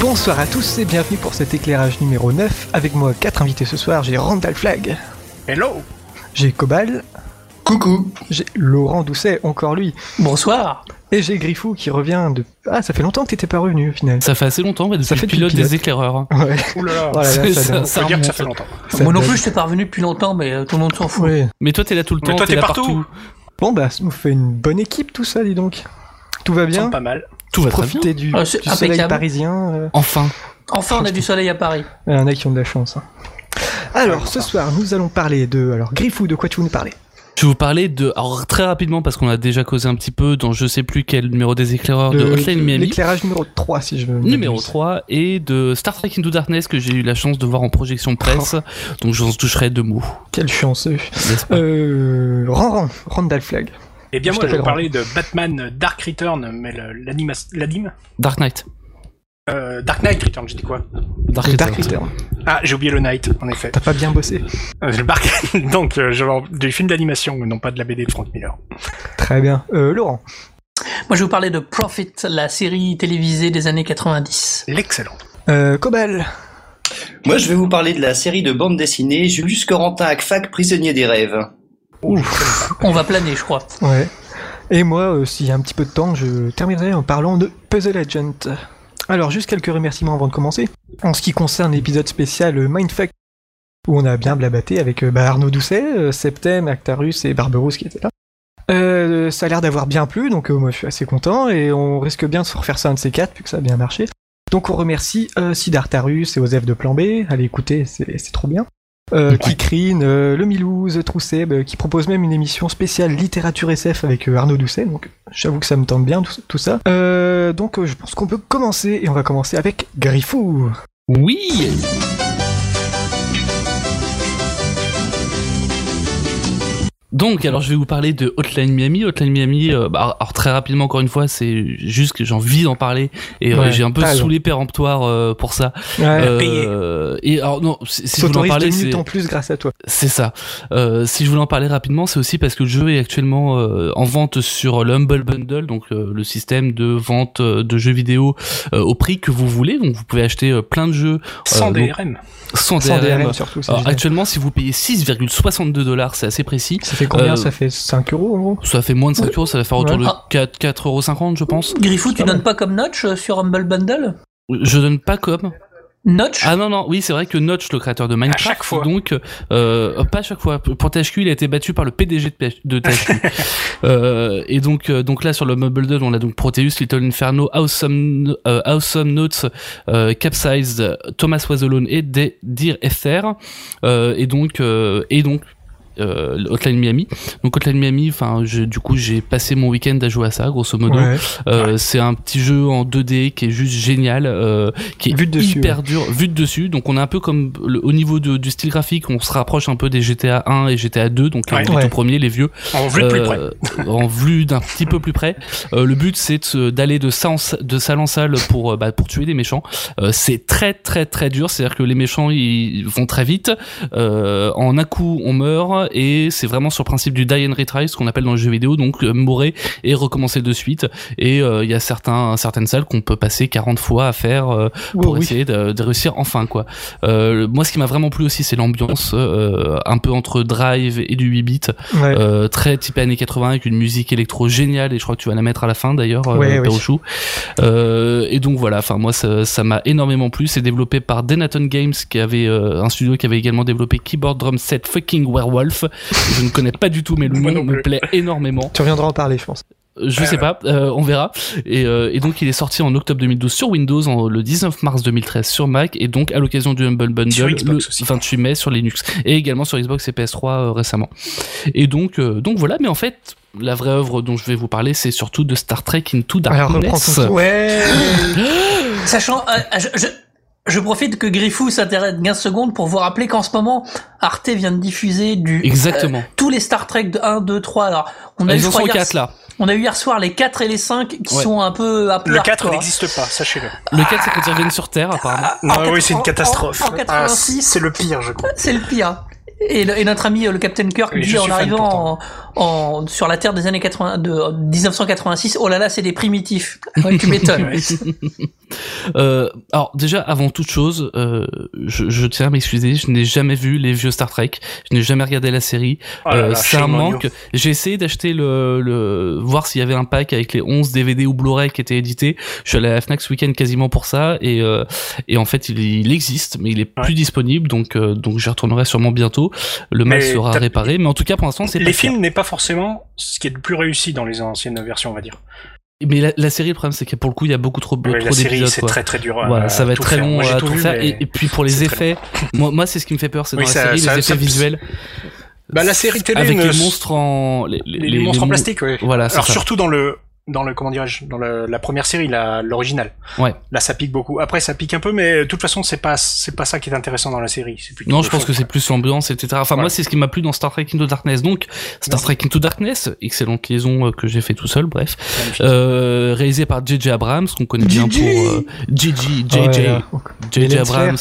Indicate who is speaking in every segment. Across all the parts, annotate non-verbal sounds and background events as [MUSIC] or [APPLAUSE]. Speaker 1: Bonsoir à tous et bienvenue pour cet éclairage numéro 9. Avec moi, quatre invités ce soir. J'ai Randall Flag,
Speaker 2: Hello
Speaker 1: j'ai Cobal,
Speaker 3: Coucou.
Speaker 1: j'ai Laurent Doucet, encore lui,
Speaker 3: Bonsoir.
Speaker 1: et j'ai Griffou qui revient de. Ah, ça fait longtemps que t'étais pas revenu au final.
Speaker 4: Ça fait assez longtemps, ouais, depuis
Speaker 1: Ça fait
Speaker 4: le
Speaker 1: depuis
Speaker 4: pilote
Speaker 1: le pilote.
Speaker 4: des éclaireurs. [LAUGHS]
Speaker 1: Ouais.
Speaker 2: Ouh là là,
Speaker 1: Oh là là,
Speaker 4: C'est
Speaker 1: ça
Speaker 4: ça,
Speaker 1: donne-
Speaker 4: ça
Speaker 2: faut dire que ça
Speaker 4: remonte.
Speaker 2: fait longtemps.
Speaker 1: ça
Speaker 3: Moi non
Speaker 1: donne-
Speaker 3: plus, je t'ai pas revenu depuis longtemps, mais euh, tout le monde
Speaker 1: [LAUGHS]
Speaker 3: s'en fout.
Speaker 1: Ouais.
Speaker 4: Mais toi, t'es là tout le
Speaker 2: Mais
Speaker 4: temps,
Speaker 2: toi,
Speaker 4: t'es
Speaker 2: t'es
Speaker 4: là
Speaker 2: partout.
Speaker 4: partout.
Speaker 1: Bon, bah, ça nous fait une bonne équipe tout ça, dis donc. Tout va
Speaker 2: Ça
Speaker 1: bien
Speaker 2: me pas mal.
Speaker 4: Tout va très bien.
Speaker 1: Profitez du,
Speaker 3: Ah,
Speaker 1: du
Speaker 3: c'est
Speaker 1: soleil
Speaker 3: impeccable.
Speaker 1: parisien. euh,
Speaker 4: Enfin,
Speaker 3: Enfin, on a du soleil à Paris.
Speaker 1: Il y en a qui ont de la chance. hein. Alors, ce soir, nous allons parler de. Alors, Griffou, de quoi tu veux nous parler
Speaker 4: je vais vous parler de. Alors, très rapidement, parce qu'on a déjà causé un petit peu dans je sais plus quel numéro des éclaireurs de, Hotline Miami.
Speaker 1: L'éclairage numéro 3, si je veux.
Speaker 4: Numéro 3 et de Star Trek Into Darkness que j'ai eu la chance de voir en
Speaker 1: [LAUGHS]
Speaker 4: projection presse, donc j'en toucherai deux mots,
Speaker 1: Quelle chance.
Speaker 4: n'est-ce pas
Speaker 1: Euh. Ranran, Randall Flag.
Speaker 2: Eh bien,
Speaker 1: Je
Speaker 2: moi, je vais
Speaker 1: t'appelle
Speaker 2: vous parler de Batman Dark Return, mais le- l'anima- l'anime.
Speaker 4: Dark Knight.
Speaker 2: Euh, Dark Knight Return, j'ai dit quoi
Speaker 4: Dark
Speaker 1: de
Speaker 4: Knight.
Speaker 1: Dark Return.
Speaker 2: Ah, j'ai oublié le Knight, en effet.
Speaker 1: T'as pas bien bossé.
Speaker 2: Euh, le Dark... [LAUGHS] Donc, euh, genre, du film d'animation, non pas de la BD de Frank Miller.
Speaker 1: Très bien. Euh, Laurent.
Speaker 3: Moi, je vais vous parlais de Profit, la série télévisée des années 90.
Speaker 2: L'excellent.
Speaker 1: Euh, Cobal.
Speaker 5: Moi, je vais vous parler de la série de bande dessinée Julius Corentin Akfak, prisonnier des rêves. [LAUGHS]
Speaker 3: On va planer, je crois.
Speaker 1: Ouais. Et moi, euh, s'il y a un petit peu de temps, je terminerai en parlant de Puzzle Agent. Alors, juste quelques remerciements avant de commencer. En ce qui concerne l'épisode spécial euh, Mindfuck, où on a bien blabaté avec euh, bah, Arnaud Doucet, euh, Septem, Actarus et Barberousse qui étaient là. Euh, ça a l'air d'avoir bien plu, donc euh, moi je suis assez content, et on risque bien de se refaire ça un de ces quatre, vu que ça a bien marché. Donc on remercie euh, Sid Artarus et Osef de Plan B, allez écouter, c'est c'est trop bien. Euh, Kikrine, euh, le Milouze, Trousseb, euh, qui propose même une émission spéciale littérature SF avec euh, Arnaud Doucet, donc j'avoue que ça me tente bien tout, tout ça. Euh, donc euh, je pense qu'on peut commencer, et on va commencer avec Griffou.
Speaker 4: Oui Donc, alors je vais vous parler de Hotline Miami. Hotline Miami, euh, bah, alors très rapidement, encore une fois, c'est juste que j'ai envie d'en parler et euh,
Speaker 1: Ouais,
Speaker 4: j'ai un peu
Speaker 1: t'as raison.
Speaker 4: saoulé péremptoire euh, pour ça. Euh, et alors, non, si, si je voulais en
Speaker 1: S'autorise
Speaker 4: parler,
Speaker 1: deux minutes
Speaker 4: c'est-
Speaker 1: en plus grâce à toi.
Speaker 4: c'est ça. Euh, si je voulais en parler rapidement, c'est aussi parce que le jeu est actuellement euh, en vente sur le Humble Bundle, donc euh, le système de vente euh, de jeux vidéo euh, au prix que vous voulez. Donc vous pouvez acheter euh, plein de jeux
Speaker 2: Sans
Speaker 4: donc,
Speaker 2: DRM.
Speaker 4: sans,
Speaker 1: Sans
Speaker 4: DRM.
Speaker 1: DRM surtout, c'est
Speaker 4: Alors,
Speaker 1: génial.
Speaker 4: actuellement, si vous payez 6,62 dollars, c'est assez précis.
Speaker 1: Ça fait combien
Speaker 4: euh,
Speaker 1: Ça fait 5 euros en gros
Speaker 4: Ça fait moins de 5 euros, ça va faire autour
Speaker 1: Ouais.
Speaker 4: de
Speaker 3: Ah.
Speaker 4: 4, 4,50 euros, je pense.
Speaker 3: Griffou, tu
Speaker 1: pas mal.
Speaker 3: donnes pas comme Notch euh, sur Humble Bundle
Speaker 4: Je donne pas comme.
Speaker 3: Notch
Speaker 4: Ah non, non, oui, c'est vrai que Notch, le créateur de Minecraft,
Speaker 2: chaque fois.
Speaker 4: donc, euh, pas à chaque fois. Pour THQ, il a été battu par le PDG de, PH de THQ.
Speaker 2: [LAUGHS]
Speaker 4: euh, et donc, euh, donc là, sur le Mobile 2, on a donc Proteus, Little Inferno, Awesome, euh, awesome Notes, euh, Capsized, Thomas Was Alone et De- Dear Esther. Euh, et donc, euh, et donc, euh, Hotline Miami. Donc Hotline Miami, enfin, je- du coup, j'ai passé mon week-end à jouer à ça, grosso modo.
Speaker 1: Ouais.
Speaker 4: Euh, c'est un petit jeu en 2D qui est juste génial, euh, qui est
Speaker 1: Vu de dessus,
Speaker 4: hyper dur, vu de dessus. Donc on est un peu comme le- au niveau de- du style graphique, on se rapproche un peu des GTA 1 et GTA 2, donc
Speaker 2: Ouais.
Speaker 4: les
Speaker 1: Ouais.
Speaker 4: tout premiers, les vieux,
Speaker 2: On veut de plus près.
Speaker 4: Euh, en vue d'un petit peu plus près. Euh, le but c'est de se- d'aller de, sa- en sa- de salle en salle pour euh, bah, pour tuer des méchants. Euh, c'est très très très dur, c'est-à-dire que les méchants ils vont très vite. Euh, en un coup on meurt et c'est vraiment sur le principe du die and retry, ce qu'on appelle dans le jeu vidéo, donc euh, mourir et recommencer de suite. Et euh, il y a certains certaines salles qu'on peut passer 40 fois à faire. euh, pour
Speaker 1: Ouais, oui.
Speaker 4: essayer de, de réussir enfin quoi. Euh, le- moi ce qui m'a vraiment plu aussi c'est l'ambiance euh, un peu entre drive et du 8 bits
Speaker 1: Ouais.
Speaker 4: euh, très typé années 80 avec une musique électro géniale et je crois que tu vas la mettre à la fin d'ailleurs euh,
Speaker 1: Ouais, ouais.
Speaker 4: Perochou. Euh, et donc voilà enfin moi ça ça m'a énormément plu c'est développé par Denaton Games qui avait euh, un studio qui avait également développé Keyboard Drum Set fucking Werewolf je ne connais pas du tout mais le
Speaker 2: Moi
Speaker 4: nom
Speaker 2: non
Speaker 4: me
Speaker 2: plus.
Speaker 4: plaît énormément
Speaker 1: Tu reviendras en parler, je pense.
Speaker 4: je sais pas, euh, on verra. Et, euh, et donc il est sorti en octobre 2012 sur Windows, en- le 19 mars 2013 sur Mac, et donc à l'occasion du Humble Bundle
Speaker 2: Sur Xbox
Speaker 4: le
Speaker 2: aussi.
Speaker 4: 28 mai sur Linux, et également sur Xbox et PS3 euh, récemment. Et donc, euh, donc voilà, mais en fait, la vraie œuvre dont je vais vous parler, c'est surtout de Star Trek Into
Speaker 1: Alors, reprends
Speaker 4: Darkness.
Speaker 1: ton Ah tour.
Speaker 3: Ouais Sachant, euh, je, je- je profite que Griffou s'intéresse 15 secondes pour vous rappeler qu'en ce moment, Arte vient de diffuser du...
Speaker 4: Exactement.
Speaker 3: euh, tous les Star Trek de 1, 2, 3. Alors, on a, eu,
Speaker 4: Ils
Speaker 3: je
Speaker 4: en
Speaker 3: crois,
Speaker 4: sont
Speaker 3: hier,
Speaker 4: quatre là.
Speaker 3: on a eu hier soir les 4 et les 5 qui
Speaker 4: Ouais.
Speaker 3: sont un peu... Un peu
Speaker 2: Le 4
Speaker 3: hardcore.
Speaker 2: n'existe pas, sachez-le.
Speaker 4: Le 4 c'est quand ils reviennent sur Terre apparemment.
Speaker 3: Ah, en quatre- en- En, en 86,
Speaker 2: Ah, c'est le pire, je crois.
Speaker 3: C'est le pire. Et, le- et notre ami euh, le Captain Kirk
Speaker 2: Oui, je
Speaker 3: dit en
Speaker 2: suis fan
Speaker 3: arrivant en, en- sur la Ah
Speaker 2: [LAUGHS]
Speaker 3: Terre des années 80, de 1986, oh là là, c'est des primitifs. Ouais, tu m'étonnes.
Speaker 4: Euh, alors déjà, avant toute chose, euh, je, je tiens à m'excuser, je n'ai jamais vu les vieux Star Trek, je n'ai jamais regardé la série,
Speaker 2: Oh là
Speaker 4: euh,
Speaker 2: là,
Speaker 4: c'est un
Speaker 2: shame on you.
Speaker 4: manque. J'ai essayé d'acheter le, le, voir s'il y avait un pack avec les 11 DVD ou Blu-ray qui étaient édités. Je suis allé à la Fnac ce week-end quasiment pour ça et, euh, et en fait il, il existe mais il est plus disponible donc euh, donc j'y retournerai sûrement bientôt. Le mal
Speaker 2: Mais
Speaker 4: sera
Speaker 2: t'as-
Speaker 4: réparé mais en tout cas pour l'instant c'est pas
Speaker 2: Les
Speaker 4: le cas.
Speaker 2: films n'est pas forcément ce qui est le plus réussi dans les anciennes versions, on va dire.
Speaker 4: Mais la, la série le problème c'est que pour le coup il y a beaucoup trop
Speaker 2: Mais
Speaker 4: trop
Speaker 2: la série,
Speaker 4: d'épisodes.
Speaker 2: c'est
Speaker 4: quoi.
Speaker 2: très très dur. à-
Speaker 4: Voilà, ça va
Speaker 2: à
Speaker 4: être
Speaker 2: tout
Speaker 4: très
Speaker 2: faire.
Speaker 4: long
Speaker 2: Moi, j'ai
Speaker 4: à
Speaker 2: tout
Speaker 4: tout
Speaker 2: vu,
Speaker 4: faire.
Speaker 2: mais-
Speaker 4: Et, et puis pour les
Speaker 2: c'est très
Speaker 4: effets, moi, moi c'est ce qui me fait peur, c'est dans
Speaker 2: Oui,
Speaker 4: la
Speaker 2: ça-
Speaker 4: série
Speaker 2: ça-
Speaker 4: les
Speaker 2: ça-
Speaker 4: effets visuels.
Speaker 2: Bah, la série télé
Speaker 4: avec
Speaker 2: ne-
Speaker 4: les monstres en les,
Speaker 2: les, les monstres en
Speaker 4: mou-
Speaker 2: plastique, ouais.
Speaker 4: Voilà, c'est
Speaker 2: Alors
Speaker 4: ça.
Speaker 2: surtout dans le dans le comment dirais-je dans le- la première série la l'original.
Speaker 4: Ouais.
Speaker 2: Là ça pique beaucoup. Après ça pique un peu mais euh, de toute façon c'est pas c'est pas ça qui est intéressant dans la série. C'est plutôt
Speaker 4: Non,
Speaker 2: le
Speaker 4: je pense
Speaker 2: fond.
Speaker 4: que c'est plus l'ambiance, etc. Enfin,
Speaker 2: Ouais.
Speaker 4: moi, c'est ce qui m'a plu dans Star Trek Into Darkness. Donc, Star Trek Into Darkness, excellente liaison euh, que j'ai fait tout seul, bref.
Speaker 2: Magnifique.
Speaker 4: Euh, réalisé par J.J. Abrams, qu'on connaît bien
Speaker 1: J.J..
Speaker 4: pour euh, J.J. J.J.
Speaker 1: Ah Ouais, Et
Speaker 4: J.J.
Speaker 1: lens
Speaker 4: Abrams,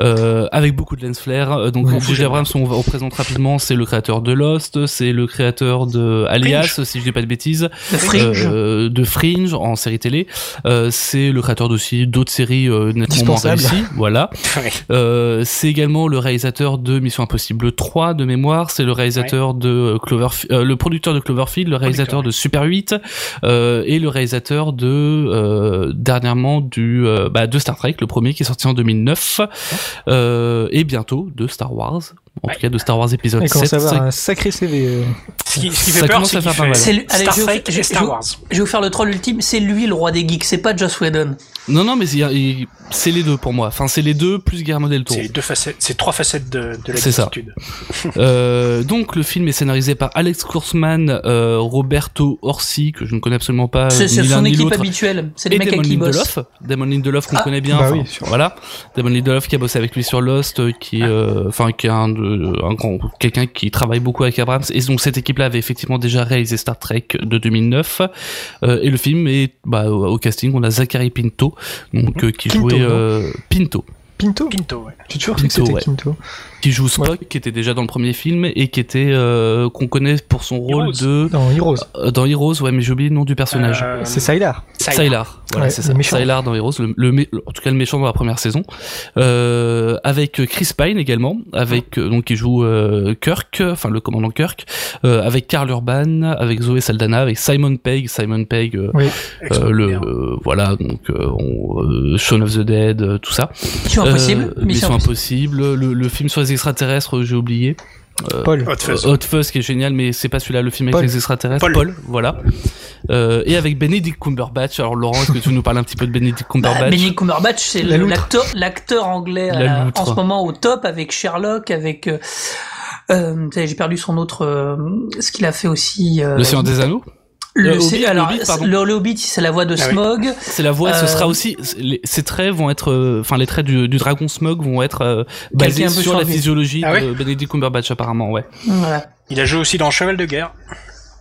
Speaker 4: euh, avec beaucoup de lens flare. Euh, Donc,
Speaker 1: Ouais,
Speaker 4: J.J. Abrams, on va- on présente rapidement, c'est le créateur de Lost, c'est le créateur de Alias, si je dis pas de bêtises.
Speaker 3: Le fringe.
Speaker 4: euh, de Fringe en série télé. Euh, c'est le créateur d'aussi d'autres séries euh, nettement moins
Speaker 1: Dispensable.
Speaker 4: réussies. Voilà.
Speaker 2: [LAUGHS] Ouais.
Speaker 4: Euh, c'est également le réalisateur de Mission Impossible 3 de mémoire, c'est le réalisateur de euh, Cloverfield, euh, le producteur de Cloverfield, le réalisateur de Super 8 euh, et le réalisateur de euh, dernièrement du euh, bah, de Star Trek, le premier qui est sorti en 2009 euh, et bientôt de Star Wars, en
Speaker 2: Ouais.
Speaker 4: tout cas de Star Wars épisode
Speaker 1: Et quand
Speaker 4: 7.
Speaker 1: ça va, hein un sacré CV. euh.
Speaker 2: Ce qui, ce qui
Speaker 4: Ça
Speaker 2: fait peur
Speaker 4: commence
Speaker 2: c'est
Speaker 4: à
Speaker 2: qu'il
Speaker 4: faire
Speaker 2: fait
Speaker 4: pas
Speaker 3: C'est lui- allez,
Speaker 2: Star
Speaker 3: je vais-
Speaker 2: Trek
Speaker 3: je-
Speaker 2: et
Speaker 3: je-
Speaker 2: Star Wars.
Speaker 3: Je vais vous faire le troll ultime, c'est lui le roi des geeks, c'est pas Joss
Speaker 4: Euh,
Speaker 3: Whedon.
Speaker 4: Non non mais il y a- il- c'est les deux pour moi. Enfin c'est les deux plus Guillermo del Toro.
Speaker 2: C'est deux facettes, c'est trois facettes de, de la
Speaker 4: C'est ça.
Speaker 2: multitude.
Speaker 4: Euh, donc le film est scénarisé par Alex Kurzman, euh, Roberto Orsi que je ne connais absolument pas.
Speaker 3: C'est
Speaker 4: euh,
Speaker 3: c'est
Speaker 4: ni l'un
Speaker 3: son
Speaker 4: ni
Speaker 3: équipe
Speaker 4: l'autre.
Speaker 3: habituelle, c'est les
Speaker 4: et
Speaker 3: mecs à
Speaker 4: Damon
Speaker 3: qui il bosse.
Speaker 4: Lindelof, Damon Lindelof qu'on
Speaker 3: Ah.
Speaker 4: connaît bien,
Speaker 1: Bah
Speaker 4: enfin,
Speaker 1: oui, sûr.
Speaker 4: voilà. Damon Lindelof qui a bossé avec lui sur Lost, euh,
Speaker 3: Ah.
Speaker 4: qui, euh, enfin, qui est un, de- un grand, quelqu'un qui travaille beaucoup avec Abrams. Et donc cette équipe-là avait effectivement déjà réalisé Star Trek de 2009. Euh, et le film est, bah, au, au casting, on a Zachary Pinto, donc euh, qui
Speaker 1: Quinto, non
Speaker 4: jouait euh, Pinto,
Speaker 1: Pinto
Speaker 2: Pinto, ouais.
Speaker 1: Tu es toujours cru que
Speaker 4: Pinto,
Speaker 1: c'était
Speaker 4: ouais.
Speaker 1: Pinto
Speaker 4: qui joue Spock, qui était déjà dans le premier film et qui était euh, qu'on connaît pour son rôle
Speaker 2: Heroes.
Speaker 4: de
Speaker 1: Non, Heroes.
Speaker 4: euh, dans Heroes, ouais, mais j'ai oublié le nom du personnage.
Speaker 2: Euh,
Speaker 1: C'est Sylar.
Speaker 2: Sylar.
Speaker 4: Sylar, voilà,
Speaker 1: Ouais,
Speaker 4: c'est
Speaker 1: le
Speaker 4: ça.
Speaker 1: méchant.
Speaker 4: Sylar dans Heroes, le, le mé- le- en tout cas le méchant dans la première saison, Euh, avec Chris Pine également, avec euh, donc qui joue euh, Kirk, enfin le commandant Kirk, euh, avec Karl Urban, avec Zoé Saldana, avec Simon Pegg, Simon Pegg, euh, euh, le
Speaker 2: Extraordinaire.
Speaker 4: euh, voilà donc euh, on, euh, Shaun of the Dead, euh, tout ça.
Speaker 3: Mission impossible,
Speaker 4: Euh, Mission impossible, le, le film sur les extraterrestres, euh, j'ai oublié. euh,
Speaker 1: Paul.
Speaker 2: Hot Fuzz.
Speaker 4: Hot Fuzz qui est génial, mais c'est pas celui-là, le film avec
Speaker 1: Paul.
Speaker 4: les extraterrestres.
Speaker 2: Paul.
Speaker 4: voilà. Euh, et avec Benedict Cumberbatch. Alors Laurent, est-ce que tu nous parles un petit peu de Benedict
Speaker 3: Bah,
Speaker 4: Cumberbatch
Speaker 3: Benedict Cumberbatch, c'est
Speaker 1: La
Speaker 3: le-
Speaker 1: loutre.
Speaker 3: l'acteur, l'acteur anglais à
Speaker 4: La
Speaker 3: la-
Speaker 4: loutre.
Speaker 3: en ce moment au top avec Sherlock, avec euh, euh, ça y est, j'ai perdu son autre, euh, ce qu'il a fait aussi. euh,
Speaker 4: Le Seigneur des Anneaux
Speaker 3: le-
Speaker 4: le
Speaker 3: c'est-
Speaker 4: Hobbit,
Speaker 3: alors,
Speaker 4: le Hobbit, pardon.
Speaker 3: le, le Hobbit, c'est la voix de
Speaker 2: Ah oui.
Speaker 3: Smog.
Speaker 4: C'est la voix,
Speaker 3: Euh,
Speaker 4: ce sera aussi. les- Ces traits vont être. euh, Enfin, les traits du, du dragon Smog vont être euh, basés
Speaker 3: Quelqu'un un peu
Speaker 4: sur la
Speaker 3: changé.
Speaker 4: physiologie
Speaker 2: Ah ouais
Speaker 4: de Benedict Cumberbatch, apparemment, ouais.
Speaker 3: Voilà.
Speaker 2: Il a joué aussi dans Cheval de guerre.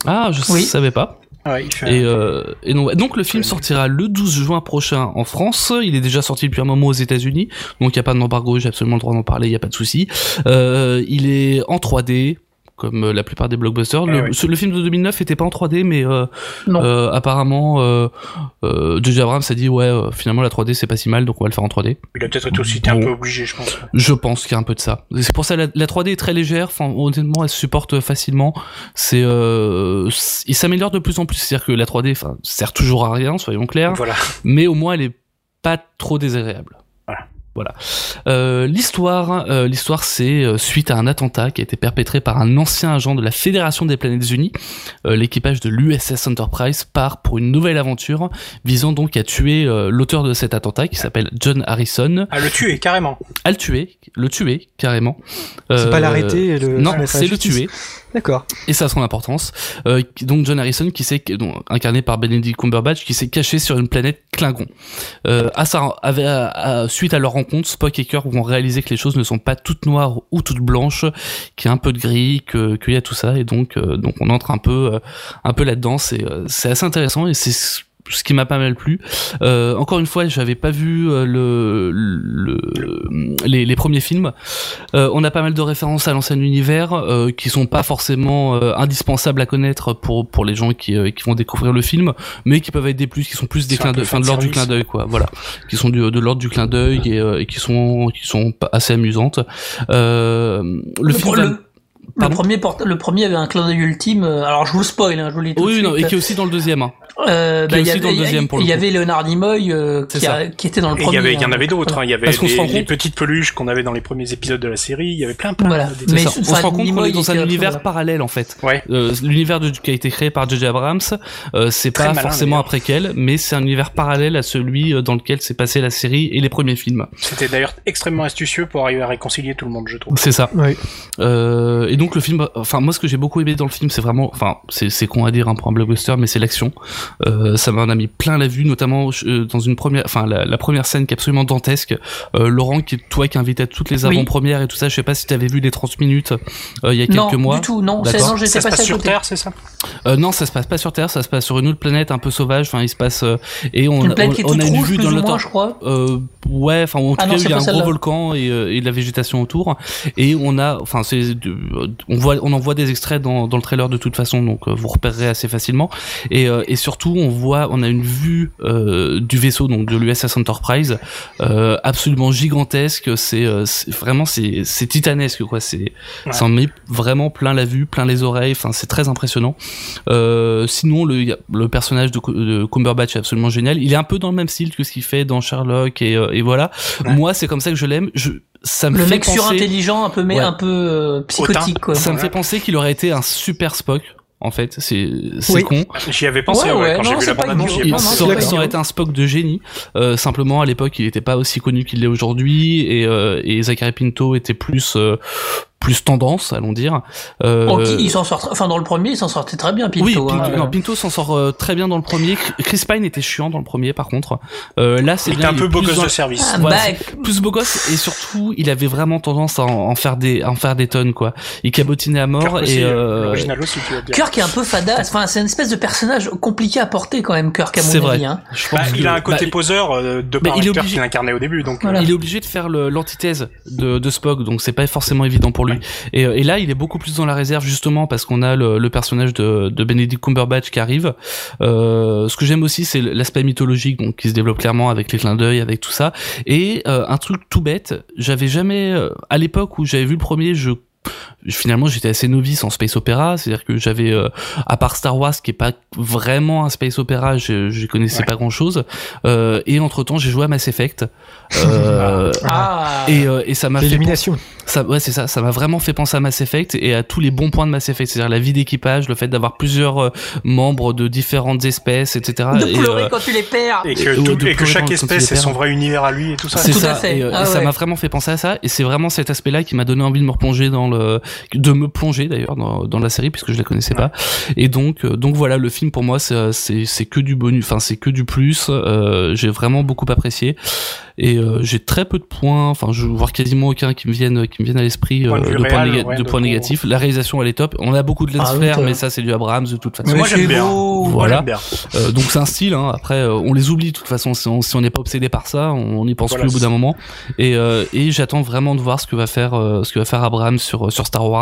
Speaker 4: Ah, je
Speaker 3: Oui.
Speaker 4: savais pas.
Speaker 2: Ouais, il fait
Speaker 4: Et, euh, et non, ouais. donc le film sortira le 12 juin prochain en France. Il est déjà sorti depuis un moment aux États-Unis, donc il n'y a pas d'embargo. J'ai absolument le droit d'en parler, il n'y a pas de souci. Euh, il est en 3D. Comme euh, la plupart des blockbusters,
Speaker 2: Eh
Speaker 4: le,
Speaker 2: ouais.
Speaker 4: ce- le film de 2009 était pas en 3D, mais euh,
Speaker 3: Non.
Speaker 4: euh, apparemment, euh, euh, J.J. Abrams a dit ouais, euh, finalement la 3D c'est pas si mal, donc on va le faire en 3D.
Speaker 2: Il a peut-être été aussi été un
Speaker 4: Bon.
Speaker 2: peu obligé, je pense.
Speaker 4: Je pense qu'il y a un peu de ça. C'est pour ça la, la 3D est très légère. Enfin, honnêtement, elle se supporte facilement. C'est, euh, s- il s'améliore de plus en plus. C'est-à-dire que la 3D, enfin, sert toujours à rien, soyons clairs.
Speaker 2: Voilà.
Speaker 4: Mais au moins, elle est pas trop désagréable.
Speaker 2: Voilà.
Speaker 4: Voilà. Euh, l'histoire, euh, l'histoire, c'est euh, suite à un attentat qui a été perpétré par un ancien agent de la Fédération des Planètes Unies. euh, l'équipage de l'USS Enterprise part pour une nouvelle aventure visant donc à tuer euh, l'auteur de cet attentat qui s'appelle John Harrison
Speaker 2: Ah, le tuer, carrément.
Speaker 4: à le tuer, le tuer carrément.
Speaker 1: C'est
Speaker 4: Euh,
Speaker 1: pas l'arrêter et le.
Speaker 4: Non,
Speaker 1: mettre à la
Speaker 4: c'est le
Speaker 1: justice.
Speaker 4: tuer,
Speaker 1: D'accord.
Speaker 4: et ça a son importance. Euh, qui- donc John Harrison, qui s'est donc, incarné par Benedict Cumberbatch, qui s'est caché sur une planète Klingon. Euh, à sa, avec- à- à- suite à leur rencontre, Spock et Kirk vont réaliser que les choses ne sont pas toutes noires ou toutes blanches, qu'il y a un peu de gris, que- qu'il y a tout ça, et donc euh, donc on entre un peu euh, un peu là-dedans. C'est euh, c'est assez intéressant et c'est ce qui m'a pas mal plu. Euh, encore une fois, j'avais pas vu euh, le, le- les, les premiers films. Euh, on a pas mal de références à l'ancien univers euh, qui sont pas forcément euh, indispensables à connaître pour pour les gens qui euh, qui vont découvrir le film, mais qui peuvent être des plus, qui sont plus des
Speaker 2: Qui sont un
Speaker 4: clins
Speaker 2: peu
Speaker 4: de, fin de
Speaker 2: fan
Speaker 4: l'ordre du clin
Speaker 2: service.
Speaker 4: d'œil quoi. Voilà, qui sont du, de l'ordre du clin d'œil et, euh, et qui sont qui sont pas- assez amusantes. Euh, le,
Speaker 3: Le,
Speaker 4: film
Speaker 3: pro-
Speaker 4: va-
Speaker 3: le- le
Speaker 4: Pardon
Speaker 3: premier porte- le premier avait un clin d'œil ultime. euh, Alors je vous le spoil, hein, je vous l'ai tout
Speaker 4: oui,
Speaker 3: de
Speaker 4: non,
Speaker 3: suite.
Speaker 4: et qui est aussi dans le deuxième. hein.
Speaker 3: Euh,
Speaker 4: qui est
Speaker 3: bah, il y
Speaker 4: aussi dans le
Speaker 3: avait-
Speaker 4: deuxième, pour le
Speaker 3: Il y
Speaker 4: coup.
Speaker 3: avait Leonard Nimoy euh,
Speaker 4: C'est
Speaker 3: qui, a- qui était dans le
Speaker 2: Et il
Speaker 3: premier.
Speaker 2: y avait, il y en
Speaker 3: hein.
Speaker 2: avait d'autres, hein. il y avait
Speaker 4: Parce qu'on se rend
Speaker 2: les, les
Speaker 4: compte-
Speaker 2: petites peluches qu'on avait dans les premiers épisodes de la série, il y avait plein plein
Speaker 3: Voilà.
Speaker 2: de
Speaker 4: C'est
Speaker 3: Mais
Speaker 4: ça.
Speaker 3: ce-
Speaker 4: on
Speaker 3: enfin,
Speaker 4: se rend compte qu'on
Speaker 3: Nimoy
Speaker 4: est dans
Speaker 3: était-
Speaker 4: un univers
Speaker 3: voilà.
Speaker 4: parallèle en fait.
Speaker 2: Ouais.
Speaker 4: Euh, l'univers de, qui a été créé par J.J. Abrams, euh, c'est
Speaker 2: Très
Speaker 4: pas
Speaker 2: malin,
Speaker 4: forcément un
Speaker 2: d'ailleurs.
Speaker 4: préquel, mais c'est un univers parallèle à celui euh, dans lequel s'est passée la série et les premiers films.
Speaker 2: C'était d'ailleurs extrêmement astucieux pour arriver à réconcilier tout le monde, je trouve.
Speaker 4: C'est ça.
Speaker 1: Oui.
Speaker 4: Euh, et donc le film, enfin moi ce que j'ai beaucoup aimé dans le film, c'est vraiment, enfin c'est c'est con à dire hein, pour un blockbuster, mais c'est l'action. Euh, ça m'en a mis plein la vue, notamment euh, dans une première, enfin la, la première scène qui est absolument dantesque. Euh, Laurent, qui toi qui invite à toutes les
Speaker 3: Oui.
Speaker 4: avant-premières et tout ça, je sais pas si t'avais vu les 30 minutes euh, il y a
Speaker 3: Non,
Speaker 4: quelques mois.
Speaker 3: du tout, non, c'est-
Speaker 4: D'accord.
Speaker 3: non, j'étais
Speaker 2: Ça se
Speaker 3: passé
Speaker 2: passe
Speaker 3: à
Speaker 2: sur
Speaker 3: côté.
Speaker 2: Terre, c'est ça
Speaker 4: Euh, non, ça se passe pas sur Terre, ça se passe sur une autre planète un peu sauvage. Enfin, il se passe euh, et on,
Speaker 3: Une planète qui est
Speaker 4: on- on
Speaker 3: toute
Speaker 4: a une
Speaker 3: rouge,
Speaker 4: vue
Speaker 3: plus
Speaker 4: dans
Speaker 3: ou
Speaker 4: le
Speaker 3: moins,
Speaker 4: temps.
Speaker 3: je crois.
Speaker 4: Euh, ouais, enfin en tout
Speaker 3: Ah non,
Speaker 4: cas,
Speaker 3: c'est
Speaker 4: il y
Speaker 3: pas
Speaker 4: a un gros
Speaker 3: celle-là.
Speaker 4: volcan et, euh, et de la végétation autour. Et on a, enfin, c'est, de- on voit, on en voit des extraits dans, dans le trailer de toute façon, donc euh, vous repérerez assez facilement. Et, euh, et surtout, on voit, on a une vue euh, du vaisseau, donc de l'USS Enterprise, euh, absolument gigantesque. C'est euh, c'est- vraiment, c'est c'est titanesque, quoi. C'est,
Speaker 2: Ouais.
Speaker 4: ça en met vraiment plein la vue, plein les oreilles. Enfin, c'est très impressionnant. Euh, sinon, le, y a- le personnage de, Cu- de Cumberbatch est absolument génial. Il est un peu dans le même style que ce qu'il fait dans Sherlock et, euh, et voilà.
Speaker 2: Ouais.
Speaker 4: Moi, c'est comme ça que je l'aime. Je, ça me
Speaker 3: Le
Speaker 4: fait
Speaker 3: mec
Speaker 4: penser,
Speaker 3: surintelligent, un peu, mais
Speaker 4: Ouais.
Speaker 3: un peu euh, psychotique, quoi.
Speaker 4: ça me
Speaker 2: Voilà.
Speaker 4: fait penser qu'il aurait été un super Spock. En fait, c'est c'est
Speaker 1: Oui.
Speaker 4: con.
Speaker 2: J'y avais pensé
Speaker 3: Ouais,
Speaker 2: ouais,
Speaker 3: ouais,
Speaker 2: quand
Speaker 3: non,
Speaker 2: j'ai vu
Speaker 3: c'est
Speaker 2: la
Speaker 3: pas
Speaker 2: bande-annonce, j'y ai
Speaker 3: idiot.
Speaker 4: Il
Speaker 3: Non,
Speaker 2: pensé.
Speaker 3: non,
Speaker 4: ça aurait-
Speaker 3: pas
Speaker 4: ça aurait été un Spock de génie. Euh, simplement, à l'époque, il n'était pas aussi connu qu'il l'est aujourd'hui et, euh, et Zachary Pinto était plus euh, plus tendance, allons dire. Euh,
Speaker 3: Oh, qui- il s'en sort, tr- enfin dans le premier, il s'en sortait très bien, Pinto.
Speaker 4: oui,
Speaker 3: hein.
Speaker 4: Pinto, non, Pinto s'en sort euh, très bien dans le premier. Chris Pine était chiant dans le premier, par contre. Euh, là, c'est
Speaker 2: Il
Speaker 4: Ah,
Speaker 2: était
Speaker 4: bien,
Speaker 2: un
Speaker 4: il
Speaker 2: peu
Speaker 4: est
Speaker 2: beau
Speaker 4: plus
Speaker 2: gosse
Speaker 4: dans-
Speaker 2: de service.
Speaker 3: I'm
Speaker 4: Ouais,
Speaker 3: back.
Speaker 4: plus beau gosse et surtout il avait vraiment tendance à en, en faire des à en faire des tonnes quoi il cabotinait à
Speaker 2: Kirk
Speaker 4: mort
Speaker 2: aussi,
Speaker 4: et
Speaker 2: euh,
Speaker 4: euh,
Speaker 2: l'original aussi, tu vas dire.
Speaker 3: Kirk est un peu fadasse. Enfin, c'est une espèce de personnage compliqué à porter quand même, Kirk à mon
Speaker 4: C'est
Speaker 3: avis.
Speaker 4: vrai.
Speaker 3: hein.
Speaker 4: je pense
Speaker 2: Bah,
Speaker 4: que-
Speaker 2: il a un côté
Speaker 4: bah,
Speaker 2: poseur euh, de
Speaker 4: mais
Speaker 2: par
Speaker 4: il est
Speaker 2: l'acteur
Speaker 4: obligé-
Speaker 2: qu'il incarnait au début, donc. euh,
Speaker 3: Voilà.
Speaker 4: il est obligé de faire le- l'antithèse de, de Spock, donc c'est pas forcément évident pour lui. Et, euh, et là, il est beaucoup plus dans la réserve justement parce qu'on a le, le personnage de, de Benedict Cumberbatch qui arrive. Euh, ce que j'aime aussi, c'est l'aspect mythologique donc, qui se développe clairement avec les clins d'œil, avec tout ça. Et euh, un truc tout bête, j'avais jamais, euh, à l'époque où j'avais vu le premier, je finalement j'étais assez novice en space opéra c'est-à-dire que j'avais euh, à part Star Wars qui est pas vraiment un space opéra je, je connaissais
Speaker 2: Ouais.
Speaker 4: pas grand chose euh, et entre temps j'ai joué à Mass Effect
Speaker 1: [LAUGHS]
Speaker 4: euh,
Speaker 3: Ah.
Speaker 4: et, euh, et ça m'a fait
Speaker 1: L'élimination.
Speaker 4: ça, ouais, c'est ça. Ça m'a vraiment fait penser à Mass Effect et à tous les bons points de Mass Effect, c'est-à-dire la vie d'équipage, le fait d'avoir plusieurs euh, membres de différentes espèces, etc.
Speaker 3: de
Speaker 4: Et,
Speaker 3: pleurer
Speaker 4: euh,
Speaker 3: quand tu les perds.
Speaker 2: Et
Speaker 4: Et-
Speaker 2: que, tout-
Speaker 4: de
Speaker 2: et que
Speaker 4: pleurer
Speaker 2: chaque
Speaker 4: quand il
Speaker 2: espèce
Speaker 4: les
Speaker 2: ait
Speaker 4: perd.
Speaker 2: son vrai univers à lui et tout ça.
Speaker 4: c'est
Speaker 3: Tout à
Speaker 4: ça,
Speaker 3: fait.
Speaker 4: et, euh,
Speaker 3: Ah
Speaker 4: et ça
Speaker 3: ouais.
Speaker 4: m'a vraiment fait penser à ça, et c'est vraiment cet aspect-là qui m'a donné envie de me replonger dans le, de me plonger d'ailleurs dans, dans la série puisque je la connaissais pas. Et donc, euh, donc voilà, le film pour moi c'est c'est c'est que du bonus, enfin c'est que du plus. Euh, j'ai vraiment beaucoup apprécié et euh, j'ai très peu de points, enfin je vois quasiment aucun qui me viennent qui me viennent à l'esprit euh,
Speaker 2: Point
Speaker 4: de,
Speaker 2: de vue
Speaker 4: points,
Speaker 2: réel,
Speaker 4: néga-
Speaker 2: ouais, de
Speaker 4: de points
Speaker 2: gros-
Speaker 4: négatifs. La réalisation elle est top. On a beaucoup de lens
Speaker 1: Ah, oui,
Speaker 4: flare,
Speaker 1: toi.
Speaker 4: mais ça c'est du Abrams de toute façon.
Speaker 1: Ouais.
Speaker 2: Moi, j'aime
Speaker 3: C'est
Speaker 2: bien.
Speaker 3: beau.
Speaker 2: Moi,
Speaker 4: Voilà.
Speaker 2: j'aime bien.
Speaker 4: Euh, donc c'est un style. hein. Après, euh, on les oublie de toute façon. Si on si on n'est pas obsédé par ça, on n'y pense
Speaker 2: Voilà,
Speaker 4: plus au bout
Speaker 2: c'est
Speaker 4: d'un moment. Et, euh, et j'attends vraiment de voir ce que va faire euh, ce que va faire Abraham sur sur Star Wars.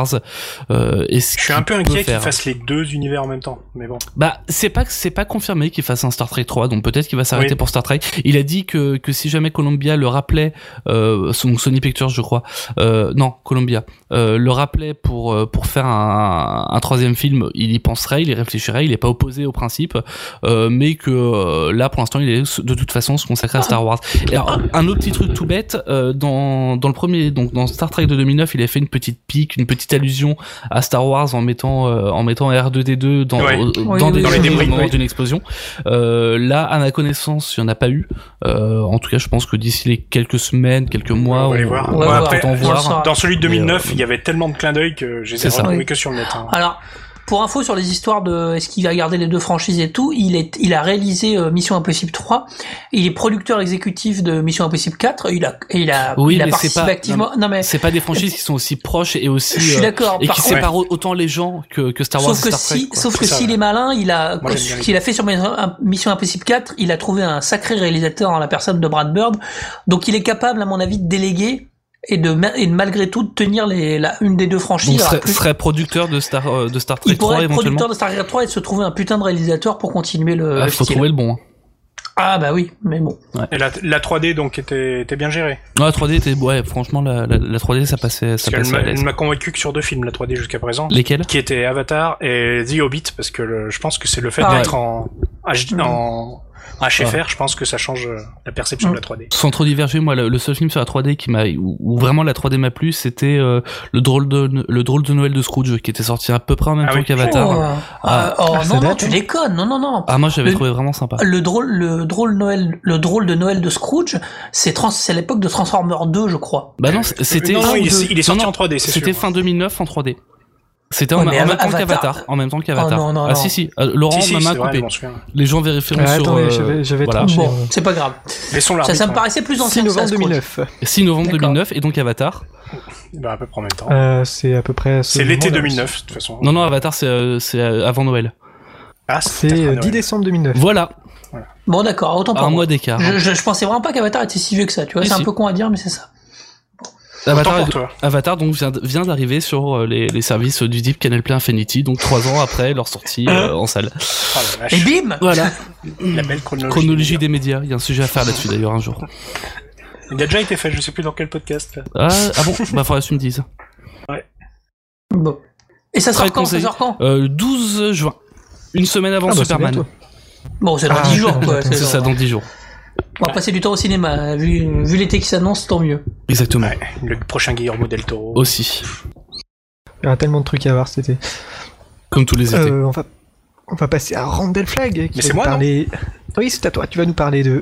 Speaker 4: Euh, et ce
Speaker 2: Je suis un
Speaker 4: qu'il
Speaker 2: peu
Speaker 4: peut
Speaker 2: inquiet qu'il
Speaker 4: faire.
Speaker 2: fasse les deux univers en même temps, mais bon.
Speaker 4: Bah c'est pas que- c'est pas confirmé qu'il fasse un Star Trek 3. Donc peut-être qu'il va s'arrêter
Speaker 2: Oui.
Speaker 4: pour Star Trek. Il a dit que que si jamais Columbia le rappelait, euh, son- Sony Pictures je crois. Euh, non Columbia euh, le rappelait pour euh, pour faire un, un troisième film. Il y penserait, il y réfléchirait. Il est pas opposé au principe. Euh, mais que euh, là pour l'instant il est de toute façon se consacrer à Star Wars. Et alors, un autre petit truc tout bête euh, dans dans le premier donc dans Star Trek de 2009 il a fait une petite pique, une petite allusion à Star Wars en mettant euh, en mettant R2D2 dans
Speaker 2: Ouais.
Speaker 4: euh,
Speaker 3: Oui,
Speaker 4: dans
Speaker 3: oui,
Speaker 4: des
Speaker 3: dans les
Speaker 4: débris
Speaker 2: débris,
Speaker 4: au moment
Speaker 2: oui.
Speaker 4: d'une explosion. Euh, là à ma connaissance il y en a pas eu. Euh, en tout cas je pense que d'ici les quelques semaines quelques mois
Speaker 2: On va les
Speaker 4: on,
Speaker 2: voir.
Speaker 4: on
Speaker 3: Ouais,
Speaker 4: va
Speaker 3: ouais,
Speaker 4: peut-être en
Speaker 3: on le
Speaker 4: voir.
Speaker 3: saura.
Speaker 2: Dans celui de
Speaker 4: Mais,
Speaker 2: 2009,
Speaker 4: euh,
Speaker 2: il y avait tellement de clins d'œil que je les
Speaker 4: c'est
Speaker 2: ai
Speaker 4: ça.
Speaker 2: retrouvés
Speaker 3: Oui.
Speaker 4: Ah.
Speaker 2: que sur le net. hein.
Speaker 3: Alors, Pour info sur les histoires de est-ce qu'il a gardé les deux franchises et tout, il est il a réalisé euh, Mission Impossible 3, il est producteur exécutif de Mission Impossible 4, il a il a
Speaker 4: Oui,
Speaker 3: il a
Speaker 4: mais c'est
Speaker 3: participé
Speaker 4: pas-
Speaker 3: activement. Non mais,
Speaker 4: C'est pas des franchises qui sont aussi proches et aussi
Speaker 3: je suis
Speaker 4: euh,
Speaker 3: d'accord.
Speaker 4: et
Speaker 3: par
Speaker 4: qui
Speaker 3: contre,
Speaker 4: séparent autant les gens que, que Star Wars.
Speaker 3: Sauf que,
Speaker 4: et Star Trek,
Speaker 3: si,
Speaker 4: quoi.
Speaker 3: sauf
Speaker 2: C'est
Speaker 3: que
Speaker 2: ça,
Speaker 3: s'il
Speaker 2: ouais.
Speaker 3: est malin, il a,
Speaker 2: Moi, j'aime bien
Speaker 3: ce
Speaker 2: les
Speaker 3: qu'il a fait sur Mission Impossible 4, il a trouvé un sacré réalisateur en la personne de Brad Bird. Donc il est capable, à mon avis, de déléguer et de, ma- et de malgré tout de tenir les, la, une des deux
Speaker 4: Donc,
Speaker 3: franchises. Alors,
Speaker 4: serait,
Speaker 3: plus-
Speaker 4: serait producteur de Star euh, de Star Trek
Speaker 3: il
Speaker 4: 3
Speaker 3: pourrait être
Speaker 4: éventuellement.
Speaker 3: producteur de Star Trek 3 et de se trouver un putain de réalisateur pour continuer le.
Speaker 4: Ah,
Speaker 3: le
Speaker 4: faut
Speaker 3: style.
Speaker 4: trouver le bon. hein.
Speaker 3: Ah bah oui, mais bon.
Speaker 2: Et la, la 3D donc était, était bien gérée.
Speaker 4: Non, la 3D était ouais, franchement la, la, la 3D ça passait
Speaker 2: Parce
Speaker 4: ça
Speaker 2: qu'elle
Speaker 4: passait à
Speaker 2: m'a-
Speaker 4: l'aise.
Speaker 2: elle m'a convaincu que sur deux films la 3D jusqu'à présent,
Speaker 4: Lesquels
Speaker 2: qui étaient Avatar et The Hobbit, parce que le- je pense que c'est le
Speaker 4: Ah
Speaker 2: fait
Speaker 3: Pareil.
Speaker 2: d'être en,
Speaker 4: Mm.
Speaker 2: HD en HFR, je pense que ça change euh, la perception
Speaker 3: Mm.
Speaker 2: de la 3D.
Speaker 4: Sans trop diverger, moi le, le seul film sur la 3D qui m'a où, où vraiment la 3D m'a plu, c'était euh, le drôle de le drôle de Noël de Scrooge qui était sorti à peu près en même
Speaker 2: Ah
Speaker 4: temps
Speaker 2: oui.
Speaker 4: qu'Avatar.
Speaker 3: Oh, euh,
Speaker 4: Ah.
Speaker 3: oh,
Speaker 1: Ah, ça
Speaker 3: non, non,
Speaker 1: date,
Speaker 3: tu
Speaker 1: hein.
Speaker 3: déconnes, non, non, non.
Speaker 4: Ah moi j'avais
Speaker 3: Le-
Speaker 4: trouvé vraiment sympa.
Speaker 3: Le drôle, le drôle Noël, le drôle de Noël de Scrooge, c'est trans- c'est l'époque de Transformers 2, je crois.
Speaker 4: Bah non, c- c'était
Speaker 2: Non, non, il, est- il est
Speaker 4: Non,
Speaker 2: sorti
Speaker 4: non,
Speaker 2: en 3D, c'est
Speaker 4: C'était
Speaker 2: sûr.
Speaker 4: fin 2009 en 3D. C'était en,
Speaker 3: Ouais,
Speaker 4: en
Speaker 3: mais
Speaker 4: même temps
Speaker 3: Avatar-
Speaker 4: qu'Avatar. En même temps qu'Avatar.
Speaker 3: non, non,
Speaker 4: ah
Speaker 3: non.
Speaker 4: si si. euh, Laurent
Speaker 2: Si, si,
Speaker 4: m'a
Speaker 2: c'est
Speaker 4: main
Speaker 2: vrai, je
Speaker 4: coupée.
Speaker 2: m'en souviens.
Speaker 4: Les gens vérifieront
Speaker 1: Ah,
Speaker 4: sur.
Speaker 1: attendez,
Speaker 4: euh,
Speaker 1: je vais, je vais
Speaker 4: voilà.
Speaker 1: trancher.
Speaker 3: Bon, c'est pas grave.
Speaker 2: Laissons
Speaker 3: Ça,
Speaker 2: l'arbitre.
Speaker 3: ça me
Speaker 2: hein.
Speaker 3: paraissait plus
Speaker 1: 6
Speaker 3: ancien que ça,
Speaker 1: euh, novembre
Speaker 3: Scrooge.
Speaker 1: 2009.
Speaker 4: 6 novembre
Speaker 3: D'accord.
Speaker 4: 2009 et donc Avatar.
Speaker 2: Bah, à peu près en même temps.
Speaker 1: Euh, c'est à peu près. à ce
Speaker 2: c'est l'été
Speaker 1: moment-là.
Speaker 2: 2009, de toute façon.
Speaker 4: Non non Avatar c'est euh, c'est euh, avant Noël.
Speaker 2: Ah,
Speaker 1: C'est
Speaker 2: peut-être à
Speaker 1: euh,
Speaker 2: Noël.
Speaker 1: 10 décembre 2009.
Speaker 4: Voilà.
Speaker 3: Bon, d'accord, autant pour
Speaker 4: Un
Speaker 3: moi.
Speaker 4: mois d'écart. hein.
Speaker 3: Je, je, je pensais vraiment pas qu'Avatar était si vieux que ça, tu vois.
Speaker 4: Si,
Speaker 3: C'est un
Speaker 4: si.
Speaker 3: peu con à dire, mais c'est ça.
Speaker 2: Autant
Speaker 4: Avatar,
Speaker 2: pour toi.
Speaker 4: Avatar donc vient, d- vient d'arriver sur euh, les, les services du Deep Canal Play Infinity, donc trois ans après leur sortie euh, en salle.
Speaker 2: Oh la vache,
Speaker 3: Et bim
Speaker 4: Voilà,
Speaker 2: la belle chronologie.
Speaker 4: chronologie des médias. Il y a un sujet à faire là-dessus d'ailleurs un jour.
Speaker 2: Il a déjà été fait, je sais plus dans quel podcast. là.
Speaker 4: Ah, ah
Speaker 2: [LAUGHS]
Speaker 4: bon Bah faudrait que tu me dises.
Speaker 3: Bon. Et ça
Speaker 4: Très
Speaker 3: sort quand, ça
Speaker 4: conseillé.
Speaker 3: sort quand
Speaker 4: Euh, le 12 juin, une semaine avant
Speaker 1: Ah, bah, c'est
Speaker 4: Superman.
Speaker 1: bientôt.
Speaker 3: Bon, c'est dans
Speaker 1: Ah,
Speaker 3: 10 jours, quoi.
Speaker 4: [LAUGHS] C'est ça, dans 10 jours.
Speaker 3: On va passer du temps au cinéma. Vu, vu l'été qui s'annonce, tant mieux.
Speaker 4: Exactement.
Speaker 2: Ouais, le prochain Guillermo del Toro.
Speaker 4: Aussi,
Speaker 1: Il y a tellement de trucs à voir cet été.
Speaker 4: comme tous les étés.
Speaker 1: Euh, on, va, on va passer à Randall Flag. Qui va
Speaker 2: c'est
Speaker 1: nous
Speaker 2: moi, non
Speaker 1: parler... [LAUGHS] Oui, c'est à toi. Tu vas nous parler de.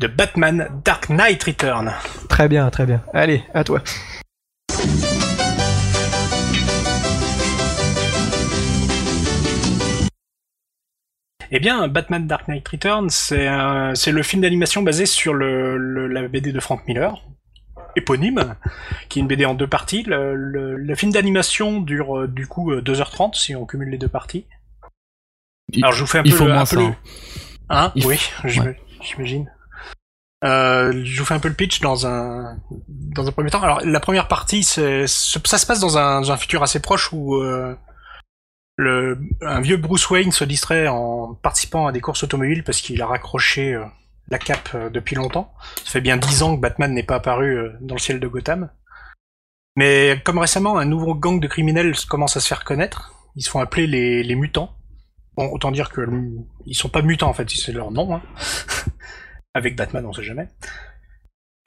Speaker 2: De Batman Dark Knight Return.
Speaker 1: Très bien, très bien. Allez, à toi.
Speaker 2: Eh bien, Batman Dark Knight Return, c'est un- c'est le film d'animation basé sur le, le- la BD de Frank Miller, éponyme, qui est une BD en deux parties. Le, le- le film d'animation dure euh, du coup euh, 2h30 si on cumule les deux parties.
Speaker 4: Il-
Speaker 2: Alors je vous fais un
Speaker 4: il
Speaker 2: peu
Speaker 4: faut
Speaker 2: le,
Speaker 4: moins
Speaker 2: un peu
Speaker 4: ça,
Speaker 2: le-
Speaker 4: hein.
Speaker 2: Hein
Speaker 4: Il
Speaker 2: Oui, j'im- j'imagine. Euh, je vous fais un peu le pitch dans un dans un premier temps. Alors la première partie, c'est ce- ça se passe dans un, dans un futur assez proche où euh, le un vieux Bruce Wayne se distrait en participant à des courses automobiles parce qu'il a raccroché euh, la cape euh, depuis longtemps. Ça fait bien dix ans que Batman n'est pas apparu euh, dans le ciel de Gotham. Mais comme récemment, un nouveau gang de criminels commence à se faire connaître. Ils se font appeler les, les mutants. Bon, autant dire que le- ils sont pas mutants en fait, si c'est leur nom. hein. Avec Batman, on sait jamais.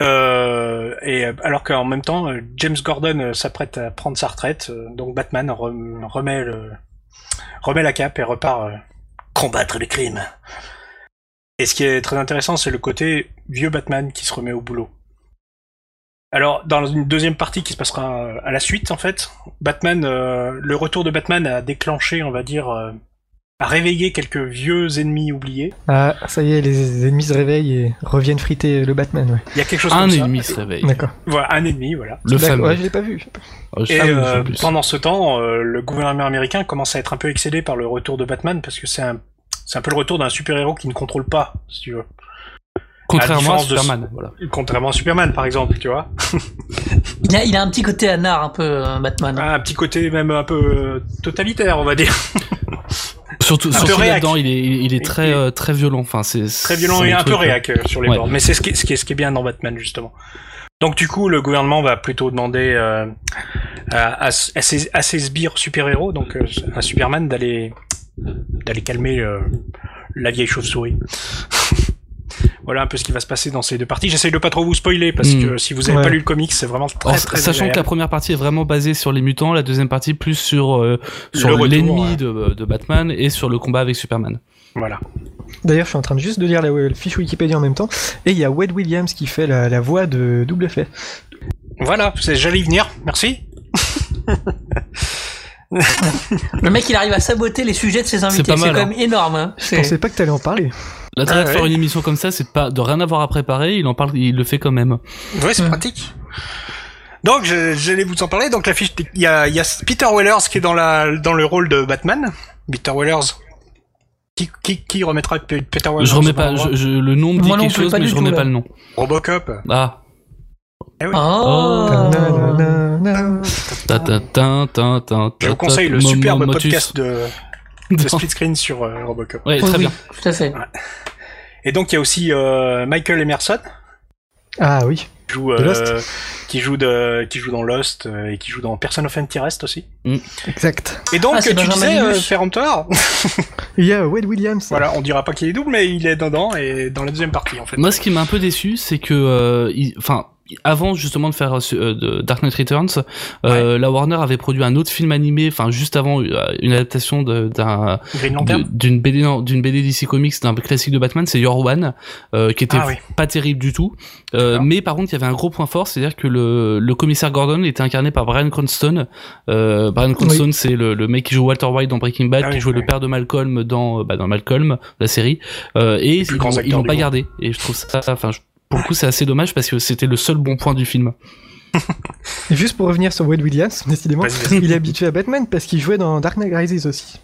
Speaker 2: Euh, et euh, alors qu'en même temps, euh, James Gordon euh, s'apprête à prendre sa retraite, euh, donc Batman rem- remet, le- remet la cape et repart euh, combattre le crime. Et ce qui est très intéressant, c'est le côté vieux Batman qui se remet au boulot. Alors, dans une deuxième partie qui se passera euh, à la suite, en fait, Batman, euh, le retour de Batman a déclenché, on va dire, euh, a réveillé quelques vieux ennemis oubliés.
Speaker 1: Ah, ça y est, les ennemis se réveillent et reviennent friter le Batman. Ouais.
Speaker 2: Il y a quelque chose
Speaker 4: Un
Speaker 2: comme ça.
Speaker 4: ennemi se réveille.
Speaker 1: D'accord.
Speaker 2: Voilà, un ennemi, voilà.
Speaker 4: Le
Speaker 1: D'accord,
Speaker 4: fameux.
Speaker 1: Ouais, je l'ai pas vu.
Speaker 4: Ah, je
Speaker 2: Et
Speaker 4: savais,
Speaker 2: euh,
Speaker 4: en plus.
Speaker 2: pendant ce temps, euh, le gouvernement américain commence à être un peu excédé par le retour de Batman parce que c'est un, c'est un peu le retour d'un super-héros qui ne contrôle pas, si tu veux.
Speaker 4: Contrairement à,
Speaker 2: différence de-
Speaker 4: Superman. Voilà.
Speaker 2: Contrairement à Superman, par exemple, tu vois.
Speaker 3: Il a, il a un petit côté anard, un peu, euh, Batman.
Speaker 2: Un petit côté même un peu euh, totalitaire, on va dire.
Speaker 4: Surtout,
Speaker 2: peu
Speaker 4: surtout
Speaker 2: réac.
Speaker 4: là-dedans, il est, il est très,
Speaker 2: Il est-
Speaker 4: euh, très violent. Enfin, c'est
Speaker 2: Très violent
Speaker 4: c'est
Speaker 2: et un peu
Speaker 4: truc, euh,
Speaker 2: réac euh, sur les
Speaker 4: Ouais.
Speaker 2: bords. Mais c'est ce qui, est- ce, qui est, ce qui est bien dans Batman, justement. Donc du coup, le gouvernement va plutôt demander euh, à, à- à ses, à ses sbires super-héros, donc euh, à Superman, d'aller d'aller calmer euh, la vieille chauve-souris. [LAUGHS] voilà un peu ce qui va se passer dans ces deux parties. J'essaie de pas trop vous spoiler, parce
Speaker 4: Mm.
Speaker 2: que si vous avez
Speaker 1: Ouais.
Speaker 2: pas lu le comics, c'est vraiment très,
Speaker 4: Alors,
Speaker 2: très
Speaker 4: sachant que la
Speaker 2: agréable.
Speaker 4: première partie est vraiment basée sur les mutants, la deuxième partie plus sur, euh,
Speaker 2: Le
Speaker 4: sur
Speaker 2: retour,
Speaker 4: l'ennemi
Speaker 2: ouais.
Speaker 4: de, de Batman et sur le combat avec Superman.
Speaker 2: Voilà.
Speaker 1: D'ailleurs, je suis en train de juste de lire la, la fiche Wikipédia en même temps. Et il y a Wade Williams qui fait la, la voix de Double Effet.
Speaker 2: Voilà, c'est- j'allais y venir, merci.
Speaker 3: Le mec, il arrive à saboter les sujets de ses invités.
Speaker 4: pas
Speaker 3: C'est
Speaker 4: mal,
Speaker 3: quand même énorme. hein.
Speaker 1: Je
Speaker 3: C'est-
Speaker 1: pensais pas que t'allais en parler.
Speaker 4: L'intérêt
Speaker 2: Ah
Speaker 4: de
Speaker 2: ouais.
Speaker 4: faire une émission comme ça, c'est pas de rien avoir à préparer. Il en parle, il le fait quand même.
Speaker 2: Ouais, c'est
Speaker 3: Hmm.
Speaker 2: pratique. Donc, je- j'allais vous en parler. Donc, la fiche, technique- il y a, il y a Peter Wellers qui est dans, la, dans le rôle de Batman. Peter Wellers. Qui, qui, qui remettra Pe- Peter Wellers
Speaker 4: je remets
Speaker 2: au bon
Speaker 4: pas,
Speaker 2: endroit
Speaker 4: je, je- le nom me dit
Speaker 3: Moi non
Speaker 4: quelque
Speaker 3: plus,
Speaker 4: chose,
Speaker 3: pas
Speaker 4: mais
Speaker 3: du
Speaker 4: je
Speaker 3: tout,
Speaker 4: remets
Speaker 3: là.
Speaker 4: pas le nom.
Speaker 2: Robocop.
Speaker 4: Ah.
Speaker 3: Oh.
Speaker 1: Nanana.
Speaker 4: Ta- ta- ta- ta- ta-
Speaker 2: Je vous
Speaker 4: ta-
Speaker 2: conseille
Speaker 4: ta-
Speaker 2: le
Speaker 4: mo-
Speaker 2: superbe
Speaker 4: mo- motus.
Speaker 2: podcast de, de
Speaker 4: [LAUGHS]
Speaker 2: split screen sur euh, Robocop.
Speaker 4: Ouais,
Speaker 3: Oui,
Speaker 4: très
Speaker 3: oui,
Speaker 4: bien.
Speaker 3: Tout à fait.
Speaker 2: Et donc, il y a aussi euh, Michael Emerson.
Speaker 1: Ah oui.
Speaker 2: qui joue,
Speaker 1: De
Speaker 2: euh,
Speaker 1: Lost
Speaker 2: qui joue de, qui joue dans Lost euh, et qui joue dans Person of Interest aussi.
Speaker 1: Exact.
Speaker 2: Et donc
Speaker 3: Ah, c'est
Speaker 2: tu
Speaker 3: Benjamin
Speaker 2: disais euh,
Speaker 3: Linus.
Speaker 2: Ferrantor,
Speaker 1: Il y a Wade Williams.
Speaker 2: [LAUGHS] voilà, on dira pas qu'il est double mais il est dedans et dans la deuxième partie en fait.
Speaker 4: Moi, ce qui m'a un peu déçu, c'est que, euh, il- enfin, avant justement de faire euh, ce- euh, de Dark Knight Returns, euh, la Warner avait produit un autre film animé, enfin juste avant euh, une adaptation de- d'un
Speaker 2: Green
Speaker 4: de-
Speaker 2: Lantern.
Speaker 4: d'une BD non, d'une BD DC Comics d'un classique de Batman, c'est Your One, euh, qui était
Speaker 2: Ah oui.
Speaker 4: pas terrible du tout. Euh,
Speaker 2: D'accord.
Speaker 4: mais par contre, il y avait un gros point fort, c'est-à-dire que le, le commissaire Gordon était incarné par Brian Cranston. Euh, Brian Cranston, c'est le, le mec qui joue Walter White dans Breaking Bad,
Speaker 2: Ah
Speaker 4: qui
Speaker 2: oui,
Speaker 4: jouait
Speaker 2: oui.
Speaker 4: le père de Malcolm dans, euh, bah, dans Malcolm, la série. Euh, et
Speaker 2: plus
Speaker 4: ils
Speaker 2: grands
Speaker 4: l'ont- ils
Speaker 2: acteurs
Speaker 4: l'ont
Speaker 2: du
Speaker 4: pas
Speaker 2: monde.
Speaker 4: gardé. Et je trouve ça, enfin, je- pour le coup, c'est assez dommage parce que c'était le seul bon point du film.
Speaker 1: Et juste pour revenir sur Wade Williams, [LAUGHS] décidément,
Speaker 2: Vas-y, vas-y.
Speaker 1: il est habitué à Batman parce qu'il jouait dans Dark Knight Rises aussi.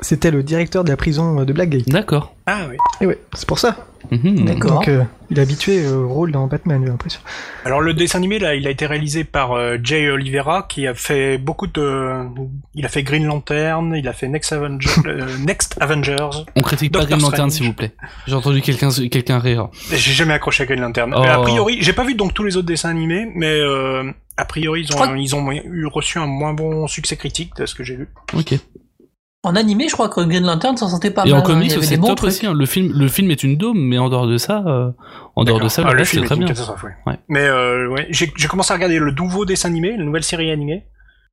Speaker 1: C'était le directeur de la prison de Blackgate.
Speaker 4: D'accord.
Speaker 2: Ah oui.
Speaker 1: Et ouais, c'est pour ça.
Speaker 4: Mhm.
Speaker 3: D'accord.
Speaker 1: Donc euh, il est habitué au rôle dans Batman, j'ai l'impression.
Speaker 2: Alors le dessin animé là, il a été réalisé par euh, Jay Oliveira qui a fait beaucoup de il a fait Green Lantern, il a fait Next
Speaker 4: [LAUGHS]
Speaker 2: Avenger euh, Next Avengers.
Speaker 4: On critique pas
Speaker 2: Doctor
Speaker 4: Green Lantern,
Speaker 2: Strange.
Speaker 4: s'il vous plaît. J'ai entendu quelqu'un quelqu'un rire.
Speaker 2: J'ai jamais accroché à Green Lantern.
Speaker 4: Oh.
Speaker 2: Euh, A priori, j'ai pas vu donc tous les autres dessins animés mais euh, a priori, ils
Speaker 3: Je
Speaker 2: ont,
Speaker 3: crois que-
Speaker 2: ils ont eu reçu un moins bon succès critique de ce que j'ai vu.
Speaker 4: Ok.
Speaker 3: En animé, je crois que Green Lantern s'en sentait pas
Speaker 4: Et
Speaker 3: mal.
Speaker 4: en
Speaker 3: hein. Il y
Speaker 4: comics,
Speaker 3: avait
Speaker 4: c'est
Speaker 3: des bons
Speaker 4: top
Speaker 3: trucs.
Speaker 4: aussi. hein. Le film, le film est une dôme, mais en dehors de ça, euh, en dehors de ça, le
Speaker 2: Ah,
Speaker 4: reste,
Speaker 2: film
Speaker 4: c'est
Speaker 2: est
Speaker 4: très
Speaker 2: une
Speaker 4: bien.
Speaker 2: catastrophe, ouais.
Speaker 4: Ouais.
Speaker 2: Mais euh, ouais, j'ai j'ai commencé à regarder le nouveau dessin animé, la nouvelle série animée.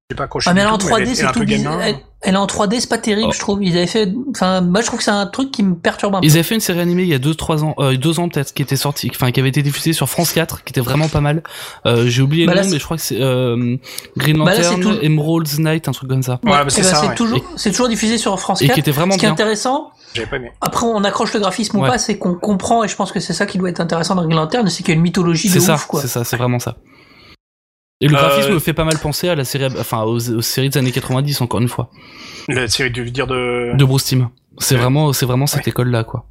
Speaker 2: J'ai pas accroché.
Speaker 3: Ah, mais elle est
Speaker 2: du
Speaker 3: en
Speaker 2: tout,
Speaker 3: 3D,
Speaker 2: elle est- elle est
Speaker 3: c'est
Speaker 2: un
Speaker 3: tout
Speaker 2: peu
Speaker 3: bizarre.
Speaker 2: gamin. hein.
Speaker 3: Elle, elle est en 3D, c'est pas terrible,
Speaker 4: Oh.
Speaker 3: je trouve. Ils avaient fait. Enfin, moi, je trouve que c'est un truc qui me perturbe un peu.
Speaker 4: Ils avaient fait une série animée il y a 2-3 ans, euh, deux ans peut-être, qui était sortie, enfin qui avait été diffusée sur France 4, qui était vraiment pas mal. Euh, J'ai oublié
Speaker 3: Bah
Speaker 4: le
Speaker 3: là,
Speaker 4: nom,
Speaker 3: c'est-
Speaker 4: mais je crois que c'est euh, Green
Speaker 3: Bah là, c'est
Speaker 4: Lantern,
Speaker 3: tout le-
Speaker 4: Emerald's Night, un truc comme ça.
Speaker 2: Ouais, bah, c'est
Speaker 3: Eh ben,
Speaker 2: ça, ouais.
Speaker 3: toujours, c'est toujours diffusé sur France
Speaker 4: Et
Speaker 3: 4.
Speaker 4: qui était vraiment
Speaker 3: Ce qui est
Speaker 4: bien.
Speaker 3: intéressant,
Speaker 2: J'avais pas aimé.
Speaker 3: Après, on accroche le graphisme
Speaker 4: Ouais.
Speaker 3: ou pas, c'est qu'on comprend, et je pense que c'est ça qui doit être intéressant dans Green Lantern, c'est qu'il y a une mythologie de
Speaker 4: C'est ça,
Speaker 3: ouf, quoi.
Speaker 4: c'est ça, c'est vraiment ça. Et le
Speaker 2: Euh,
Speaker 4: graphisme me fait pas mal penser à la série, enfin aux, aux séries des années 90 encore une fois,
Speaker 2: La série du dire de.
Speaker 4: de Bruce Timm. C'est
Speaker 2: Ouais.
Speaker 4: vraiment, c'est vraiment cette école là quoi.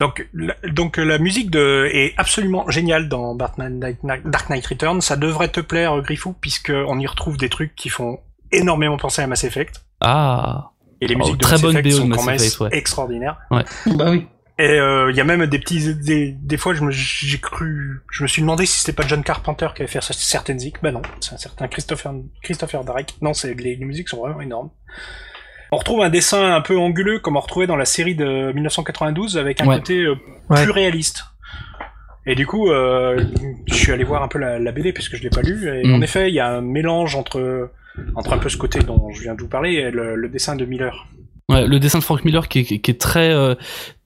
Speaker 2: Donc, la, donc euh, la musique de est absolument géniale dans Batman Night- Dark Knight Returns. Ça devrait te plaire, euh, Griffou, puisque on y retrouve des trucs qui font énormément penser à Mass Effect.
Speaker 4: Ah,
Speaker 2: Et les
Speaker 4: Oh,
Speaker 2: musiques de
Speaker 4: très
Speaker 2: Mass
Speaker 4: bonne
Speaker 2: Effect
Speaker 4: BO de
Speaker 2: sont
Speaker 4: Mass
Speaker 2: quand même
Speaker 4: Effect, ouais.
Speaker 2: extraordinaires.
Speaker 3: Bah oui.
Speaker 2: Et euh, il y a même des petits, des, des fois, je me, j'ai cru, je me suis demandé si c'était pas John Carpenter qui avait fait cer- certaines zik. Bah non, c'est un certain Christopher, Christopher Darek. Non, c'est les, les musiques sont vraiment énormes. On retrouve un dessin un peu anguleux comme on retrouvait dans la série de 1992 avec un
Speaker 4: Ouais.
Speaker 2: côté euh,
Speaker 1: Ouais.
Speaker 2: plus réaliste. Et du coup, euh, je suis allé voir un peu la, la BD puisque je l'ai pas lu. Et
Speaker 4: Mm.
Speaker 2: en effet, il y a un mélange entre entre un peu ce côté dont je viens de vous parler et le, le dessin de Miller.
Speaker 4: Ouais, le dessin de Frank Miller qui est, qui est- qui est très, euh,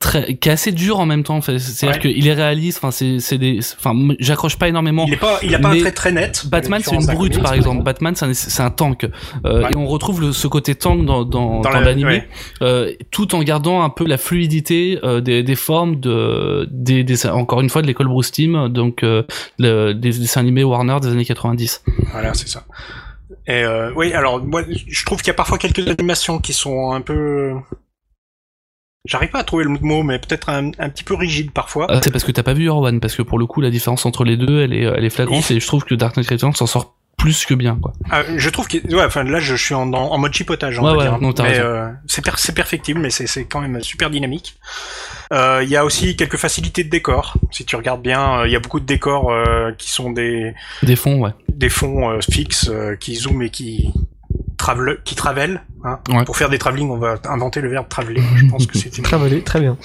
Speaker 4: très, qui est assez dur en même temps. en fait. C'est-à-dire
Speaker 2: Ouais.
Speaker 4: qu'il est réaliste. Enfin, c'est, c'est des, enfin, m- j'accroche pas énormément.
Speaker 2: Il est pas, il a pas
Speaker 4: Mais
Speaker 2: un trait très net. Euh,
Speaker 4: Batman, c'est une
Speaker 2: Différence
Speaker 4: brute
Speaker 2: inconnue,
Speaker 4: par exemple. Batman, c'est un, c'est un tank. Euh,
Speaker 2: Ouais.
Speaker 4: Et on retrouve le- ce côté tank dans
Speaker 2: Dans
Speaker 4: dans, dans
Speaker 2: la-
Speaker 4: l'animé,
Speaker 2: ouais.
Speaker 4: euh, tout en gardant un peu la fluidité euh, des, des formes de, des, des- encore une fois, de l'école Bruce Timm, donc euh, le- des dessins animés Warner des années 90.
Speaker 2: Voilà, c'est ça. Et euh, oui, alors moi, je trouve qu'il y a parfois quelques animations qui sont un peu, j'arrive pas à trouver le mot, mais peut-être un, un petit peu rigide parfois.
Speaker 4: Ah, c'est parce que t'as pas vu Your One, parce que pour le coup, la différence entre les deux, elle est, elle est flagrante. Et je trouve que Dark Knight Returns s'en sort plus que bien, quoi.
Speaker 2: Ah, je trouve que, ouais, enfin là, je suis en, en- en mode chipotage, on
Speaker 4: Ouais,
Speaker 2: va
Speaker 4: ouais,
Speaker 2: dire.
Speaker 4: non, t'as
Speaker 2: mais
Speaker 4: raison.
Speaker 2: euh, c'est per- c'est perfectible, mais c'est c'est quand même super dynamique. Euh, Il y a aussi quelques facilités de décor. Si tu regardes bien, euh, il y a beaucoup de décors euh, qui sont des
Speaker 4: Des fonds, ouais.
Speaker 2: des fonds euh, fixes euh, qui zooment et qui travel qui travellent. hein.
Speaker 4: Ouais.
Speaker 2: Pour faire des travelling, on va inventer le verbe traveler. Je pense que c'était
Speaker 1: Très volé, très bien.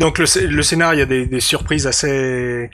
Speaker 2: Donc le, sc- le scénario, il y a des, des surprises assez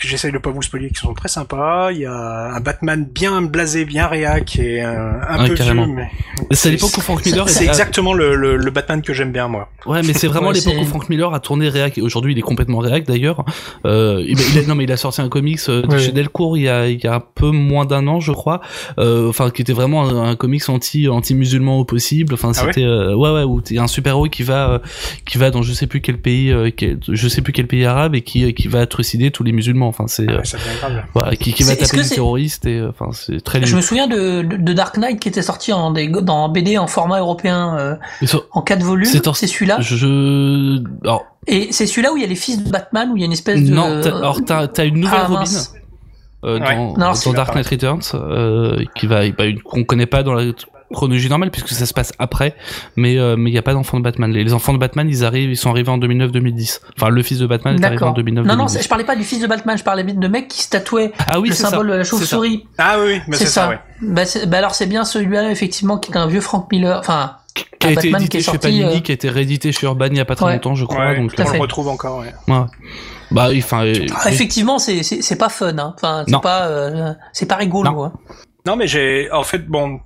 Speaker 2: que j'essaye de pas vous spoiler, qui sont très sympas. Il y a un Batman bien blasé, bien réac et euh, un
Speaker 4: Ouais,
Speaker 2: peu
Speaker 4: carrément.
Speaker 2: vieux. Mais...
Speaker 4: C'est l'époque où Frank Miller
Speaker 2: C'est
Speaker 4: était-
Speaker 2: exactement le, le, le Batman que j'aime bien moi.
Speaker 4: Ouais, mais c'est vraiment
Speaker 3: Ouais,
Speaker 4: l'époque
Speaker 3: c'est-
Speaker 4: où Frank Miller a tourné Réac. Et aujourd'hui, il est complètement Réac d'ailleurs. Euh, il, il a, non, mais il a sorti un comics euh, de
Speaker 1: Ouais.
Speaker 4: chez Delcourt il y, a, il y a un peu moins d'un an, je crois. Euh, Enfin, qui était vraiment un, un comics anti anti musulman au possible. Enfin,
Speaker 2: Ah ouais
Speaker 4: c'était euh, ouais ouais où t'es un super héros qui va euh, qui va dans je sais plus quel pays, euh, quel- je sais plus quel pays arabe et qui euh, qui va trucider tous les musulmans. Enfin, c'est euh,
Speaker 2: Ouais, ça devient grave.
Speaker 4: voilà, qui, qui va
Speaker 3: C'est- est-ce
Speaker 4: taper
Speaker 3: que
Speaker 4: les
Speaker 3: c'est-
Speaker 4: terroristes et euh, enfin c'est très
Speaker 3: Je
Speaker 4: léger.
Speaker 3: me souviens de, de, de Dark Knight qui était sorti en, des, dans BD en format européen euh,
Speaker 4: Mais sur-
Speaker 3: en 4 volumes.
Speaker 4: C'est en-
Speaker 3: C'est celui-là.
Speaker 4: Je alors
Speaker 3: Et c'est celui-là où il y a les fils de Batman, où il y a une espèce de.
Speaker 4: non, t'as- alors t'as t'as une nouvelle
Speaker 3: Ah,
Speaker 4: Robin.
Speaker 3: mince.
Speaker 4: euh,
Speaker 2: Ouais.
Speaker 4: dans,
Speaker 3: Non,
Speaker 4: dans
Speaker 2: c'est
Speaker 4: Dark
Speaker 2: pas
Speaker 4: Knight Returns, euh, qui va, bah, une- qu'on connaît pas dans la chronologie normale puisque ça se passe après, mais euh, mais il y a pas d'enfants de Batman. Les, les enfants de Batman, ils arrivent, ils sont arrivés en 2009-2010. Enfin, le fils de Batman est arrivé en
Speaker 3: D'accord.
Speaker 4: 2009.
Speaker 3: Non, non, c'est- je parlais pas du fils de Batman, je parlais de mec qui se tatouait
Speaker 4: ah oui,
Speaker 3: le
Speaker 4: c'est ça.
Speaker 3: symbole de la
Speaker 4: c'est ça.
Speaker 3: chauve-souris.
Speaker 2: Ah oui, oui, bah,
Speaker 3: c'est ça.
Speaker 2: ouais.
Speaker 3: Bah, c'est- bah alors c'est bien celui-là, effectivement, qui est un vieux Frank Miller. Enfin,
Speaker 4: Qui a
Speaker 3: un
Speaker 4: été
Speaker 3: Batman
Speaker 4: édité
Speaker 3: qui est
Speaker 4: chez
Speaker 3: sorti,
Speaker 4: Panini,
Speaker 3: euh,
Speaker 4: qui a été réédité chez Urban il y a pas très
Speaker 3: Ouais.
Speaker 4: longtemps, je crois.
Speaker 2: Ouais,
Speaker 4: donc,
Speaker 3: tout à
Speaker 2: on
Speaker 4: euh,
Speaker 3: fait.
Speaker 2: le retrouve encore. Ouais.
Speaker 4: bah, il- enfin, euh,
Speaker 3: ah, effectivement, c'est c'est c'est pas fun. Hein. Enfin,
Speaker 4: Non.
Speaker 3: c'est pas euh, c'est pas rigolo.
Speaker 4: Non.
Speaker 3: hein.
Speaker 2: Non, mais j'ai, en fait, bon,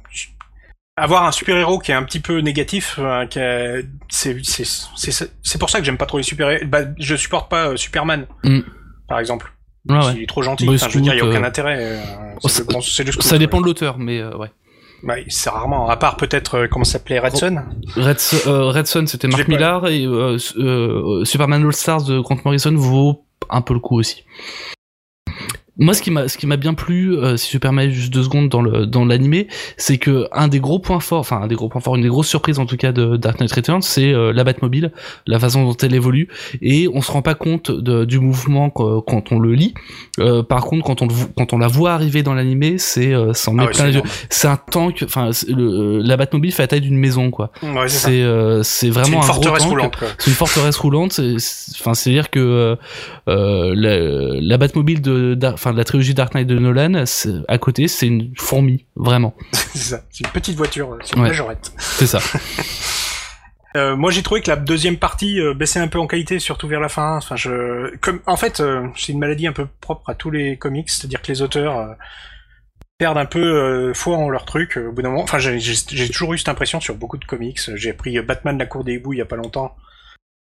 Speaker 2: avoir un super héros qui est un petit peu négatif, hein, qui a- c'est, c'est, c'est, c'est pour ça que j'aime pas trop les super héros. Bah, je supporte pas euh, Superman,
Speaker 4: Mm.
Speaker 2: par exemple.
Speaker 4: ouais, ouais.
Speaker 2: Il est trop gentil.
Speaker 4: Boy
Speaker 2: Enfin, je veux dire, il y a
Speaker 4: Scout,
Speaker 2: aucun
Speaker 4: euh,
Speaker 2: intérêt. euh,
Speaker 4: oh,
Speaker 2: c'est,
Speaker 4: ça-
Speaker 2: le- bon, c'est le scout,
Speaker 4: Ça dépend
Speaker 2: ouais.
Speaker 4: de l'auteur, mais euh, ouais.
Speaker 2: Bah, c'est rarement, à part peut-être, euh, comment ça s'appelait, Red
Speaker 4: Oh.
Speaker 2: Sun.
Speaker 4: Red, Sun- euh, Red Sun, c'était
Speaker 2: Je l'ai
Speaker 4: Mark
Speaker 2: pas.
Speaker 4: Millar et euh, s- euh, Superman All Stars de Grant Morrison vaut un peu le coup aussi. Moi, ce qui m'a, ce qui m'a bien plu, euh, si je permets juste deux secondes dans le dans l'animé, c'est que un des gros points forts, enfin un des gros points forts, une des grosses surprises en tout cas de Dark Knight Returns, c'est euh, la Batmobile, la façon dont elle évolue, et on se rend pas compte de- du mouvement qu- quand on le lit. Euh, par contre, quand on le vo- quand on la voit arriver dans l'animé, c'est euh, ça en met
Speaker 2: Ah ouais,
Speaker 4: plein les
Speaker 2: c'est
Speaker 4: yeux. C'est un tank, enfin c'est le- la Batmobile fait la taille d'une maison quoi
Speaker 2: énorme. Ouais, c'est ça.
Speaker 4: c'est euh, c'est
Speaker 2: C'est
Speaker 4: vraiment
Speaker 2: une
Speaker 4: un gros
Speaker 2: forteresse
Speaker 4: tank.
Speaker 2: roulante, quoi. [LAUGHS]
Speaker 4: C'est une forteresse roulante. c'est- c'est- Enfin, c'est à dire que euh, euh, la, la Batmobile de, d'Ar- enfin, de la trilogie Dark Knight de Nolan, c'est- à côté, c'est une fourmi, vraiment.
Speaker 2: c'est ça. C'est une petite voiture, c'est une
Speaker 4: Ouais.
Speaker 2: majorette.
Speaker 4: C'est ça.
Speaker 2: Euh, moi j'ai trouvé que la deuxième partie euh, baissait un peu en qualité, surtout vers la fin. Enfin, je, comme, en fait, euh, c'est une maladie un peu propre à tous les comics, c'est-à-dire que les auteurs euh, perdent un peu euh, foi en leur truc euh, au bout d'un moment. Enfin, j'ai- j'ai j'ai toujours eu cette impression sur beaucoup de comics. J'ai pris euh, Batman la cour des hiboux il y a pas longtemps.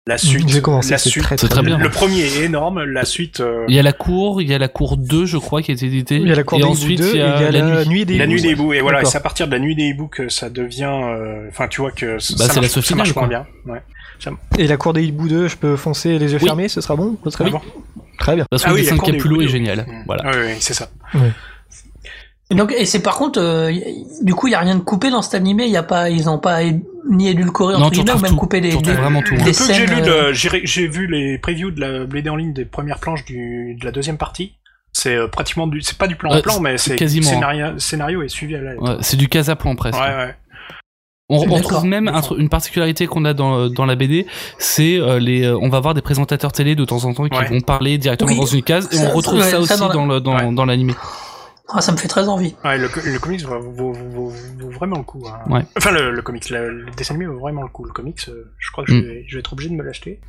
Speaker 2: La suite,
Speaker 1: J'ai commencé,
Speaker 2: la
Speaker 1: c'est
Speaker 2: suite.
Speaker 1: très
Speaker 4: C'est très bien.
Speaker 2: Le premier est énorme, la suite, euh,
Speaker 4: Il y a la cour, il y a la cour 2, je crois, qui a été édité.
Speaker 1: Il y a la cour
Speaker 4: et
Speaker 1: des
Speaker 4: ensuite,
Speaker 1: hiboux deux,
Speaker 4: il y a, la, nuit.
Speaker 1: des
Speaker 2: la
Speaker 1: hiboux.
Speaker 2: nuit des hiboux. Et voilà, et
Speaker 1: D'accord.
Speaker 2: c'est à partir de la nuit des hiboux que ça devient. euh, Enfin, tu vois que ça,
Speaker 4: Bah,
Speaker 2: ça
Speaker 4: c'est la
Speaker 2: marche, ça
Speaker 4: finale,
Speaker 2: marche moins
Speaker 4: quoi.
Speaker 2: bien. Ouais.
Speaker 1: Et la cour des hiboux 2, je peux foncer les yeux
Speaker 4: Oui.
Speaker 1: fermés, ce sera bon Ce sera
Speaker 2: Ah
Speaker 1: bien Très bien.
Speaker 4: Parce que
Speaker 2: Ah
Speaker 4: le
Speaker 2: oui, la
Speaker 4: dessin de
Speaker 2: cour des
Speaker 4: Capullo
Speaker 2: hiboux,
Speaker 4: est
Speaker 2: oui.
Speaker 4: génial. Voilà.
Speaker 2: Ouais, ouais, c'est ça.
Speaker 3: Et Donc et c'est par contre, euh, y- y- du coup, il y a rien de coupé dans cet animé. Il y a pas, ils ont pas é- ni édulcoré
Speaker 4: Non,
Speaker 3: entre
Speaker 4: tu
Speaker 3: guillemets, ou
Speaker 4: retrouves
Speaker 3: même
Speaker 4: tout.
Speaker 3: coupé des.
Speaker 4: Tu retrouves
Speaker 1: Euh,
Speaker 3: des-
Speaker 4: vraiment tout.
Speaker 2: Le
Speaker 4: hein.
Speaker 2: peu
Speaker 3: Des
Speaker 2: que j'ai
Speaker 3: scènes,
Speaker 2: lu,
Speaker 3: euh,
Speaker 2: de- j'ai, j'ai vu les previews de la BD en ligne des premières planches du, de la deuxième partie. C'est euh, pratiquement du, c'est pas du plan en
Speaker 4: Euh,
Speaker 2: plan, mais c'est
Speaker 4: quasiment.
Speaker 2: Scénario, scénario est suivi à la.
Speaker 4: Ouais, c'est du casaplan presque.
Speaker 2: ouais, ouais.
Speaker 4: On, on
Speaker 3: D'accord.
Speaker 4: trouve même un tru- une particularité qu'on a dans, euh, dans la BD, c'est euh, les, euh, on va voir des présentateurs télé de temps en temps qui
Speaker 2: Ouais.
Speaker 4: vont parler directement
Speaker 3: Oui.
Speaker 4: dans une case et
Speaker 3: Ça-
Speaker 4: on retrouve
Speaker 3: ouais,
Speaker 4: ça,
Speaker 3: ça
Speaker 4: aussi
Speaker 3: dans
Speaker 4: dans,
Speaker 3: la-
Speaker 4: le dans,
Speaker 2: Ouais.
Speaker 4: dans l'animé.
Speaker 3: Ah, ça me fait très envie.
Speaker 2: Ouais, le, co- le comics vaut, vaut- vaut- vaut vraiment le coup. hein.
Speaker 4: Ouais.
Speaker 2: Enfin, le, le comics, le, le dessin animé vaut vraiment le coup. Le comics, euh, je crois que je,
Speaker 4: Mm.
Speaker 2: vais, je vais être obligé de me l'acheter.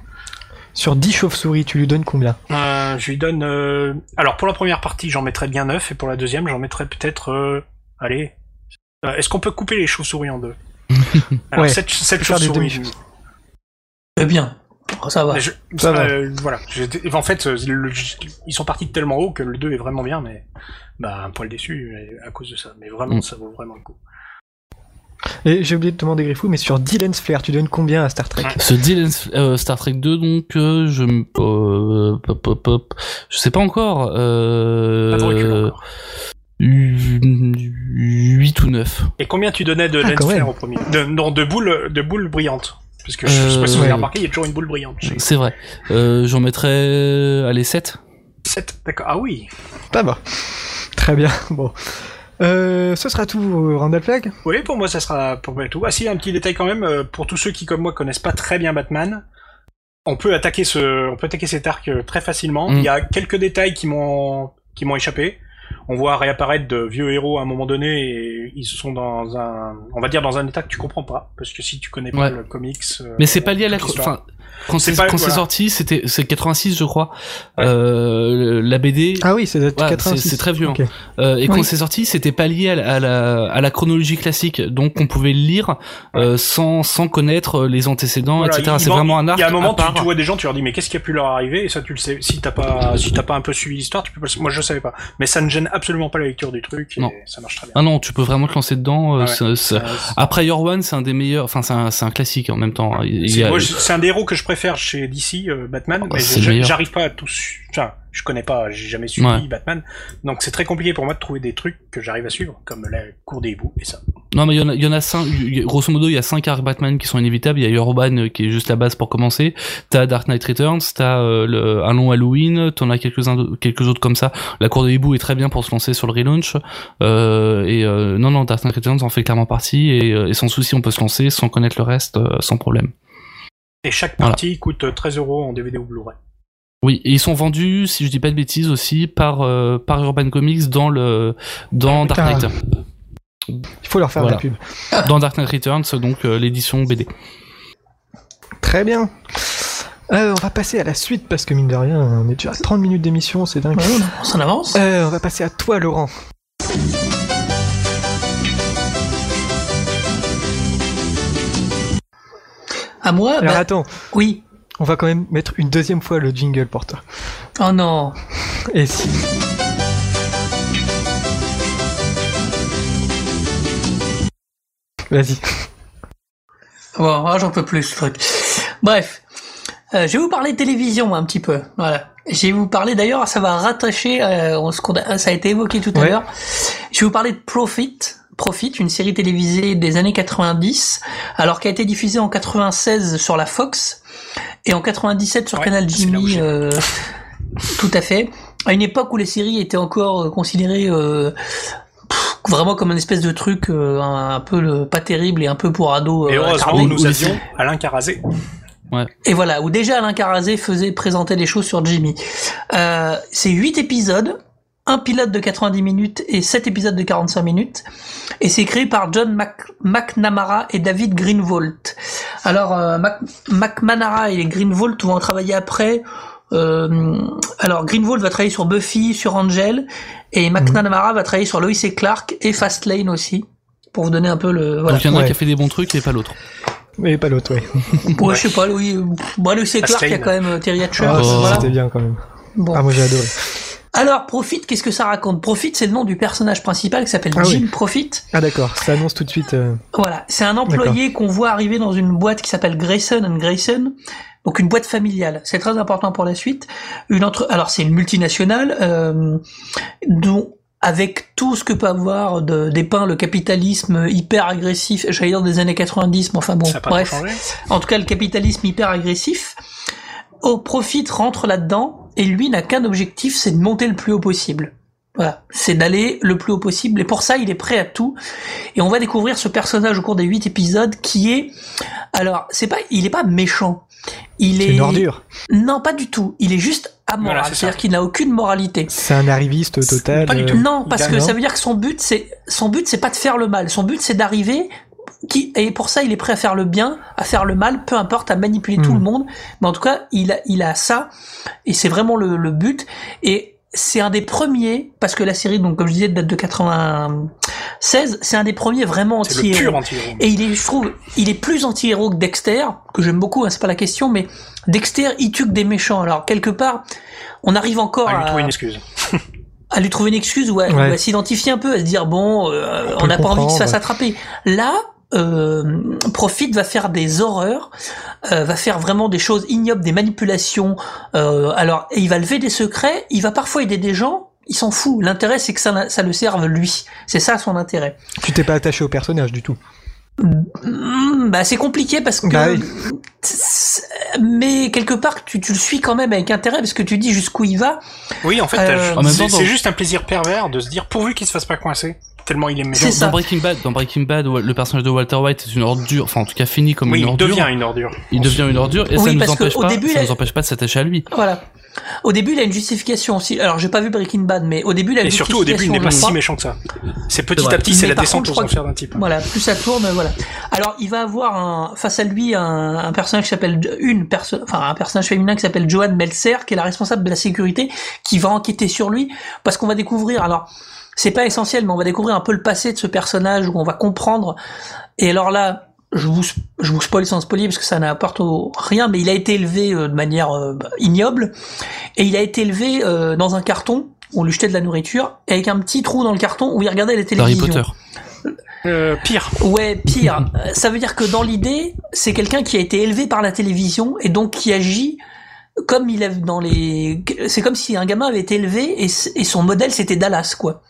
Speaker 1: Sur 10 chauves-souris, tu lui donnes combien
Speaker 2: Euh, je lui donne. euh, Alors pour la première partie, j'en mettrais bien 9 et pour la deuxième, j'en mettrais peut-être. euh, Allez. Euh, Est-ce qu'on peut couper les chauves-souris en
Speaker 4: [LAUGHS]
Speaker 2: deux Alors,
Speaker 1: Ouais,
Speaker 2: cette, cette
Speaker 1: faire des
Speaker 2: chauve-souris,
Speaker 1: demi-chauves.
Speaker 3: Eh bien, oh, ça va.
Speaker 2: Mais je-
Speaker 1: Ça va.
Speaker 2: euh, voilà. J'étais- En fait, euh, le- ils sont partis de tellement haut que le 2 est vraiment bien, mais bah, un poil déçu euh, à cause de ça. Mais vraiment,
Speaker 4: Mm.
Speaker 2: ça vaut vraiment le coup.
Speaker 1: Et j'ai oublié de demander Griffou, mais sur Dylan's Flair, tu donnes combien à Star Trek
Speaker 4: Ce deal euh, Star Trek 2, donc, euh, je. m- Euh, pop, pop, pop. Je sais pas encore.
Speaker 2: Pas de recul
Speaker 4: Euh,
Speaker 2: encore.
Speaker 4: 8 ou 9.
Speaker 2: Et combien tu donnais de
Speaker 1: Ah, quand
Speaker 2: lens
Speaker 1: même.
Speaker 2: flair au premier de, Non, de boules, de boules brillantes. Parce que je sais pas si vous
Speaker 4: Euh,
Speaker 2: avez
Speaker 4: ouais.
Speaker 2: remarqué, il y a toujours une boule brillante. J'ai
Speaker 4: C'est vrai. Euh, J'en mettrais. Allez, 7.
Speaker 2: 7, d'accord. Ah oui
Speaker 1: Ça va. Très bien. [LAUGHS] Bon. Euh, ce sera tout, euh, Randall Flag.
Speaker 2: Oui, pour moi, ça sera pour moi tout. Ah si, un petit détail quand même, euh, pour tous ceux qui, comme moi, connaissent pas très bien Batman, on peut attaquer ce, on peut attaquer cet arc euh, très facilement.
Speaker 4: Mm.
Speaker 2: Il y a quelques détails qui m'ont, qui m'ont échappé. On voit réapparaître de vieux héros à un moment donné et ils sont dans un, on va dire dans un état que tu comprends pas, parce que si tu connais pas
Speaker 4: Ouais.
Speaker 2: le comics. euh,
Speaker 4: Mais c'est pas lié à la.
Speaker 2: toute
Speaker 4: chro-
Speaker 2: l'histoire.
Speaker 4: Enfin, Quand
Speaker 2: C'est
Speaker 4: c'est
Speaker 2: pas-
Speaker 4: quand c'est
Speaker 2: voilà.
Speaker 4: sorti, c'était c'est 86 je crois.
Speaker 2: Ouais.
Speaker 4: Euh, la BD.
Speaker 1: Ah oui, c'est
Speaker 4: Ouais,
Speaker 1: 86.
Speaker 4: c'est- c'est très violent.
Speaker 1: Ok.
Speaker 4: Euh, et quand
Speaker 1: Oui.
Speaker 4: c'est sorti, c'était pas lié à la, à la, à la chronologie classique, donc on pouvait le lire euh, sans, sans connaître euh, les antécédents,
Speaker 2: Voilà,
Speaker 4: etc.
Speaker 2: il-
Speaker 4: C'est
Speaker 2: il-
Speaker 4: vraiment un arc.
Speaker 2: Il y a un moment,
Speaker 4: à
Speaker 2: tu,
Speaker 4: part.
Speaker 2: tu vois des gens, tu leur dis, mais qu'est-ce qui a pu leur arriver Et ça, tu le sais. Si t'as pas, si t'as pas un peu suivi l'histoire, tu peux pas. le- Moi, je savais pas. Mais ça ne gêne absolument pas la lecture du truc. Et
Speaker 4: Non.
Speaker 2: Ça marche très bien.
Speaker 4: Ah non, tu peux vraiment te lancer dedans. euh,
Speaker 2: Ouais.
Speaker 4: c'est- c'est-
Speaker 2: Euh,
Speaker 4: Après Your One, c'est un des meilleurs. Enfin, c'est un, c'est un classique en même temps. hein. Il- il y
Speaker 2: c'est-
Speaker 4: a-
Speaker 2: moi, je- c'est un des héros que je préfère chez DC, euh, Batman,
Speaker 4: bah,
Speaker 2: mais
Speaker 4: c'est le
Speaker 2: j'ai-
Speaker 4: meilleur.
Speaker 2: j'arrive pas à tous. Enfin, je connais pas, j'ai jamais suivi
Speaker 4: Ouais.
Speaker 2: Batman, donc c'est très compliqué pour moi de trouver des trucs que j'arrive à suivre, comme la cour des hiboux et ça.
Speaker 4: Non, mais il y en a, il y en a cinq. il y a- Grosso modo, il y a cinq arcs Batman qui sont inévitables. Il y a Urban euh, qui est juste la base pour commencer. T'as Dark Knight Returns, t'as euh, le- un long Halloween. T'en as quelques uns, quelques autres comme ça. La cour de hibou est très bien pour se lancer sur le relaunch. Euh, et euh, non, non, Dark Knight Returns en fait clairement partie. Et, euh, et sans souci, on peut se lancer sans connaître le reste, euh, sans problème.
Speaker 2: Et chaque
Speaker 4: Voilà.
Speaker 2: partie coûte 13 euros en DVD ou Blu-ray.
Speaker 4: Oui, et ils sont vendus, si je dis pas de bêtises aussi, par euh, par Urban Comics dans le dans Dark
Speaker 1: Ah.
Speaker 4: Knight.
Speaker 1: Il faut leur faire
Speaker 4: Voilà.
Speaker 1: de la pub.
Speaker 4: dans Dark Knight Returns, donc euh, l'édition BD.
Speaker 1: Très bien. Euh, on va passer à la suite parce que mine de rien, on est déjà à 30 minutes d'émission, c'est dingue.
Speaker 3: Ouais, on avance, on avance.
Speaker 1: Euh, on va passer à toi, Laurent.
Speaker 3: À
Speaker 4: Ah
Speaker 3: moi,
Speaker 1: Alors
Speaker 3: bah,
Speaker 1: attends,
Speaker 3: oui.
Speaker 1: on va quand même mettre une deuxième fois le jingle pour toi.
Speaker 3: Oh non.
Speaker 1: Et si. Vas-y.
Speaker 3: Bon, ah, j'en peux plus, ce truc. Bref, Euh, je vais vous parler de télévision moi, un petit peu. Voilà. Je vais vous parler d'ailleurs, ça va rattacher, euh, on- ce qu'on a- ça a été évoqué tout à
Speaker 1: Ouais.
Speaker 3: l'heure. Je vais vous parler de Profit. Profit, une série télévisée des années 90, alors qui a été diffusée en 96 sur la Fox et en 97 sur
Speaker 2: Ouais,
Speaker 3: Canal
Speaker 2: c'est là où
Speaker 3: Jimmy.
Speaker 2: j'ai- [LAUGHS]
Speaker 3: euh, tout à fait. À une époque où les séries étaient encore euh, considérées euh, pff, vraiment comme une espèce de truc euh, un, un peu le, pas terrible et un peu pour ados.
Speaker 2: Et
Speaker 3: euh,
Speaker 2: heureusement,
Speaker 3: attardés.
Speaker 2: nous
Speaker 4: oui,
Speaker 2: avions Alain Carazé.
Speaker 3: Et voilà, où déjà Alain Carazé faisait présenter des choses sur Jimmy. Euh, c'est 8 épisodes, un pilote de 90 minutes et 7 épisodes de 45 minutes. Et c'est créé par John Mac- McNamara et David Greenwalt. Alors, euh, Mac- McNamara et Greenwalt vont en travailler après. Euh, alors, Greenwald va travailler sur Buffy, sur Angel, et McNamara va travailler sur Lois et Clark et Fastlane aussi, pour vous donner un peu le... Voilà.
Speaker 4: Donc il y en a un
Speaker 1: Ouais.
Speaker 4: qui a fait des bons trucs et pas l'autre.
Speaker 1: Mais pas l'autre, ouais.
Speaker 3: Ouais, je sais pas, Lois... Bon, Lois et Clark, il y a
Speaker 2: Fastlane.
Speaker 3: quand même euh, Terry Hatcher.
Speaker 1: Ah,
Speaker 4: Oh.
Speaker 3: voilà.
Speaker 1: C'était bien quand même.
Speaker 3: Bon.
Speaker 1: Ah, moi j'ai adoré.
Speaker 3: Alors, Profit, qu'est-ce que ça raconte Profit, c'est le nom du personnage principal qui s'appelle
Speaker 1: Ah oui.
Speaker 3: Jim Profit.
Speaker 1: Ah, d'accord, ça annonce tout de suite. euh,
Speaker 3: Voilà, c'est un employé qu'on voit arriver dans une boîte qui s'appelle Grayson and Grayson, donc une boîte familiale. C'est très important pour la suite. Une entre... Alors, c'est une multinationale euh, dont avec tout ce que peut avoir de, dépeint le capitalisme hyper agressif, j'allais dire des années 90, mais enfin bon,
Speaker 2: ça n'a pas
Speaker 3: bref.
Speaker 2: trop changé.
Speaker 3: En tout cas, le capitalisme hyper agressif. Au profit rentre là-dedans et lui n'a qu'un objectif, c'est de monter le plus haut possible. Voilà, c'est d'aller le plus haut possible et pour ça, il est prêt à tout. Et on va découvrir ce personnage au cours des huit épisodes qui est, alors, c'est pas, il est pas méchant. Il
Speaker 1: C'est
Speaker 3: est
Speaker 1: une ordure.
Speaker 3: non, pas du tout. Il est juste amoral,
Speaker 2: Voilà, c'est ça.
Speaker 3: c'est-à-dire qu'il n'a aucune moralité.
Speaker 1: C'est un arriviste
Speaker 2: C'est
Speaker 1: total.
Speaker 2: pas du
Speaker 1: euh,
Speaker 2: tout.
Speaker 3: Non, parce que
Speaker 1: Non.
Speaker 3: ça veut dire que son but, c'est son but, c'est pas de faire le mal. Son but, c'est d'arriver. Qui, et pour ça, il est prêt à faire le bien, à faire le mal, peu importe, à manipuler tout
Speaker 1: Hmm.
Speaker 3: le monde. Mais en tout cas, il a, il a ça, et c'est vraiment le, le but. Et c'est un des premiers, parce que la série, donc comme je disais, date de 96. C'est un des premiers vraiment
Speaker 2: C'est le
Speaker 3: anti-héros.
Speaker 2: pur anti-héros.
Speaker 3: Et il est, je trouve, il est plus anti-héros que Dexter, que j'aime beaucoup, hein, c'est pas la question, mais Dexter, il tue que des méchants. Alors, quelque part, on arrive encore
Speaker 2: Ah, il lui
Speaker 3: à
Speaker 2: trouve une excuse.
Speaker 3: à lui trouver une excuse ou à ou
Speaker 1: Ouais.
Speaker 3: à s'identifier un peu, à se dire bon, euh,
Speaker 1: On peut
Speaker 3: on n'a
Speaker 1: le
Speaker 3: pas envie qu'il se fasse
Speaker 1: comprendre.
Speaker 3: attraper. Là, euh, Profit va faire des horreurs, euh, va faire vraiment des choses ignobles, des manipulations. Euh, alors, et il va lever des secrets, il va parfois aider des gens. Il s'en fout. L'intérêt, c'est que ça, ça le serve lui. C'est ça son intérêt.
Speaker 1: Tu t'es pas attaché au personnage du tout.
Speaker 3: Mm, bah, c'est compliqué parce que.
Speaker 1: Bah oui.
Speaker 3: C'est- Mais quelque part, tu, tu le suis quand même avec intérêt parce que tu dis jusqu'où il va.
Speaker 2: Oui, en fait,
Speaker 3: Euh,
Speaker 2: t'as-
Speaker 4: en même
Speaker 2: c'est
Speaker 4: temps,
Speaker 2: c'est
Speaker 4: dans-
Speaker 2: juste un plaisir pervers de se dire pourvu qu'il se fasse pas coincer, tellement il est méchant.
Speaker 3: C'est
Speaker 4: Dans,
Speaker 3: ça.
Speaker 4: dans Breaking Bad, dans Breaking Bad, Wa- le personnage de Walter White est une ordure, enfin en tout cas fini comme
Speaker 2: Oui,
Speaker 4: une
Speaker 2: il
Speaker 4: ordure.
Speaker 2: devient une ordure.
Speaker 4: Il devient une ordure
Speaker 3: Oui,
Speaker 4: et ça nous
Speaker 3: parce que
Speaker 4: empêche
Speaker 3: au
Speaker 4: pas,
Speaker 3: début,
Speaker 4: ça
Speaker 3: la-
Speaker 4: nous empêche pas de s'attacher à lui.
Speaker 3: Voilà. Au début, il a une justification aussi. Alors, j'ai pas vu Breaking Bad, mais au début, il a une
Speaker 2: Et surtout, au début, il
Speaker 3: justification,
Speaker 2: n'est pas
Speaker 3: je
Speaker 2: si
Speaker 3: crois.
Speaker 2: méchant que ça. C'est petit
Speaker 4: vrai.
Speaker 2: à petit, c'est
Speaker 3: Mais
Speaker 2: la
Speaker 3: par
Speaker 2: descente
Speaker 3: contre,
Speaker 2: aux
Speaker 3: je crois
Speaker 2: enfers d'un type.
Speaker 3: Voilà, plus ça tourne, voilà. Alors, il va avoir un, face à lui un, un personnage qui s'appelle une personne, enfin un personnage féminin qui s'appelle Joanne Meltzer, qui est la responsable de la sécurité, qui va enquêter sur lui, parce qu'on va découvrir. Alors, c'est pas essentiel, mais on va découvrir un peu le passé de ce personnage, où on va comprendre. Et alors là. Je vous, je vous spoil sans spoiler parce que ça n'apporte au- rien, mais il a été élevé euh, de manière euh, bah, ignoble et il a été élevé euh, dans un carton où on lui jetait de la nourriture avec un petit trou dans le carton où il regardait les
Speaker 4: Harry
Speaker 3: télévisions.
Speaker 4: Potter.
Speaker 2: Euh, pire.
Speaker 3: Ouais, pire. Euh, Ça veut dire que dans l'idée, c'est quelqu'un qui a été élevé par la télévision et donc qui agit comme il a dans les. C'est comme si un gamin avait été élevé et, s- et son modèle c'était Dallas, quoi.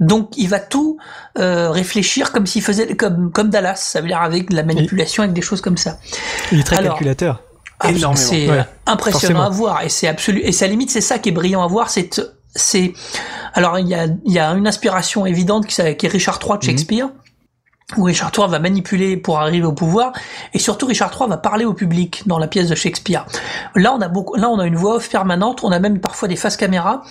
Speaker 3: Donc il va tout euh, réfléchir comme s'il faisait comme comme Dallas, ça veut dire avec de la manipulation, avec des choses comme ça.
Speaker 1: Il est très
Speaker 3: Alors,
Speaker 1: calculateur.
Speaker 3: Ah,
Speaker 2: Énormément.
Speaker 3: C'est
Speaker 1: Ouais,
Speaker 3: euh, impressionnant
Speaker 1: forcément.
Speaker 3: à voir et c'est absolu. Et sa limite, c'est ça qui est brillant à voir. C'est c'est alors il y a il y a une inspiration évidente qui, s'a- qui est Richard III
Speaker 4: Mhm.
Speaker 3: de Shakespeare. Où Richard III va manipuler pour arriver au pouvoir, et surtout Richard III va parler au public dans la pièce de Shakespeare. Là, on a beaucoup, là, on a une voix off permanente, on a même parfois des faces caméra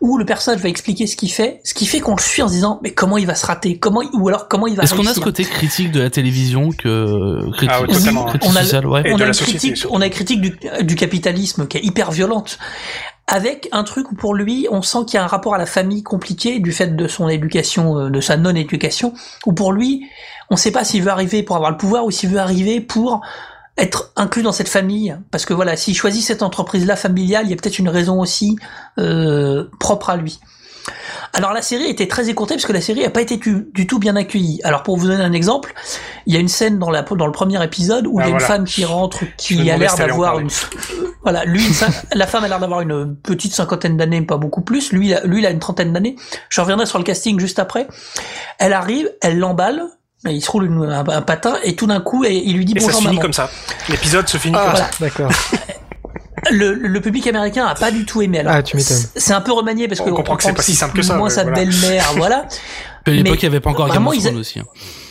Speaker 3: où le personnage va expliquer ce qu'il fait, ce qui fait qu'on le suit en se disant mais comment il va se rater, comment ou alors comment il va.
Speaker 4: Est-ce qu'on a ce
Speaker 3: réussir.
Speaker 4: côté critique de la télévision que euh, critique,
Speaker 2: Ah ouais, totalement.
Speaker 4: critique
Speaker 3: On a le-
Speaker 4: sociale, ouais.
Speaker 2: Et
Speaker 3: on,
Speaker 2: de
Speaker 3: a
Speaker 2: la
Speaker 3: une
Speaker 2: société,
Speaker 3: critique,
Speaker 2: surtout.
Speaker 3: on a une critique du, du capitalisme qui est hyper violente, avec un truc où pour lui, on sent qu'il y a un rapport à la famille compliqué du fait de son éducation, euh, de sa non-éducation, où pour lui, on ne sait pas s'il veut arriver pour avoir le pouvoir ou s'il veut arriver pour être inclus dans cette famille. Parce que voilà, s'il choisit cette entreprise-là familiale, il y a peut-être une raison aussi euh, propre à lui. Alors la série était très écourtée parce que la série n'a pas été du, du tout bien accueillie. Alors pour vous donner un exemple, il y a une scène dans, la, dans le premier épisode où
Speaker 2: Ah,
Speaker 3: il y a une
Speaker 2: voilà.
Speaker 3: femme qui rentre
Speaker 2: Je me
Speaker 3: qui a
Speaker 2: demandais
Speaker 3: l'air
Speaker 2: si t'allais en
Speaker 3: d'avoir
Speaker 2: parler.
Speaker 3: une euh, voilà lui une cin- la femme a l'air d'avoir une petite cinquantaine d'années pas beaucoup plus lui il a- lui il a une trentaine d'années je reviendrai sur le casting juste après elle arrive elle l'emballe et il se roule une- un, un patin et tout d'un coup et il lui dit
Speaker 2: Et ça
Speaker 3: bonjour
Speaker 2: se finit
Speaker 3: maman.
Speaker 2: comme ça. L'épisode se finit comme ça.
Speaker 3: voilà.
Speaker 1: Ah, D'accord.
Speaker 3: le, le public américain a pas du tout aimé alors
Speaker 1: Ah, tu m'étonnes.
Speaker 3: c'est- c'est un peu remanié parce
Speaker 2: On
Speaker 3: que
Speaker 2: comprend que c'est pas si simple que ça,
Speaker 3: moins
Speaker 2: mais
Speaker 3: sa
Speaker 2: voilà. [LAUGHS]
Speaker 3: belle-mère voilà
Speaker 4: À l'époque,
Speaker 3: Mais
Speaker 4: il n'y avait pas encore Game
Speaker 3: vraiment,
Speaker 4: of
Speaker 3: ils a-
Speaker 4: Thrones aussi. hein.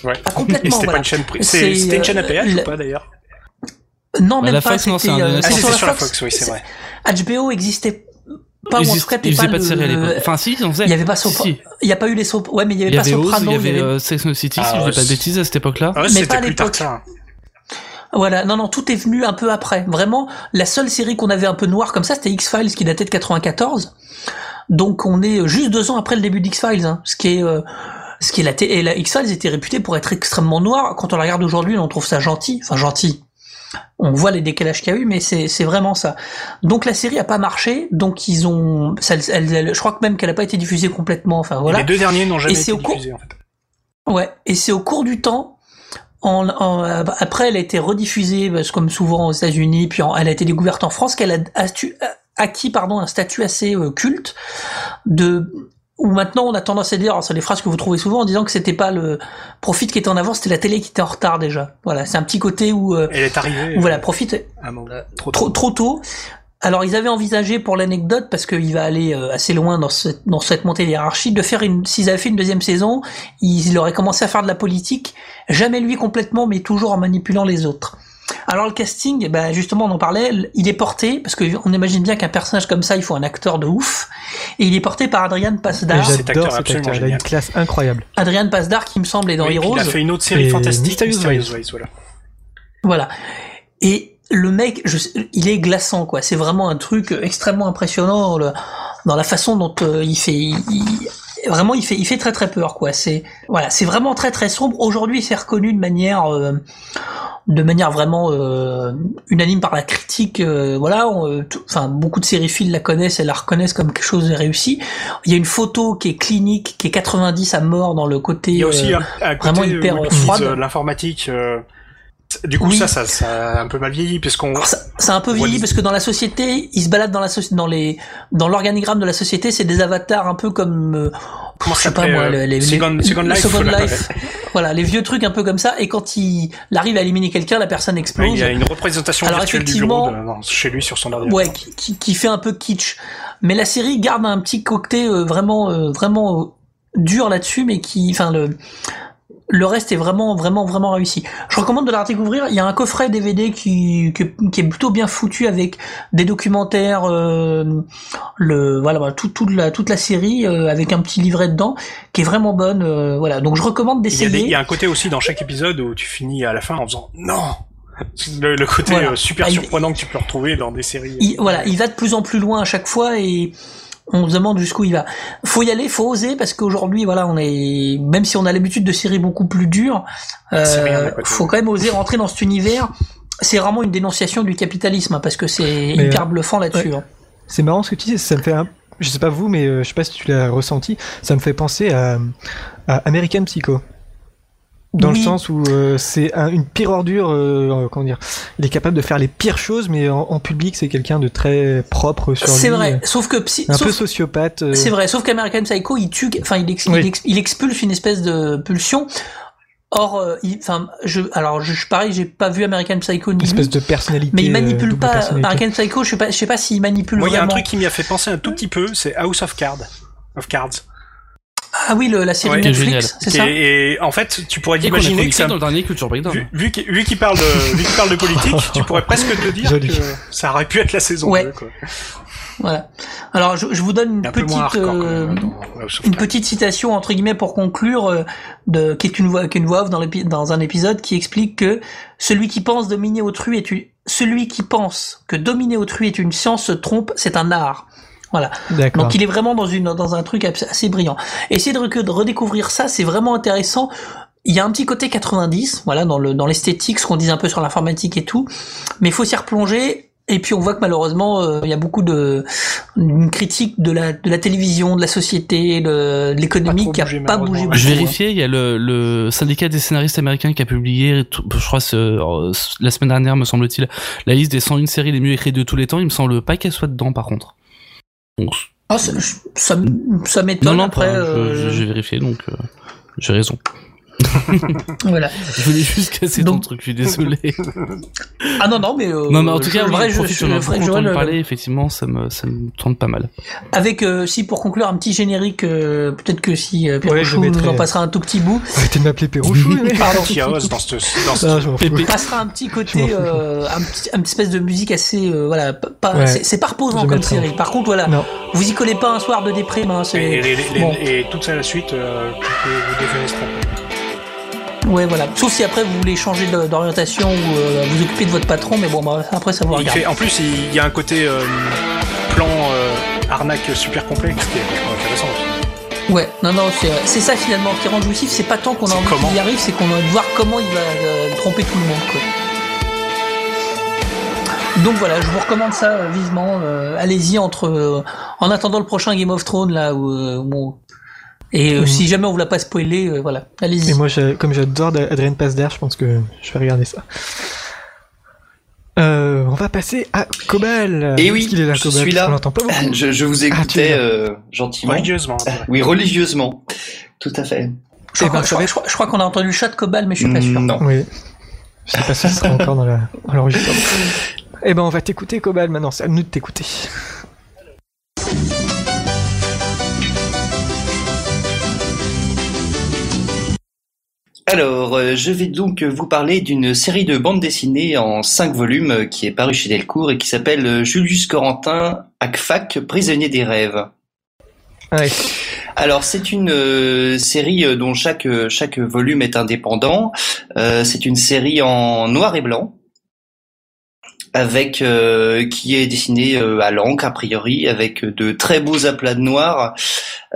Speaker 2: Ouais.
Speaker 3: Ah, complètement,
Speaker 2: Et C'était pas
Speaker 3: voilà.
Speaker 2: une chaîne pri-
Speaker 3: C'est,
Speaker 2: c'est- C'était une
Speaker 3: euh,
Speaker 2: chaîne à péage
Speaker 3: la-
Speaker 2: ou pas d'ailleurs
Speaker 3: non
Speaker 4: Bah,
Speaker 3: même
Speaker 4: la
Speaker 3: pas
Speaker 4: Fox, non,
Speaker 3: c'était,
Speaker 4: c'est un-
Speaker 3: euh,
Speaker 4: Ah,
Speaker 2: Ah,
Speaker 4: c'est
Speaker 3: c'était
Speaker 2: c'était sur la Fox, oui, c'est vrai.
Speaker 3: HBO existait pas ou en
Speaker 4: Ils
Speaker 3: tout
Speaker 4: exist-
Speaker 3: cas,
Speaker 4: ils
Speaker 3: pas
Speaker 4: faisaient pas
Speaker 3: le-
Speaker 4: de série à l'époque. Enfin, si, ils en faisaient.
Speaker 3: il y avait pas
Speaker 4: Si,
Speaker 3: Sopra-
Speaker 4: si.
Speaker 3: il n'y a pas eu les soap ouais mais il y avait
Speaker 4: Il y
Speaker 3: pas
Speaker 4: avait Oz,
Speaker 3: Soprano
Speaker 4: il y avait euh, Sex and the City,
Speaker 2: Ah,
Speaker 4: si je dis pas
Speaker 2: ouais,
Speaker 4: de bêtises, à cette époque-là.
Speaker 2: Ah ouais,
Speaker 3: Mais pas à
Speaker 2: c'était plus tard
Speaker 3: l'époque.
Speaker 2: que ça.
Speaker 3: Voilà, non, non, tout est venu un peu après. Vraiment, la seule série qu'on avait un peu noire comme ça, c'était X-Files qui datait de 94. Donc on est juste deux ans après le début d'X-Files, hein, ce qui est... euh, ce qui est la, t- et la X-Files était réputée pour être extrêmement noire. Quand on la regarde aujourd'hui, on trouve ça gentil. Enfin, gentil. On voit les décalages qu'il y a eu, mais c'est c'est vraiment ça. Donc la série a pas marché. Donc ils ont... ça- elle- elle- je crois que même qu'elle a pas été diffusée complètement. Enfin voilà.
Speaker 2: Les deux derniers n'ont jamais
Speaker 3: Et
Speaker 2: été
Speaker 3: c'est au cours-
Speaker 2: diffusés en fait.
Speaker 3: Ouais, et c'est au cours du temps. En, en- après, elle a été rediffusée, parce que comme souvent aux États-Unis, puis en- elle a été découverte en France, qu'elle a astu- acquis pardon, un statut assez euh, culte, de, où maintenant on a tendance à dire, alors, c'est des phrases que vous trouvez souvent en disant que c'était pas le profit qui était en avance, c'était la télé qui était en retard déjà. Voilà, c'est un petit côté où, euh,
Speaker 2: Elle est arrivée.
Speaker 3: où voilà, profit
Speaker 2: Ah, bon, trop
Speaker 3: trop, trop tôt. Alors ils avaient envisagé pour l'anecdote, parce qu'il va aller euh, assez loin dans cette, dans cette montée de hiérarchie, de faire une. S'ils avaient fait une deuxième saison, ils auraient commencé à faire de la politique, jamais lui complètement, mais toujours en manipulant les autres. Alors le casting, eh ben justement on en parlait, il est porté, parce qu'on imagine bien qu'un personnage comme ça, il faut un acteur de ouf, et il est porté par Adrian
Speaker 1: Et
Speaker 3: Pasdar.
Speaker 2: j'ai- cet acteur
Speaker 1: J'adore cet
Speaker 2: absolument
Speaker 1: acteur. Il a une
Speaker 2: génial.
Speaker 1: classe incroyable.
Speaker 3: Adrian Pasdar qui me semble est dans
Speaker 2: Oui, puis
Speaker 3: Heroes.
Speaker 2: Il a fait une autre série
Speaker 1: Et
Speaker 2: fantastique,
Speaker 1: Mysterious
Speaker 2: Mysterious
Speaker 1: Ways.
Speaker 2: Ways, voilà.
Speaker 3: Voilà. Et le mec, je sais- il est glaçant, quoi. C'est vraiment un truc extrêmement impressionnant le- dans la façon dont euh, il fait. il- il- vraiment, il fait, il fait très très peur, quoi. C'est voilà, c'est vraiment très très sombre. Aujourd'hui, c'est reconnu de manière, euh, de manière vraiment euh, unanime par la critique. euh, voilà, on, euh, tout- enfin beaucoup de sériphiles la connaissent et la reconnaissent comme quelque chose de réussi. Il y a une photo qui est clinique, qui est 90 à mort dans le côté.
Speaker 2: Il y a aussi
Speaker 3: euh,
Speaker 2: un- à
Speaker 3: vraiment
Speaker 2: côté
Speaker 3: une
Speaker 2: euh,
Speaker 3: paire
Speaker 2: où ils
Speaker 3: euh, froide.
Speaker 2: utilisent, euh, l'informatique. euh, c'est- Du coup,
Speaker 3: Oui.
Speaker 2: ça, ça, ça a un peu mal vieilli, parce qu'on.
Speaker 3: Alors, ça- ça a un peu vieilli
Speaker 2: Wallis.
Speaker 3: parce que dans la société, ils se baladent dans la soci- dans les dans l'organigramme de la société, c'est des avatars un peu comme euh,
Speaker 2: Comment
Speaker 3: je
Speaker 2: ça
Speaker 3: sais pas
Speaker 2: s'appelait,
Speaker 3: moi,
Speaker 2: euh,
Speaker 3: les, les-
Speaker 2: Second-
Speaker 3: les-
Speaker 2: Second
Speaker 3: le
Speaker 2: Life,
Speaker 3: Second
Speaker 2: voilà.
Speaker 3: Life. voilà, les vieux trucs un peu comme ça et quand il, il arrive à éliminer quelqu'un, la personne
Speaker 2: Oui,
Speaker 3: explose.
Speaker 2: il y a une représentation
Speaker 3: Alors,
Speaker 2: virtuelle du bureau
Speaker 3: effectivement-
Speaker 2: de- dans- chez lui sur son ordinateur.
Speaker 3: Ouais, qui, qui- qui fait un peu kitsch. Mais la série garde un petit cocktail euh, vraiment, euh, vraiment euh, dur là-dessus, mais qui, enfin, le, le reste est vraiment, vraiment, vraiment réussi. Je recommande de la découvrir. Il y a un coffret DVD qui, qui, qui est plutôt bien foutu avec des documentaires, euh, le, voilà, voilà, tout, toute la, toute la série euh, avec un petit livret dedans qui est vraiment bonne. euh, voilà, donc je recommande
Speaker 2: Il y, a
Speaker 3: d'essayer.
Speaker 2: des- il y a un côté aussi dans chaque épisode où tu finis à la fin en faisant non le, le côté
Speaker 3: Voilà.
Speaker 2: euh, super
Speaker 3: Ah, il-
Speaker 2: surprenant que tu peux retrouver dans des séries.
Speaker 3: il, voilà, il va de plus en plus loin à chaque fois et on se demande jusqu'où il va. Faut y aller, faut oser parce qu'aujourd'hui, voilà, on est même si on a l'habitude de séries beaucoup plus dures,
Speaker 2: C'est rien
Speaker 3: euh,
Speaker 2: à côté.
Speaker 3: faut quand même oser rentrer dans cet univers. C'est vraiment une dénonciation du capitalisme hein, parce que c'est
Speaker 1: Mais, euh,
Speaker 3: hyper bluffant là-dessus. hein.
Speaker 1: C'est marrant ce que tu dis, ça me fait un... Je sais pas vous, mais euh, je sais pas si tu l'as ressenti, ça me fait penser à, à American Psycho. Dans
Speaker 3: Oui.
Speaker 1: le sens où euh, c'est un- une pire ordure, euh, comment dire, il est capable de faire les pires choses, mais en, en public c'est quelqu'un de très propre sur lui. euh,
Speaker 3: C'est vrai. Sauf que psy-
Speaker 1: Un
Speaker 3: sauf-
Speaker 1: peu sociopathe. euh,
Speaker 3: C'est vrai, sauf qu'American Psycho, il tue, enfin, il, ex-
Speaker 1: Oui.
Speaker 3: il, ex- il expulse une espèce de pulsion. Or, euh, il- enfin, je, alors, je, je- pareil, j'ai pas vu American Psycho
Speaker 1: une
Speaker 3: ni
Speaker 1: espèce
Speaker 3: lui,
Speaker 1: de personnalité.
Speaker 3: Mhm. mais il
Speaker 1: euh,
Speaker 3: manipule
Speaker 1: double
Speaker 3: pas
Speaker 1: personnalité.
Speaker 3: American Psycho. Je sais pas, je sais pas s'il manipule
Speaker 2: Moi, il y a un
Speaker 3: vraiment.
Speaker 2: truc qui m'y a fait penser un tout petit peu, c'est House of Cards. Of Cards.
Speaker 3: Ah oui, le- la série
Speaker 2: Ouais.
Speaker 3: Netflix, c'est
Speaker 2: Qui
Speaker 3: ça.
Speaker 2: est- et en fait, tu pourrais
Speaker 4: Et qu'on a
Speaker 2: imaginer que
Speaker 4: chroniqué
Speaker 2: ça.
Speaker 4: dans le dernier Culture Breakdown.
Speaker 2: Vu, vu qu'il vu qu'il parle, de- vu qu'il parle de politique, tu pourrais presque te dire
Speaker 1: Joli.
Speaker 2: que ça aurait pu être la saison
Speaker 3: Ouais.
Speaker 2: 2. Quoi.
Speaker 3: Voilà. Alors, je, je vous donne une
Speaker 2: Un peu
Speaker 3: petite.
Speaker 2: moins hardcore quand
Speaker 3: euh,
Speaker 2: même, dans House of
Speaker 3: une
Speaker 2: Cards.
Speaker 3: petite citation entre guillemets pour conclure, euh, de, qui est une voix, qui est une voix off dans, l'épi- dans un épisode qui explique que celui qui pense dominer autrui est une, celui qui pense que dominer autrui est une science se trompe, c'est un art. Voilà.
Speaker 1: D'accord.
Speaker 3: Donc il est vraiment dans une dans un truc abs- assez brillant. Essayer de, rec- de redécouvrir ça, c'est vraiment intéressant. Il y a un petit côté 90, voilà, dans le dans l'esthétique, ce qu'on disait un peu sur l'informatique et tout, mais il faut s'y replonger. Et puis on voit que malheureusement, euh, il y a beaucoup de une critique de la de la télévision, de la société, de, de l'économie
Speaker 2: Pas trop
Speaker 3: qui a
Speaker 2: bougé,
Speaker 3: pas bougé.
Speaker 2: malheureusement.
Speaker 3: beaucoup,
Speaker 4: Je
Speaker 3: hein.
Speaker 4: vérifiais, il y a le, le syndicat des scénaristes américains qui a publié, tout- je crois, ce- euh, la semaine dernière, me semble-t-il, la liste des 101 séries les mieux écrites de tous les temps. Il me semble pas qu'elle soit dedans, par contre. Donc,
Speaker 3: Ah, ça, je- ça m- ça
Speaker 4: non,
Speaker 3: m'étonne
Speaker 4: non,
Speaker 3: après.
Speaker 4: pas, je-
Speaker 3: euh,
Speaker 4: je- j'ai vérifié, donc euh, j'ai raison. [LAUGHS]
Speaker 3: voilà.
Speaker 4: Je voulais juste casser ton
Speaker 3: Donc-
Speaker 4: truc, je suis
Speaker 3: [LAUGHS]
Speaker 4: désolé.
Speaker 3: Ah non non mais euh,
Speaker 4: non, mais en tout
Speaker 3: je-
Speaker 4: cas,
Speaker 3: en
Speaker 4: oui,
Speaker 3: vrai,
Speaker 4: je
Speaker 3: je,
Speaker 4: profite,
Speaker 3: je,
Speaker 4: j'en ai
Speaker 3: je-
Speaker 4: beaucoup
Speaker 3: je-
Speaker 4: entendu
Speaker 3: le-
Speaker 4: parler, effectivement, ça me, ça me tente pas mal.
Speaker 3: Avec euh, si pour conclure un petit générique, euh, peut-être que si euh, Pierre
Speaker 1: Ouais, je
Speaker 3: Bouchou nous
Speaker 1: mettrai-
Speaker 3: en passera un tout petit
Speaker 1: [LAUGHS]
Speaker 3: bout,
Speaker 1: Arrêtez de m'appeler
Speaker 3: [LAUGHS]
Speaker 1: Pérouchou, mais-
Speaker 3: Pardon.
Speaker 2: Qui a os dans ce. Dans ce...
Speaker 3: Euh,
Speaker 1: Ah, je m'en fous.
Speaker 4: Pépé.
Speaker 3: passera un petit
Speaker 1: Je m'en
Speaker 3: côté,
Speaker 1: fous.
Speaker 3: euh, un petit, une espèce de musique assez, euh, voilà, p- pas,
Speaker 1: Ouais.
Speaker 3: c'est, c'est pas reposant
Speaker 1: Je
Speaker 3: comme
Speaker 1: mettrai.
Speaker 3: série. Par contre, voilà,
Speaker 1: Non.
Speaker 3: vous y collez pas un soir de déprime, hein,
Speaker 2: Et,
Speaker 3: c'est,
Speaker 2: les- les-
Speaker 3: bon.
Speaker 2: et toute ça, la suite, euh, tu peux vous défenestrer.
Speaker 3: ouais, voilà. Sauf si après vous voulez changer de- d'orientation ou euh, vous occuper de votre patron, mais bon, bah, après ça vous
Speaker 2: Il
Speaker 3: regarde.
Speaker 2: fait- en plus, il y a un côté euh, plan euh, arnaque super complexe qui est vachement intéressant.
Speaker 3: Ouais, non, non, c'est, euh, c'est ça finalement qui rend jouissif. C'est pas tant qu'on a
Speaker 2: C'est
Speaker 3: envie
Speaker 2: comment
Speaker 3: qu'il y arrive, c'est qu'on a envie de voir comment il va euh, tromper tout le monde. Quoi. Donc voilà, je vous recommande ça euh, vivement. euh, allez-y entre, euh, en attendant le prochain Game of Thrones là où, euh, bon. Et euh,
Speaker 1: Mhm.
Speaker 3: si jamais on vous l'a pas spoilé, euh, voilà, allez-y.
Speaker 1: Et moi, je- comme j'adore Adrien Pasdar, je pense que je vais regarder ça. Euh, on va passer à Cobal.
Speaker 5: Eh
Speaker 1: Est-ce
Speaker 5: oui,
Speaker 1: qu'il est là,
Speaker 5: je
Speaker 1: Cobal
Speaker 5: suis
Speaker 1: Parce
Speaker 5: là.
Speaker 1: qu'on l'entend pas beaucoup.
Speaker 5: Je, je vous
Speaker 1: Ah, tu
Speaker 5: écoutais
Speaker 1: l'as.
Speaker 5: euh, gentiment.
Speaker 2: Religieusement. je dirais.
Speaker 5: Oui, religieusement. Tout à fait.
Speaker 3: je,
Speaker 1: Eh ben, Mmh,
Speaker 3: crois, je crois- je crois- je crois qu'on a entendu le chat de Cobal, mais je suis pas sûr.
Speaker 5: Non.
Speaker 1: Oui. Je sais pas si ce
Speaker 5: [LAUGHS]
Speaker 1: sera encore dans la- dans l'enregistrement. eh ben, on va t'écouter, Cobal, maintenant. C'est à nous de t'écouter.
Speaker 5: Alors, euh, je vais donc vous parler d'une série de bandes dessinées en 5 volumes euh, qui est parue chez Delcourt et qui s'appelle euh, Julius Corentin, Acfac, prisonnier des rêves.
Speaker 1: Ouais.
Speaker 5: Alors c'est une euh, série euh, dont chaque euh, chaque volume est indépendant. Euh, c'est une série en noir et blanc avec euh, qui est dessinée euh, à l'encre a priori avec de très beaux aplats de noir.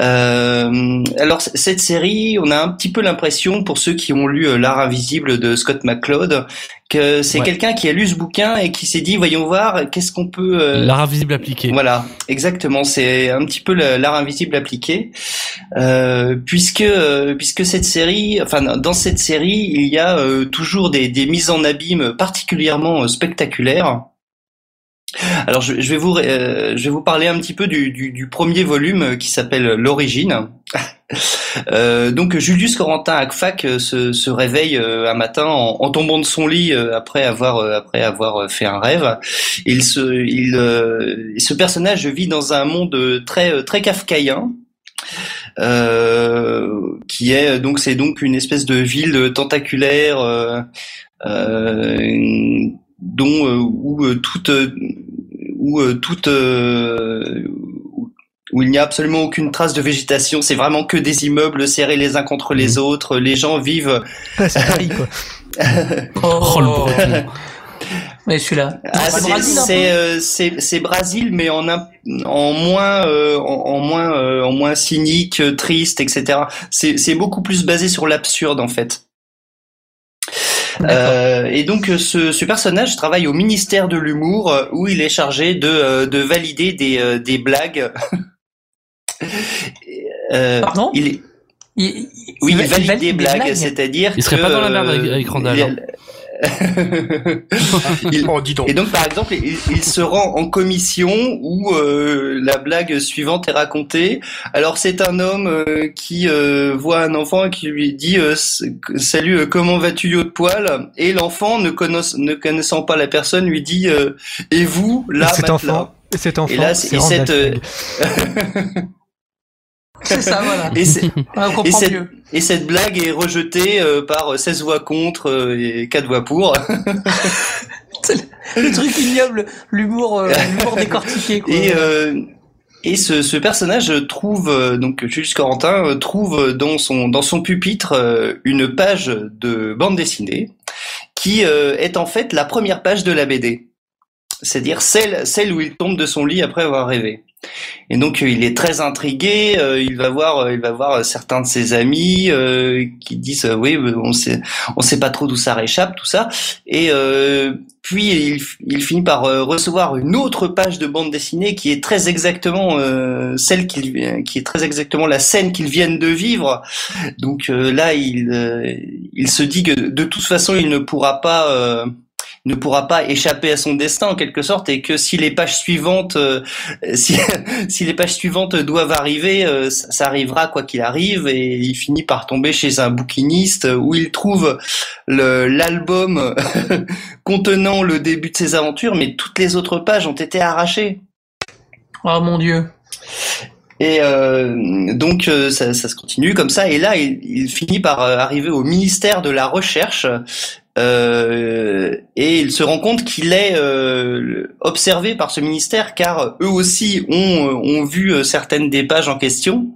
Speaker 5: Euh, alors c- cette série, on a un petit peu l'impression pour ceux qui ont lu euh, L'art invisible de Scott McCloud que c'est
Speaker 4: Ouais.
Speaker 5: quelqu'un qui a lu ce bouquin et qui s'est dit voyons voir qu'est-ce qu'on peut euh,
Speaker 4: L'art invisible appliqué.
Speaker 5: voilà, exactement. C'est un petit peu la- l'art invisible appliqué, euh, puisque euh, puisque cette série, enfin dans cette série, il y a euh, toujours des, des mises en abîme particulièrement euh, spectaculaires. Alors je, je vais vous euh, je vais vous parler un petit peu du, du, du premier volume euh, qui s'appelle l'origine. [LAUGHS] Euh, donc Julius Corentin Akfak euh, se, se réveille euh, un matin en, en tombant de son lit euh, après avoir euh, après avoir euh, fait un rêve. Il se il euh, ce personnage vit dans un monde euh, très euh, très kafkaïen. Euh, euh, qui est donc c'est donc une espèce de ville tentaculaire euh, euh, dont euh, où euh, toute euh, où euh, toute euh, où il n'y a absolument aucune trace de végétation, c'est vraiment que des immeubles serrés les uns contre les autres, les gens vivent
Speaker 1: Ah, c'est Paris, quoi.
Speaker 4: Oh, le breton.
Speaker 3: [LAUGHS] Mais celui-là.
Speaker 5: Ah,
Speaker 3: C'est
Speaker 5: c'est-
Speaker 3: Brésil, un peu
Speaker 5: c'est euh, c'est c'est Brésil, mais en un- en moins euh, en, en moins euh, en moins cynique, euh, triste, etc. C'est c'est beaucoup plus basé sur l'absurde en fait. Euh, et donc euh, ce, ce personnage travaille au ministère de l'humour euh, où il est chargé de euh, de valider des euh, des blagues. [LAUGHS] Euh,
Speaker 3: Pardon
Speaker 5: il est-
Speaker 3: Il- il- il
Speaker 5: oui, il valide des
Speaker 3: valide des
Speaker 5: blagues,
Speaker 3: blagues.
Speaker 5: c'est-à-dire
Speaker 4: Il serait
Speaker 5: que,
Speaker 4: pas dans la merde
Speaker 5: euh,
Speaker 4: avec- avec Randall,
Speaker 5: il- [LAUGHS] [LAUGHS] Il-
Speaker 2: Oh, dis donc.
Speaker 5: Et donc, par exemple, il, il se rend en commission où euh, la blague suivante est racontée. Alors, c'est un homme euh, qui euh, voit un enfant et qui lui dit euh, s- Salut, euh, comment vas-tu, yo de poil ?» Et l'enfant, ne, connaisse- ne connaissant pas la personne, lui dit euh, Et vous, là,
Speaker 1: cet
Speaker 5: maintenant
Speaker 1: enfant, cet enfant,
Speaker 5: Et là,
Speaker 1: c'est
Speaker 5: et
Speaker 1: Randall
Speaker 5: cette, euh,
Speaker 1: Fogg.
Speaker 3: C'est ça, voilà.
Speaker 5: Et c'est-
Speaker 3: Ouais, on
Speaker 5: et
Speaker 3: comprend
Speaker 5: c'est-
Speaker 3: mieux.
Speaker 5: et cette blague est rejetée euh, par 16 voix contre euh, et 4 voix pour.
Speaker 3: Le truc ignoble, l'humour euh,
Speaker 5: [LAUGHS]
Speaker 3: l'humour décortiqué. Quoi.
Speaker 5: Et, euh, et ce, ce personnage trouve, euh, donc Jules Corentin, euh, trouve dans son, dans son pupitre euh, une page de bande dessinée qui euh, est en fait la première page de la BD. C'est-à-dire celle, celle où il tombe de son lit après avoir rêvé. Et donc euh, il est très intrigué, euh, il va voir, euh, il va voir euh, certains de ses amis euh, qui disent euh, oui, euh, on sait, on sait pas trop d'où ça réchappe, tout ça. Et euh, puis il, il finit par euh, recevoir une autre page de bande dessinée qui est très exactement euh, celle qu'il qui est très exactement la scène qu'ils viennent de vivre. Donc euh, là, il euh, il se dit que de toute façon, il ne pourra pas euh, ne pourra pas échapper à son destin en quelque sorte et que si les pages suivantes euh, [LAUGHS] si, si les pages suivantes doivent arriver, euh, ça, ça arrivera quoi qu'il arrive et il finit par tomber chez un bouquiniste où il trouve le- l'album contenant le début de ses aventures, mais toutes les autres pages ont été arrachées.
Speaker 3: Oh mon dieu.
Speaker 5: Et euh, donc euh, ça, ça se continue comme ça. Et là, il, il finit par euh, arriver au ministère de la recherche. euh, et il se rend compte qu'il est euh, observé par ce ministère car eux aussi ont, euh, ont vu euh, certaines des pages en question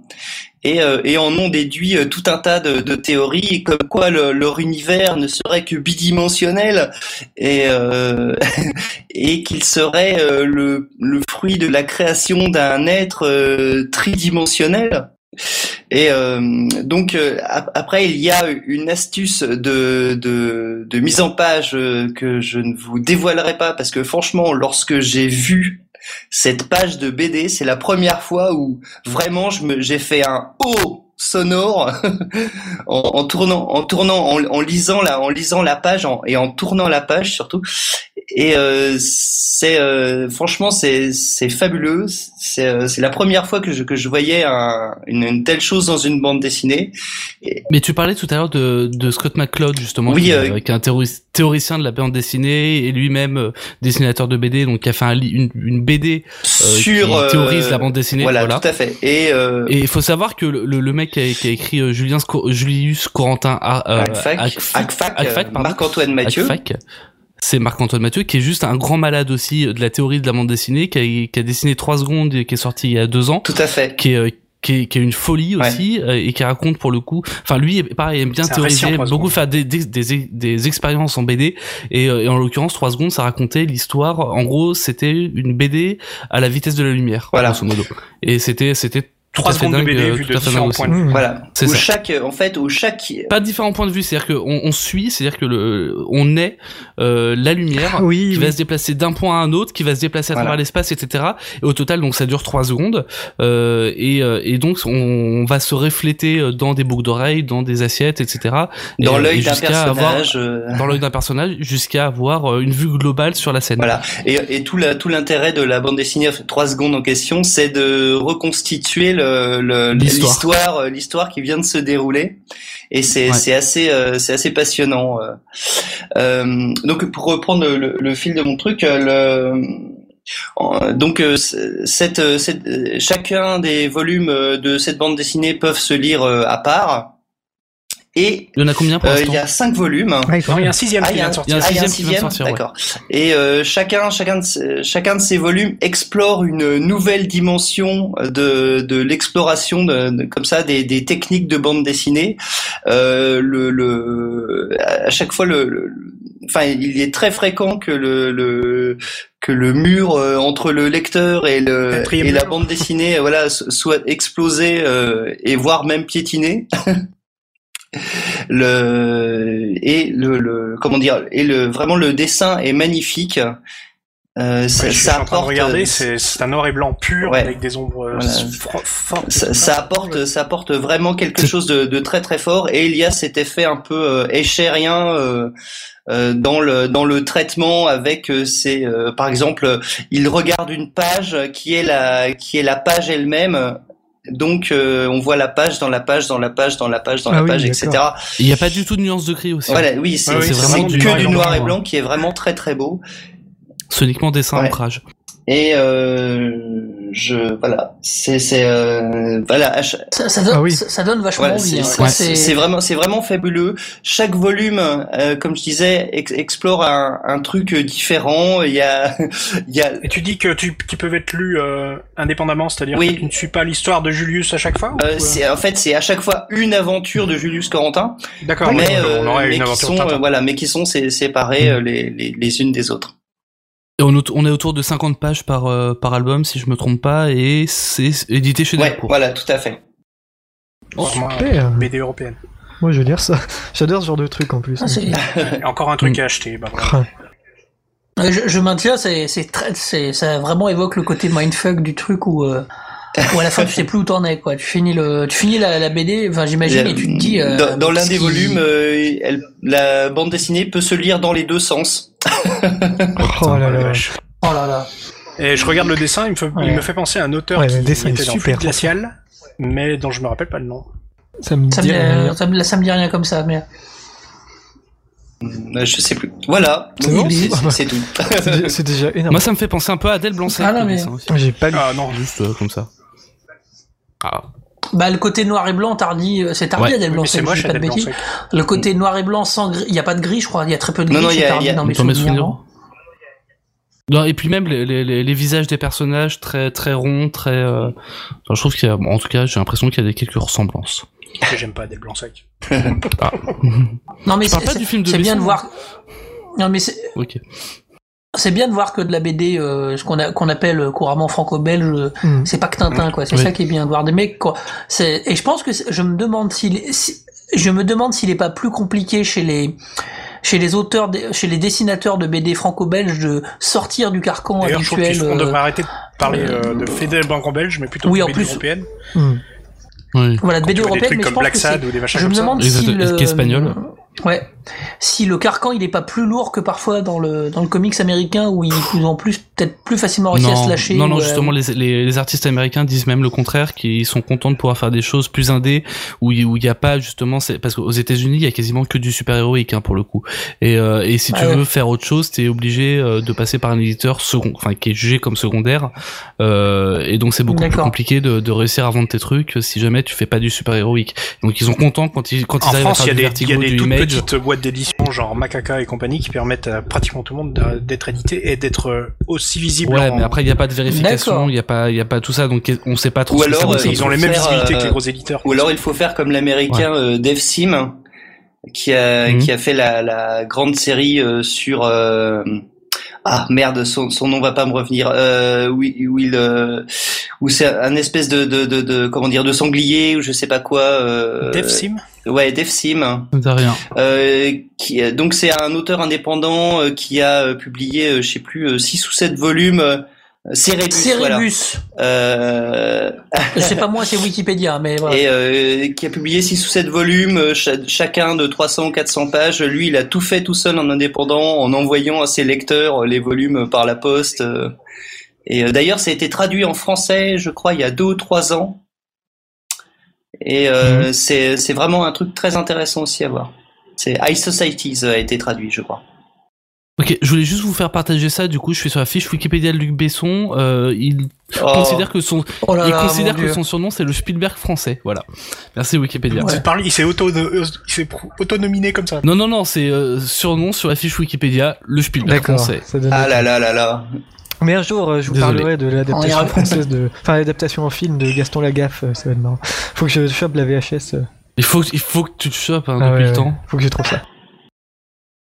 Speaker 5: et, euh, et en ont déduit euh, tout un tas de, de théories comme quoi le- leur univers ne serait que bidimensionnel et, euh, [LAUGHS] et qu'il serait euh, le, le fruit de la création d'un être euh, tridimensionnel. Et euh, donc euh, ap- après il y a une astuce de, de, de mise en page euh, que je ne vous dévoilerai pas parce que franchement lorsque j'ai vu cette page de BD c'est la première fois où vraiment je me j'ai fait un oh sonore [LAUGHS] en, en tournant en tournant en, en lisant la en lisant la page en- et en tournant la page surtout et euh, c'est euh, franchement c'est c'est fabuleux. C'est euh, c'est la première fois que je que je voyais un- une, une telle chose dans une bande dessinée.
Speaker 4: Euh, Mais tu parlais tout à l'heure de, de Scott McCloud, justement,
Speaker 5: Oui,
Speaker 4: qui, est,
Speaker 5: euh,
Speaker 4: euh, qui est un théori- théoricien de la bande dessinée et lui-même euh, dessinateur de BD, donc qui a fait un li- une, une BD euh,
Speaker 5: Sur
Speaker 4: qui
Speaker 5: euh,
Speaker 4: théorise la bande dessinée.
Speaker 5: voilà,
Speaker 4: Voilà.
Speaker 5: tout à fait. Et, euh,
Speaker 4: Et il faut savoir que le, le- le mec qui a, qui a écrit euh, Julien Sco- Julius Corentin A- euh,
Speaker 5: Akfak,
Speaker 4: Akfak-
Speaker 5: Akfak,
Speaker 4: Akfak,
Speaker 5: euh,
Speaker 4: pardon.
Speaker 5: Marc-Antoine Mathieu.
Speaker 4: Akfak, c'est Marc-Antoine Mathieu qui est juste un grand malade aussi euh, de la théorie de la bande dessinée, qui a, qui a dessiné trois secondes et qui est sorti il y a deux ans,
Speaker 5: Tout à fait.
Speaker 4: qui est euh, qui est, qui est une folie aussi euh, et qui raconte pour le coup enfin lui pareil aime bien
Speaker 2: C'est un
Speaker 4: théoriser
Speaker 2: récit en
Speaker 4: aime
Speaker 2: trois
Speaker 4: beaucoup faire des, des, des, des expériences en BD et, euh, et en l'occurrence trois secondes ça racontait l'histoire en gros c'était une BD à la vitesse de la lumière
Speaker 5: Voilà.
Speaker 4: grosso modo et c'était c'était tout
Speaker 2: Trois
Speaker 4: à fait
Speaker 2: secondes de
Speaker 4: dingue,
Speaker 2: BD
Speaker 4: euh,
Speaker 2: vues
Speaker 4: tout
Speaker 2: de
Speaker 4: à fait
Speaker 2: différents
Speaker 4: dingue aussi.
Speaker 2: points de
Speaker 1: Mmh.
Speaker 5: Voilà.
Speaker 4: C'est
Speaker 5: Où
Speaker 4: ça.
Speaker 5: chaque en fait où chaque
Speaker 4: pas différents points de vue c'est à dire que on, on suit c'est à dire que le on est euh, la lumière
Speaker 1: Oui,
Speaker 4: qui
Speaker 1: oui.
Speaker 4: va se déplacer d'un point à un autre, qui va se déplacer à
Speaker 5: Voilà.
Speaker 4: travers l'espace, etc. Et au total, donc ça dure trois secondes, Euh, et, euh, et donc on, on va se refléter euh, dans des boucles d'oreilles, dans des assiettes, etc.
Speaker 5: [LAUGHS]
Speaker 4: Et,
Speaker 5: dans
Speaker 4: euh,
Speaker 5: l'œil
Speaker 4: et
Speaker 5: d'un
Speaker 4: jusqu'à avoir-
Speaker 5: personnage. euh,
Speaker 4: dans l'œil d'un personnage, jusqu'à avoir euh, une vue globale sur la scène.
Speaker 5: Voilà. Et, et tout la- tout l'intérêt de la bande dessinée enfin, trois secondes en question, c'est de reconstituer le- le-
Speaker 4: L'histoire.
Speaker 5: l'histoire, euh, l'histoire qui vient de se dérouler. Et c'est
Speaker 4: Ouais.
Speaker 5: c'est assez euh, c'est assez passionnant. euh. Euh, donc pour reprendre le, le- le fil de mon truc, euh, le en- donc euh, c- cette, euh, cette- euh, chacun des volumes euh, de cette bande dessinée peuvent se lire euh, à part. Et
Speaker 4: Il y en a combien pour
Speaker 5: euh,
Speaker 4: l'instant
Speaker 5: il y a cinq volumes.
Speaker 2: Non, il y a un sixième
Speaker 5: Ah,
Speaker 2: qui
Speaker 5: il y a
Speaker 2: vient de
Speaker 5: un-
Speaker 4: Il y
Speaker 2: sortir.
Speaker 4: a un
Speaker 5: Ah, il y a
Speaker 4: sixième qui vient de sortir, ouais.
Speaker 5: D'accord. Et euh, chacun, chacun, de, ces- chacun de ces volumes explore une nouvelle dimension euh, de, de l'exploration, de, de- comme ça, des, des techniques de bande dessinée. Euh, le, le, à chaque fois, le, le- enfin, il est très fréquent que le, le que le mur euh, entre le lecteur et le
Speaker 2: Quatrième
Speaker 5: et la
Speaker 2: mur.
Speaker 5: bande dessinée, voilà, s- soit explosé euh, et voire même piétiné le et le, le comment dire et le vraiment le dessin est magnifique Euh, ça,
Speaker 2: Ouais, Bah, je,
Speaker 5: ça
Speaker 2: suis en train de
Speaker 5: apporte euh,
Speaker 2: regarder, c'est c'est un noir et blanc pur
Speaker 5: Ouais.
Speaker 2: avec des ombres euh,
Speaker 5: Voilà.
Speaker 2: fro- fortes.
Speaker 5: ça, ça apporte ça apporte vraiment quelque chose de, de très très fort et il y a cet effet un peu euh, échérien euh, euh, dans le dans le traitement avec euh, ses euh, par exemple il regarde une page qui est la qui est la page elle-même donc euh, on voit la page dans la page dans la page dans la page dans la
Speaker 1: Ah oui,
Speaker 5: page
Speaker 1: d'accord.
Speaker 5: etc
Speaker 4: Il n'y a pas du tout de nuance de gris aussi.
Speaker 5: Voilà, oui, c'est
Speaker 2: Ouais, oui,
Speaker 5: c'est
Speaker 4: c'est vraiment
Speaker 5: vraiment que
Speaker 4: du noir et
Speaker 5: du
Speaker 4: blanc,
Speaker 5: noir et
Speaker 4: ouais.
Speaker 5: blanc qui est vraiment très très beau.
Speaker 4: Soniquement dessin
Speaker 5: Ouais.
Speaker 4: ancrage.
Speaker 5: Et euh, je voilà, c'est c'est euh, voilà, à ch-
Speaker 3: Ça, ça donne,
Speaker 1: Ah oui.
Speaker 3: ça, ça donne vachement
Speaker 5: ouais,
Speaker 3: envie.
Speaker 5: c'est
Speaker 3: hein.
Speaker 5: c'est-
Speaker 3: Ça,
Speaker 5: c'est-
Speaker 3: c'est-
Speaker 5: c'est vraiment c'est vraiment fabuleux. Chaque volume, euh, comme je disais, ex- explore un, un truc euh, différent. Il y a [LAUGHS] il y a euh,
Speaker 2: Et tu dis que tu, qu'ils peuvent être lus euh, indépendamment, c'est-à-dire
Speaker 5: Oui.
Speaker 2: que tu ne suis pas l'histoire de Julius à chaque fois ou,
Speaker 5: euh,
Speaker 2: euh,
Speaker 5: c'est en fait c'est à chaque fois une aventure de Julius Corentin,
Speaker 2: Ah D'accord,
Speaker 5: mais,
Speaker 2: ouais,
Speaker 5: euh,
Speaker 2: on aurait
Speaker 5: mais
Speaker 2: une
Speaker 5: qui
Speaker 2: aventure.
Speaker 5: sont
Speaker 2: Tintin.
Speaker 5: euh, voilà, mais qui sont sé- séparées euh, les, les les unes des autres.
Speaker 4: Et on, aut- on est autour de 50 pages par, euh, par album, si je me trompe pas, et c'est édité chez
Speaker 5: Ouais,
Speaker 4: Delcourt.
Speaker 5: voilà, tout à fait.
Speaker 2: Vraiment,
Speaker 1: super.
Speaker 2: euh, BD européenne.
Speaker 1: Moi, je vais lire ça. [LAUGHS] J'adore ce genre de truc en plus.
Speaker 3: ça, Ah, c'est-
Speaker 2: Et Encore un truc
Speaker 5: Mm.
Speaker 2: à acheter. Bah, voilà.
Speaker 1: Ah,
Speaker 3: Ouais, Je, je maintiens, c'est, c'est très, c'est, ça vraiment évoque le côté mindfuck du truc où, euh, où à la fin tu sais plus où t'en es quoi. Tu finis le, tu finis la, la BD, enfin j'imagine, et tu te dis. euh,
Speaker 5: dans dans l'un
Speaker 3: qu'est-ce
Speaker 5: des
Speaker 3: qui-
Speaker 5: volumes, euh, elle- la bande dessinée peut se lire dans les deux sens.
Speaker 1: oh là
Speaker 2: Oh la
Speaker 1: là.
Speaker 2: vache.
Speaker 3: Oh là là.
Speaker 2: Et je regarde le dessin, il me fait, il
Speaker 3: Ouais.
Speaker 2: me fait penser à un auteur
Speaker 1: Ouais,
Speaker 2: qui
Speaker 1: le dessin
Speaker 2: était
Speaker 1: est
Speaker 2: dans
Speaker 1: super,
Speaker 2: Fluide
Speaker 1: franchement.
Speaker 2: Glacial, mais dont je me rappelle pas le nom.
Speaker 1: Ça me
Speaker 3: Ça me,
Speaker 1: dit.
Speaker 3: dit,
Speaker 1: rien.
Speaker 3: euh, ça, me, ça me dit rien comme ça, mais.
Speaker 5: Mm, euh, Je sais plus. Voilà.
Speaker 1: C'est bon
Speaker 5: C'est- c'est- c'est tout. [LAUGHS]
Speaker 1: C'est dé- C'est déjà énorme.
Speaker 4: Moi, ça me fait penser un peu à Adèle Blanc-Sec.
Speaker 3: Ah non,
Speaker 4: le
Speaker 3: mais-
Speaker 4: dessin aussi.
Speaker 1: J'ai pas lu.
Speaker 2: Ah non,
Speaker 4: Juste euh, comme ça. Ah.
Speaker 3: Bah, le côté noir et blanc, tardi, euh, c'est tardi
Speaker 4: Ouais.
Speaker 3: à Del
Speaker 2: mais
Speaker 3: Blanc,
Speaker 2: c'est
Speaker 3: si
Speaker 2: moi,
Speaker 3: je dis pas de
Speaker 2: Adèle
Speaker 3: bêtises.
Speaker 2: Blanc-Sec.
Speaker 3: [LAUGHS] Le côté noir et blanc sans gris, il n'y a pas de gris, je crois, il y a très peu de
Speaker 5: Non,
Speaker 3: gris
Speaker 5: non,
Speaker 3: chez
Speaker 5: il y a-
Speaker 3: Tardi
Speaker 5: il y a-
Speaker 3: dans mes
Speaker 4: dans mes souvenirs.
Speaker 3: souvenirs.
Speaker 4: Non, et puis même les, les, les- les visages des personnages très très ronds, très. euh, enfin, je trouve qu'il y a, bon, en tout cas, j'ai l'impression qu'il y a des quelques ressemblances.
Speaker 2: Parce que J'aime pas Adèle Blanc-Sec.
Speaker 3: Non, mais
Speaker 4: Je parle
Speaker 3: c'est
Speaker 4: pas du film de
Speaker 3: c'est bien
Speaker 4: Besson, hein.
Speaker 3: de voir. Non, mais c'est
Speaker 4: Ok.
Speaker 3: c'est bien de voir que de la BD, euh, ce qu'on a- qu'on appelle couramment franco-belge, euh,
Speaker 5: Ah.
Speaker 1: Hmm.
Speaker 3: c'est pas que Tintin, quoi. C'est
Speaker 4: Oui.
Speaker 3: ça qui est bien de voir des mecs, quoi. C'est- Et je pense que c'est- je me demande s'il est- si, je me demande s'il est pas plus compliqué chez les chez les auteurs, des- chez les dessinateurs de BD franco-belges de sortir du carcan
Speaker 2: D'ailleurs, je trouve
Speaker 3: habituel.
Speaker 2: qu'on
Speaker 3: euh,
Speaker 2: devrait arrêter de parler euh, de Fédé Blanc-Belge, mais plutôt
Speaker 3: Oui,
Speaker 2: de
Speaker 3: en
Speaker 2: BD
Speaker 3: plus,
Speaker 2: européenne.
Speaker 1: Hmm.
Speaker 4: Oui.
Speaker 3: Voilà, de
Speaker 2: Quand tu vois
Speaker 3: BD
Speaker 2: des
Speaker 3: européenne,
Speaker 2: trucs
Speaker 3: mais je
Speaker 2: comme
Speaker 3: pense
Speaker 2: Black
Speaker 3: que c'est-
Speaker 2: Sad ou des machins
Speaker 3: Je me
Speaker 2: comme ça.
Speaker 3: demande
Speaker 4: Et
Speaker 3: si
Speaker 4: ça te-
Speaker 3: le...
Speaker 4: qu'espagnol.
Speaker 3: Ouais. Si le carcan il est pas plus lourd que parfois dans le dans le comics américain où ils ils ont plus peut-être plus facilement réussi à se
Speaker 4: Non,
Speaker 3: lâcher.
Speaker 4: non, non,
Speaker 3: ou, euh,
Speaker 4: justement, les, les, les artistes américains disent même le contraire, qu'ils sont contents de pouvoir faire des choses plus indées, où il où il y a pas justement, c'est parce qu'aux États-Unis, il y a quasiment que du super-héroïque hein, pour le coup. Et, euh, et si tu
Speaker 3: Ah ouais.
Speaker 4: veux faire autre chose, t'es obligé euh, de passer par un éditeur second, enfin qui est jugé comme secondaire. Euh, et donc c'est beaucoup plus
Speaker 3: D'accord.
Speaker 4: compliqué de, de réussir à vendre tes trucs si jamais tu fais pas du super-héroïque. Donc ils sont contents quand ils quand
Speaker 2: En
Speaker 4: ils arrivent
Speaker 2: France,
Speaker 4: à
Speaker 2: il y a
Speaker 4: faire du
Speaker 2: des, il y a
Speaker 4: Vertigo,
Speaker 2: des
Speaker 4: du
Speaker 2: toutes
Speaker 4: Image.
Speaker 2: petites boîtes d'édition, genre Macaca et compagnie, qui permettent à pratiquement tout le monde d'a- d'être édité et d'être euh, aussi visible.
Speaker 4: Ouais,
Speaker 2: en-
Speaker 4: mais après il y a pas de vérification,
Speaker 3: D'accord.
Speaker 4: il y a pas il y a pas tout ça, donc on sait pas trop.
Speaker 5: Ou
Speaker 4: ce que ça
Speaker 5: alors,
Speaker 4: vaut,
Speaker 5: euh,
Speaker 4: ça
Speaker 2: ils ont les mêmes
Speaker 5: faire,
Speaker 2: visibilités
Speaker 5: euh,
Speaker 2: que les gros éditeurs.
Speaker 5: Ou alors il faut faire comme l'américain euh, Dave Sim, qui a,
Speaker 4: Mhm.
Speaker 5: qui a fait la, la grande série euh, sur. euh, ah merde, son, son nom va pas me revenir. Euh, où il- où il, euh, où c'est un espèce de, de, de, de- comment dire de sanglier ou je sais pas quoi. Euh,
Speaker 2: Dev Sim
Speaker 5: Ouais, Dave Sim.
Speaker 4: T'as rien.
Speaker 5: Euh, qui, euh, donc c'est un auteur indépendant euh, qui a euh, publié, euh, je sais plus, 6 ou 7 volumes. Euh, Cerebus, voilà.
Speaker 3: Cerebus.
Speaker 5: Euh,
Speaker 3: Je sais pas moi, c'est Wikipédia, mais voilà.
Speaker 5: et euh, qui a publié 6 ou 7 volumes, euh, cha- chacun de 300 ou 400 pages. Lui, il a tout fait tout seul en indépendant, en envoyant à ses lecteurs euh, les volumes par la poste. euh. Et euh, d'ailleurs, ça a été traduit en français, je crois, il y a 2 ou 3 ans. Et euh, c'est c'est euh, vraiment un truc très intéressant aussi à voir. C'est High Societies a été traduit, je crois.
Speaker 4: Ok. Ok, je voulais juste vous faire partager ça. Du coup, je suis sur la fiche Wikipédia de Luc Besson. Euh, il
Speaker 5: Oh.
Speaker 4: considère que son
Speaker 3: Oh là
Speaker 4: il
Speaker 3: là,
Speaker 4: considère
Speaker 3: mon
Speaker 4: que
Speaker 3: Dieu.
Speaker 4: son surnom c'est le Spielberg français. Voilà. Merci Wikipédia.
Speaker 2: Tu parles- il s'est auto, euh, il s'est pro- autonominé comme ça.
Speaker 4: Non non non, c'est euh, surnom sur la fiche Wikipédia le Spielberg français.
Speaker 1: ça donne-
Speaker 5: Ah là là là là.
Speaker 1: Mais un jour, euh, je vous
Speaker 4: Désolé.
Speaker 1: parlerai de
Speaker 3: On
Speaker 1: l'adaptation
Speaker 3: ira.
Speaker 1: française de. Enfin, l'adaptation en film de Gaston Lagaffe, euh, ça va être marrant. Faut que je chope la VHS. euh.
Speaker 4: Il faut que- il faut que tu te chopes hein,
Speaker 1: Ah
Speaker 4: depuis
Speaker 1: ouais,
Speaker 4: le temps.
Speaker 1: Faut que je trouve ça.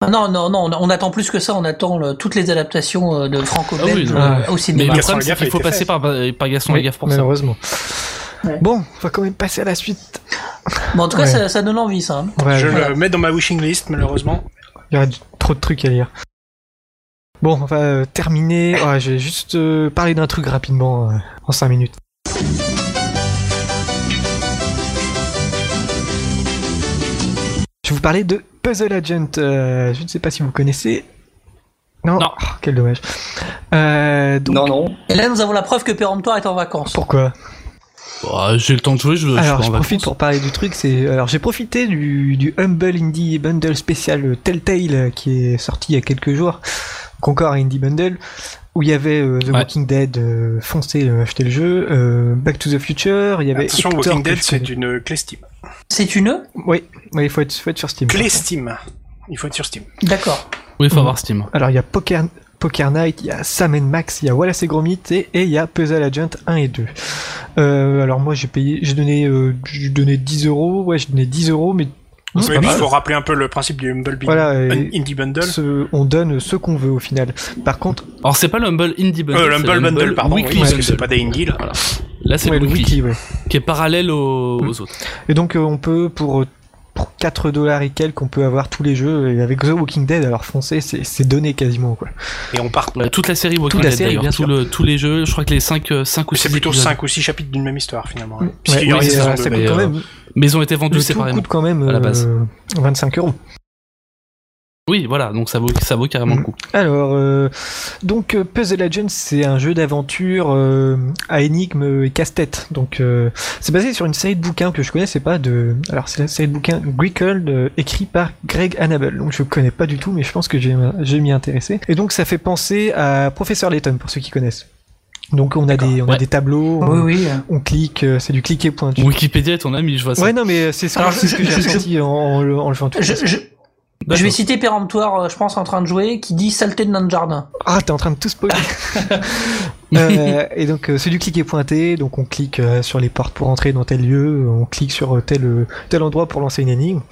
Speaker 3: Ah Non, non, non, on- on attend plus que ça, on attend le- toutes les adaptations euh, de
Speaker 4: Ah
Speaker 3: franco-belge
Speaker 4: oui,
Speaker 1: non.
Speaker 3: euh, au
Speaker 4: Mais
Speaker 3: cinéma.
Speaker 4: le
Speaker 2: Gaston
Speaker 4: problème c'est
Speaker 2: Lagaffe
Speaker 4: qu'il
Speaker 2: a
Speaker 4: faut
Speaker 2: été
Speaker 4: passer
Speaker 2: fait.
Speaker 4: par, par Gaston
Speaker 1: Oui,
Speaker 4: Lagaffe pour ça.
Speaker 1: malheureusement.
Speaker 3: Ouais.
Speaker 1: Bon, on va quand même passer à la suite.
Speaker 3: Bon, en tout cas,
Speaker 1: Ouais.
Speaker 3: ça, ça donne envie, ça. hein.
Speaker 1: Ouais,
Speaker 2: je
Speaker 1: voilà.
Speaker 2: le mets dans ma wishing list, malheureusement.
Speaker 1: Il y aurait du- trop de trucs à lire. Bon, on va euh, terminer. Ouais, je vais juste euh, parler d'un truc rapidement euh, en 5 minutes. Je vais vous parler de Puzzle Agent. euh, je ne sais pas si vous connaissez. Non.
Speaker 4: Non.
Speaker 1: Oh, quel dommage. Euh, donc,
Speaker 5: Non, non.
Speaker 3: Et là, nous avons la preuve que Péremptoire est en vacances.
Speaker 1: pourquoi
Speaker 4: Bah, J'ai le temps de jouer, je, je suis
Speaker 1: Alors,
Speaker 4: pas
Speaker 1: je
Speaker 4: en
Speaker 1: profite
Speaker 4: vacances.
Speaker 1: pour parler du truc. C'est alors j'ai profité du, du Humble Indie Bundle spécial euh, Telltale euh, qui est sorti il y a quelques jours. Concorde Indie Bundle où il y avait euh, The
Speaker 4: Ouais.
Speaker 1: Walking Dead, euh, foncez, euh, achetez le jeu, euh, Back to the Future, il y avait.
Speaker 2: Attention,
Speaker 1: Eh ben, Hector
Speaker 2: Walking
Speaker 1: que
Speaker 2: Dead,
Speaker 1: je
Speaker 2: c'est
Speaker 1: connais.
Speaker 2: une clé Steam.
Speaker 3: C'est une
Speaker 1: Oui, oui, il faut être, faut être sur Steam.
Speaker 2: Clé Steam. Il faut être sur Steam.
Speaker 3: D'accord.
Speaker 4: Oui, faut avoir Steam.
Speaker 1: Alors il y a Poker, Poker Night, il y a Sam and Max, il y a Wallace et Gromit et et il y a Puzzle Agent 1 et 2. Euh, alors moi j'ai payé, j'ai donné, euh, j'ai donné 10 euros, ouais j'ai donné 10 euros, mais
Speaker 4: C'est
Speaker 2: Mais
Speaker 4: pas
Speaker 2: il
Speaker 4: mal.
Speaker 2: faut rappeler un peu le principe du Humble Bundle.
Speaker 1: voilà. et-
Speaker 2: Un Indie Bundle.
Speaker 1: Ce- on donne ce qu'on veut au final. Par contre,
Speaker 4: Alors c'est pas le Humble Indie Bundle.
Speaker 2: Euh, le
Speaker 4: c'est
Speaker 2: Humble Bundle, pardon, oui,
Speaker 4: Weekly
Speaker 2: parce que
Speaker 4: Bundle.
Speaker 2: c'est pas des Indies, là.
Speaker 4: Voilà. Là, c'est
Speaker 1: ouais,
Speaker 4: le
Speaker 1: le wiki,
Speaker 4: Weekly,
Speaker 1: ouais.
Speaker 4: qui est parallèle aux,
Speaker 1: Mm.
Speaker 4: aux autres.
Speaker 1: Et donc euh, on peut pour, pour 4 dollars et quelques, on peut avoir tous les jeux. Et avec The Walking Dead, alors foncez, c'est c'est donné quasiment quoi.
Speaker 2: Et on part.
Speaker 4: Ouais, Euh, toute la série Walking
Speaker 1: Toute la
Speaker 4: Dead,
Speaker 1: série,
Speaker 4: d'ailleurs.
Speaker 1: bien
Speaker 4: Tout
Speaker 1: sûr.
Speaker 4: le- tous les jeux, je crois que les 5, ou 6
Speaker 2: C'est plutôt 5 ou 6 chapitres d'une même histoire, finalement. ouais.
Speaker 1: Ouais,
Speaker 2: Puisqu'il y aura
Speaker 1: mais,
Speaker 2: une
Speaker 1: euh,
Speaker 2: saison
Speaker 1: ça
Speaker 2: deux,
Speaker 1: coûte
Speaker 4: mais,
Speaker 1: quand
Speaker 4: euh,
Speaker 1: même.
Speaker 4: Mais ils ont été vendus
Speaker 1: Le tout
Speaker 4: séparément.
Speaker 1: coûte quand même
Speaker 4: à la base.
Speaker 1: euh, 25 euros.
Speaker 4: Oui, voilà, donc ça vaut, ça vaut carrément
Speaker 2: Mm.
Speaker 4: le coup.
Speaker 1: Alors, euh, donc euh, Puzzle Agent, c'est un jeu d'aventure euh, à énigmes et casse-tête. Donc, euh, c'est basé sur une série de bouquins que je connaissais pas. De, alors, c'est la série de bouquins Greekhold, euh, écrit par Greg Annabel. Donc, je connais pas du tout, mais je pense que j'ai j'ai m'y intéressé. Et donc, ça fait penser à Professeur Layton pour ceux qui connaissent. Donc, on a des, on a
Speaker 4: Ouais.
Speaker 1: des tableaux, on,
Speaker 3: Oui, oui.
Speaker 1: on clique, euh, c'est du cliquer pointu.
Speaker 4: Wikipédia est ton ami, je vois ça.
Speaker 1: Ouais, non, mais euh, c'est ce que,
Speaker 3: Alors,
Speaker 1: c'est ce que
Speaker 3: je-
Speaker 1: j'ai
Speaker 3: je-
Speaker 1: ressenti en, en le- en le jouant tout
Speaker 3: Je, je-
Speaker 4: D'accord.
Speaker 3: je vais citer Péremptoire, euh, je pense, en train de jouer, qui dit saleté de notre jardin.
Speaker 1: Ah, t'es en train de tout
Speaker 3: [LAUGHS]
Speaker 1: spoiler. Euh, et donc, euh, c'est du clic et pointé. Donc, on clique euh, sur les portes pour entrer dans tel lieu. On clique sur euh, tel, euh, tel endroit pour lancer une énigme.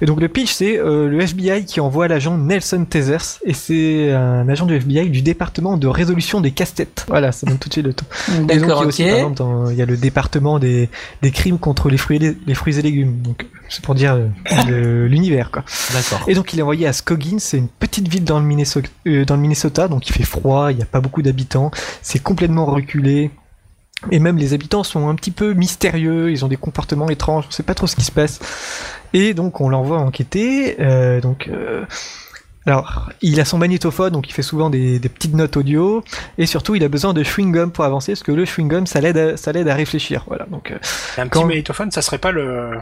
Speaker 1: Et donc, le pitch, c'est euh, le FBI qui envoie l'agent Nelson Tethers. Et c'est un agent du FBI du département de résolution des casse-têtes. Voilà, ça donne tout de suite le ton. Et donc, il y
Speaker 3: D'accord,
Speaker 1: a
Speaker 3: ok.
Speaker 1: aussi, par exemple, dans- il y a le département des, des crimes contre les fruits, et les, les fruits et légumes. Donc, c'est pour dire euh, le- l'univers, quoi.
Speaker 4: D'accord.
Speaker 1: Et donc il est envoyé à Scoggins, c'est une petite ville dans le Minnesota, euh, dans le Minnesota donc il fait froid, il n'y a pas beaucoup d'habitants, c'est complètement reculé. Et même les habitants sont un petit peu mystérieux, ils ont des comportements étranges, on ne sait pas trop ce qui se passe. Et donc on l'envoie enquêter. euh, donc, euh, alors il a son magnétophone, donc il fait souvent des, des petites notes audio. Et surtout il a besoin de chewing gum pour avancer, parce que le chewing gum ça l'aide, à, ça l'aide à réfléchir. Voilà. Donc euh,
Speaker 2: Un petit
Speaker 1: Quand-
Speaker 2: magnétophone, ça serait pas le.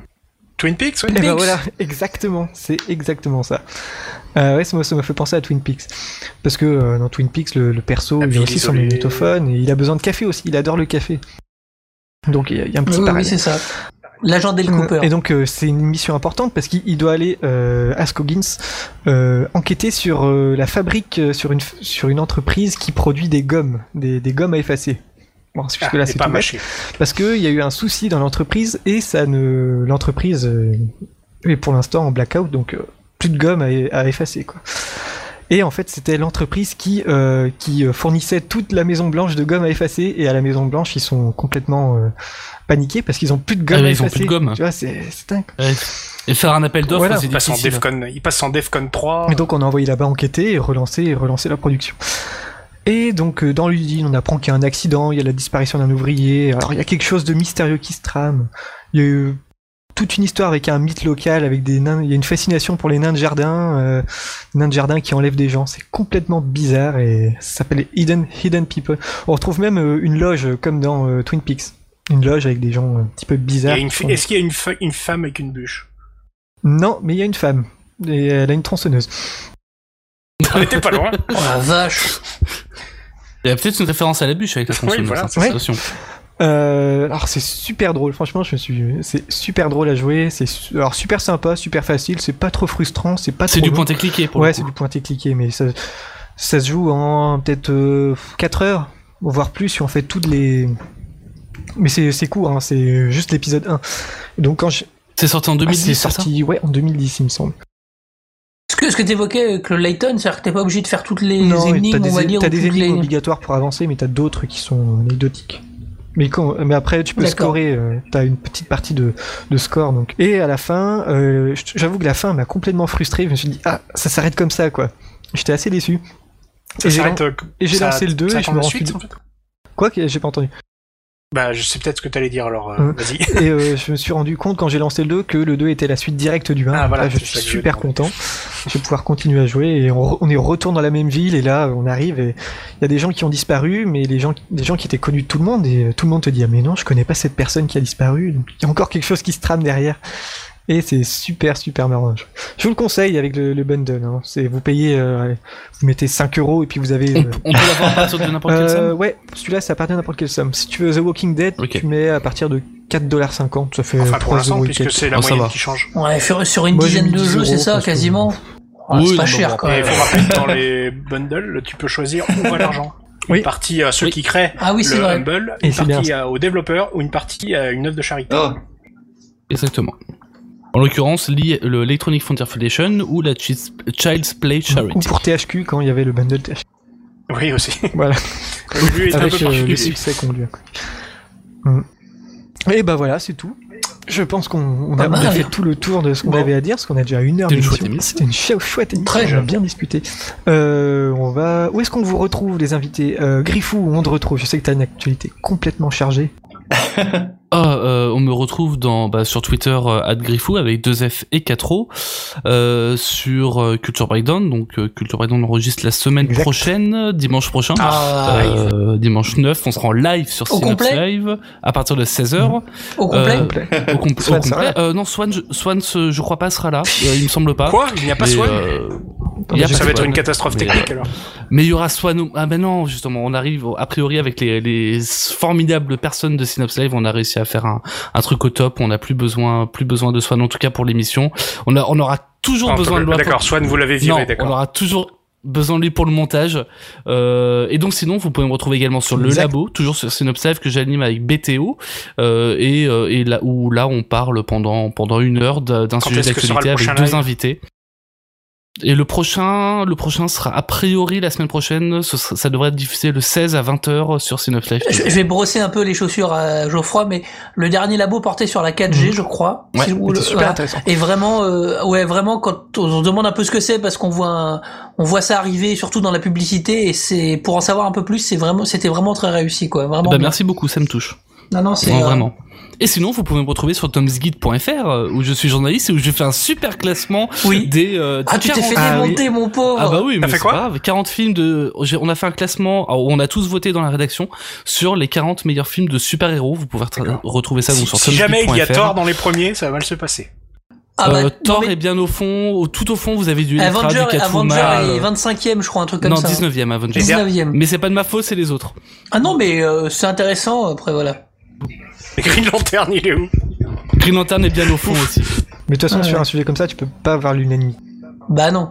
Speaker 2: Twin Peaks, Ah, oui.
Speaker 1: eh ben voilà, [LAUGHS] exactement, c'est exactement ça. Euh, ouais, ça m'a- ça m'a fait penser à Twin Peaks. Parce que euh, dans Twin Peaks, le, le perso,
Speaker 2: Ah,
Speaker 1: il
Speaker 2: puis
Speaker 1: a
Speaker 2: il
Speaker 1: aussi
Speaker 2: est
Speaker 1: son
Speaker 2: isolé.
Speaker 1: magnétophone et il a besoin de café aussi, il adore le café. Donc il y a, il y a un
Speaker 3: Oui,
Speaker 1: petit
Speaker 3: oui,
Speaker 1: parallèle.
Speaker 3: c'est ça. L'agent Del Cooper.
Speaker 1: Et donc euh, c'est une mission importante parce qu'il il doit aller euh, à Scoggins euh, enquêter sur euh, la fabrique, euh, sur une, f- sur une entreprise qui produit des gommes, des, des gommes à effacer. Bon, c'est-
Speaker 2: Ah,
Speaker 1: jusque-là,
Speaker 2: c'est
Speaker 1: c'est
Speaker 2: pas
Speaker 1: tout bête
Speaker 2: mâché.
Speaker 1: parce qu'il y a eu un souci dans l'entreprise et ça ne l'entreprise euh, est pour l'instant en blackout donc euh, plus de gomme à, à effacer quoi. Et en fait, c'était l'entreprise qui euh, qui euh, fournissait toute la Maison Blanche de gomme à effacer et à la Maison Blanche ils sont complètement euh, paniqués parce qu'ils ont plus de gomme
Speaker 4: Ah,
Speaker 1: à
Speaker 4: ils ont
Speaker 1: effacer.
Speaker 4: plus de gomme.
Speaker 1: Tu vois, c'est c'est dingue.
Speaker 4: Ouais. Et faire un appel d'offres,
Speaker 1: Voilà,
Speaker 4: c'est
Speaker 2: Il passe, en
Speaker 4: difficile. [LAUGHS]
Speaker 2: Defcon, il passe en Defcon 3.
Speaker 1: Et donc on a envoyé là-bas enquêter et relancer, et relancer la production. Et donc euh, dans l'usine, on apprend qu'il y a un accident, il y a la disparition d'un ouvrier, alors il y a quelque chose de mystérieux qui se trame. Il y a eu toute une histoire avec un mythe local, avec des nains, il y a une fascination pour les nains de jardin, euh, nains de jardin qui enlèvent des gens, c'est complètement bizarre et ça s'appelle Hidden, Hidden People. On retrouve même euh, une loge euh, comme dans euh, Twin Peaks. Une loge avec des gens euh, un petit peu
Speaker 2: Il y
Speaker 1: bizarres.
Speaker 2: a une
Speaker 1: qui
Speaker 2: fi-
Speaker 1: font-
Speaker 2: Est-ce qu'il y a une, fa- une
Speaker 1: [LAUGHS]
Speaker 2: femme avec une bûche
Speaker 1: non, mais il y a une femme. Et elle a une tronçonneuse.
Speaker 2: On était pas loin.
Speaker 3: Oh la vache
Speaker 4: Il y a peut-être une référence à la bûche avec la
Speaker 2: Oui,
Speaker 4: tronçonneuse.
Speaker 2: voilà.
Speaker 4: hein, c'est
Speaker 1: Oui.
Speaker 4: attention.
Speaker 1: Euh, alors c'est super drôle, franchement, je me suis, c'est super drôle à jouer, c'est su- alors super sympa, super facile, c'est pas trop frustrant, c'est pas
Speaker 4: C'est
Speaker 1: trop
Speaker 4: du
Speaker 1: long.
Speaker 4: pointé cliqué pour
Speaker 1: Ouais,
Speaker 4: le
Speaker 1: c'est
Speaker 4: coup.
Speaker 1: du pointé cliqué, mais ça, ça se joue en peut-être 4 heures, voire plus si on fait toutes les. Mais c'est c'est court, hein, c'est juste l'épisode 1. Donc quand je...
Speaker 4: C'est sorti en
Speaker 1: ah,
Speaker 4: 2010.
Speaker 1: c'est
Speaker 4: c'est ça
Speaker 1: sorti ouais, en 2010, il me semble.
Speaker 3: Ce que, ce que t'évoquais avec le Layton, c'est-à-dire que t'es pas obligé de faire toutes les
Speaker 1: non,
Speaker 3: énigmes,
Speaker 1: t'as
Speaker 3: on va
Speaker 1: des,
Speaker 3: dire,
Speaker 1: t'as
Speaker 3: ou
Speaker 1: des
Speaker 3: toutes
Speaker 1: énigmes
Speaker 3: les-
Speaker 1: obligatoires pour avancer, mais t'as d'autres qui sont anecdotiques. Mais, quand, mais après, tu peux
Speaker 3: D'accord.
Speaker 1: scorer, euh, t'as une petite partie de, de score. Donc. Et à la fin, euh, je- j'avoue que la fin m'a complètement frustré. Je me suis dit, ah, ça s'arrête comme ça, quoi. J'étais assez déçu.
Speaker 2: Ça
Speaker 1: Et j'ai
Speaker 2: s'arrête, euh,
Speaker 1: et j'ai
Speaker 2: ça-
Speaker 1: lancé le deux,
Speaker 2: ça
Speaker 1: et je
Speaker 2: attend
Speaker 1: me
Speaker 2: la
Speaker 1: rends
Speaker 2: suite,
Speaker 1: compte-
Speaker 2: en fait.
Speaker 1: Quoi que j'ai pas entendu.
Speaker 2: Bah, je sais peut-être ce que t'allais dire alors, euh,
Speaker 1: Hum.
Speaker 2: vas-y.
Speaker 1: [LAUGHS] Et euh, je me suis rendu compte quand j'ai lancé le 2 que le 2 était la suite directe du 1.
Speaker 2: Ah,
Speaker 1: Donc
Speaker 2: voilà,
Speaker 1: là, je
Speaker 2: c'est
Speaker 1: suis
Speaker 2: ça que je
Speaker 1: super
Speaker 2: voulais
Speaker 1: content. Je vais pouvoir continuer à jouer et on, re- on est retourne dans la même ville et là on arrive et il y a des gens qui ont disparu mais les gens des gens qui étaient connus de tout le monde et euh, tout le monde te dit ah mais non je connais pas cette personne qui a disparu donc il y a encore quelque chose qui se trame derrière et c'est super super marrant. Je, je vous le conseille avec le, le bundle. hein. C'est vous payez euh, allez, vous mettez 5 euros et puis vous avez
Speaker 4: On,
Speaker 1: euh,
Speaker 4: on peut l'avoir à partir de n'importe quelle
Speaker 1: euh,
Speaker 4: somme
Speaker 1: ouais, celui-là, ça appartient à n'importe quelle somme. Si tu veux The Walking Dead,
Speaker 4: Ok.
Speaker 1: tu mets à partir de 4,50$, ça fait
Speaker 2: Enfin, pour
Speaker 1: 3
Speaker 2: l'instant,
Speaker 1: euros et
Speaker 2: puisque
Speaker 1: quelques.
Speaker 2: c'est la
Speaker 4: Oh, ça
Speaker 2: moyenne
Speaker 4: va.
Speaker 2: qui change.
Speaker 3: Ouais, sur, sur une
Speaker 1: Moi, j'ai
Speaker 3: dizaine
Speaker 1: mis
Speaker 3: de
Speaker 1: 10
Speaker 3: jeux, c'est
Speaker 1: euros,
Speaker 3: ça,
Speaker 1: parce que-
Speaker 3: quasiment. Ah,
Speaker 4: Oui,
Speaker 3: c'est pas
Speaker 4: non,
Speaker 3: cher,
Speaker 4: bon,
Speaker 3: quand
Speaker 2: Et il
Speaker 3: même.
Speaker 2: faut rappeler que dans les bundles, tu peux choisir où va l'argent.
Speaker 1: Oui.
Speaker 2: Une partie à ceux
Speaker 4: Oui.
Speaker 2: qui créent
Speaker 3: Ah oui, c'est
Speaker 2: le
Speaker 3: vrai.
Speaker 2: Humble,
Speaker 1: Et
Speaker 2: une
Speaker 1: c'est bien
Speaker 2: partie à- aux développeurs ou une partie à une œuvre de charité.
Speaker 5: Oh,
Speaker 4: Exactement. En l'occurrence, li- le Electronic Frontier Foundation ou la Chis- Child's Play
Speaker 1: Ou
Speaker 4: Charity.
Speaker 1: pour THQ quand il y avait le bundle THQ.
Speaker 2: Oui, aussi. [LAUGHS]
Speaker 1: Voilà.
Speaker 2: Le but est un peu
Speaker 1: Avec euh,
Speaker 2: particulier.
Speaker 1: le succès qu'on lui a. Mm. Et bah voilà, c'est tout. Je pense qu'on on a,
Speaker 3: Pas mal.
Speaker 1: on a fait tout le tour de ce qu'on
Speaker 2: Bon.
Speaker 1: avait à dire, parce qu'on a déjà une heure
Speaker 4: C'était une
Speaker 1: d'émission.
Speaker 4: chouette émission.
Speaker 1: C'était une chou- chouette émission.
Speaker 3: Très
Speaker 1: on a
Speaker 3: chouette.
Speaker 1: bien discuté. Euh, on va. Où est-ce qu'on vous retrouve, les invités Euh, Griffou, où on te retrouve Je sais que t'as une actualité complètement chargée.
Speaker 4: Ah, euh, on me retrouve dans, bah, sur Twitter euh, @griffou avec 2 F et 4 O euh, sur euh, Culture Breakdown. Donc euh, Culture Breakdown enregistre la semaine
Speaker 1: Exact.
Speaker 4: prochaine, dimanche prochain.
Speaker 3: Ah,
Speaker 4: Euh, dimanche 9, on sera en live sur
Speaker 3: Au
Speaker 4: Synops
Speaker 3: complet
Speaker 4: Live à partir de 16h.
Speaker 3: au complet.
Speaker 4: euh,
Speaker 1: Complet.
Speaker 4: Au, compl- au
Speaker 1: Swan sera
Speaker 4: complet. Euh, non, Swan, je, Swan, ce- je crois pas sera là. Euh, il me semble pas.
Speaker 2: Quoi Il n'y a pas
Speaker 4: Mais,
Speaker 2: Swan
Speaker 4: euh,
Speaker 1: Il y a
Speaker 2: Ça
Speaker 1: pas
Speaker 2: va être
Speaker 4: Swan.
Speaker 2: une catastrophe
Speaker 4: Mais,
Speaker 2: technique alors.
Speaker 4: Mais il y aura Swan. au- Ah ben non, justement, on arrive au- a priori avec les, les formidables personnes de Synops Live, on a réussi à faire un, un truc au top. On n'a plus besoin, plus besoin de Swan en tout cas pour l'émission. On a, on aura toujours
Speaker 2: Ah,
Speaker 4: besoin de
Speaker 2: le-
Speaker 4: Loa
Speaker 2: D'accord, Swan, vous l'avez
Speaker 4: non,
Speaker 2: viré,
Speaker 4: on
Speaker 2: d'accord.
Speaker 4: aura toujours besoin de lui pour le montage. Euh, et donc sinon, vous pouvez me retrouver également sur le
Speaker 1: Exact.
Speaker 4: labo, toujours sur Synops Live que j'anime avec BTO, euh, et, euh, et là où là on parle pendant pendant une heure d'un d'un
Speaker 2: Quand
Speaker 4: sujet
Speaker 2: est-ce que sera
Speaker 4: d'actualité
Speaker 2: le
Speaker 4: avec
Speaker 2: prochain
Speaker 4: deux
Speaker 2: live
Speaker 4: invités. Et le prochain, le prochain sera a priori la semaine prochaine. ce sera- ça devrait être diffusé le 16 à 20h sur Synops Live.
Speaker 3: Je, je vais brosser un peu les chaussures à Geoffroy, mais le dernier labo portait sur la 4G, je crois.
Speaker 4: Mm. Ouais,
Speaker 3: Si- ou
Speaker 1: C'était
Speaker 3: le- Ah,
Speaker 1: super
Speaker 3: voilà.
Speaker 1: intéressant.
Speaker 3: Et vraiment, euh, ouais, vraiment, quand on se demande un peu ce que c'est, parce qu'on voit, un- on voit ça arriver, surtout dans la publicité, et c'est pour en savoir un peu plus, c'est vraiment, c'était vraiment très réussi, quoi. Vraiment.
Speaker 4: Bah,
Speaker 3: bien.
Speaker 4: merci beaucoup, ça me touche.
Speaker 3: Non, non, c'est
Speaker 4: Non,
Speaker 3: euh,
Speaker 4: vraiment. Et sinon, vous pouvez me retrouver sur tomsguide.fr euh, où je suis journaliste et où je fais un super classement
Speaker 3: Oui.
Speaker 4: des. euh,
Speaker 3: Ah, tu t'es
Speaker 4: 40
Speaker 3: fait
Speaker 1: Ah oui.
Speaker 3: démonter, mon pauvre.
Speaker 4: Ah bah oui,
Speaker 2: Oh. T'as
Speaker 4: mais
Speaker 2: fait
Speaker 4: c'est
Speaker 2: quoi
Speaker 4: pas grave. 40 films de... j'ai- On a fait un classement, alors, on a tous voté dans la rédaction, sur les 40 meilleurs films de super-héros. Vous pouvez retra- retrouver ça
Speaker 2: Si,
Speaker 4: donc, sur
Speaker 2: si jamais il y a
Speaker 4: thumbgeek.fr.
Speaker 2: tort dans les premiers, ça va mal se passer. [LAUGHS]
Speaker 3: Ah bah,
Speaker 4: Euh,
Speaker 3: non,
Speaker 4: Thor
Speaker 3: mais
Speaker 4: est bien au fond, au- tout au fond, vous avez du Electra,
Speaker 3: Avenger,
Speaker 4: du Catwoman...
Speaker 3: Avenger
Speaker 4: euh,
Speaker 3: est 25e, je crois, un truc comme
Speaker 4: Non,
Speaker 3: ça.
Speaker 4: 19ème Avenger.
Speaker 3: 19e.
Speaker 4: Mais c'est pas de ma faute, c'est les autres.
Speaker 3: Ah non, mais euh, c'est intéressant, après, voilà.
Speaker 2: Et Green Lantern, il est où
Speaker 4: Green Lantern est bien au fond aussi.
Speaker 1: Mais de toute façon,
Speaker 3: Ah
Speaker 1: sur
Speaker 3: ouais.
Speaker 1: un sujet comme ça, tu peux pas avoir l'unanimité.
Speaker 3: Bah non.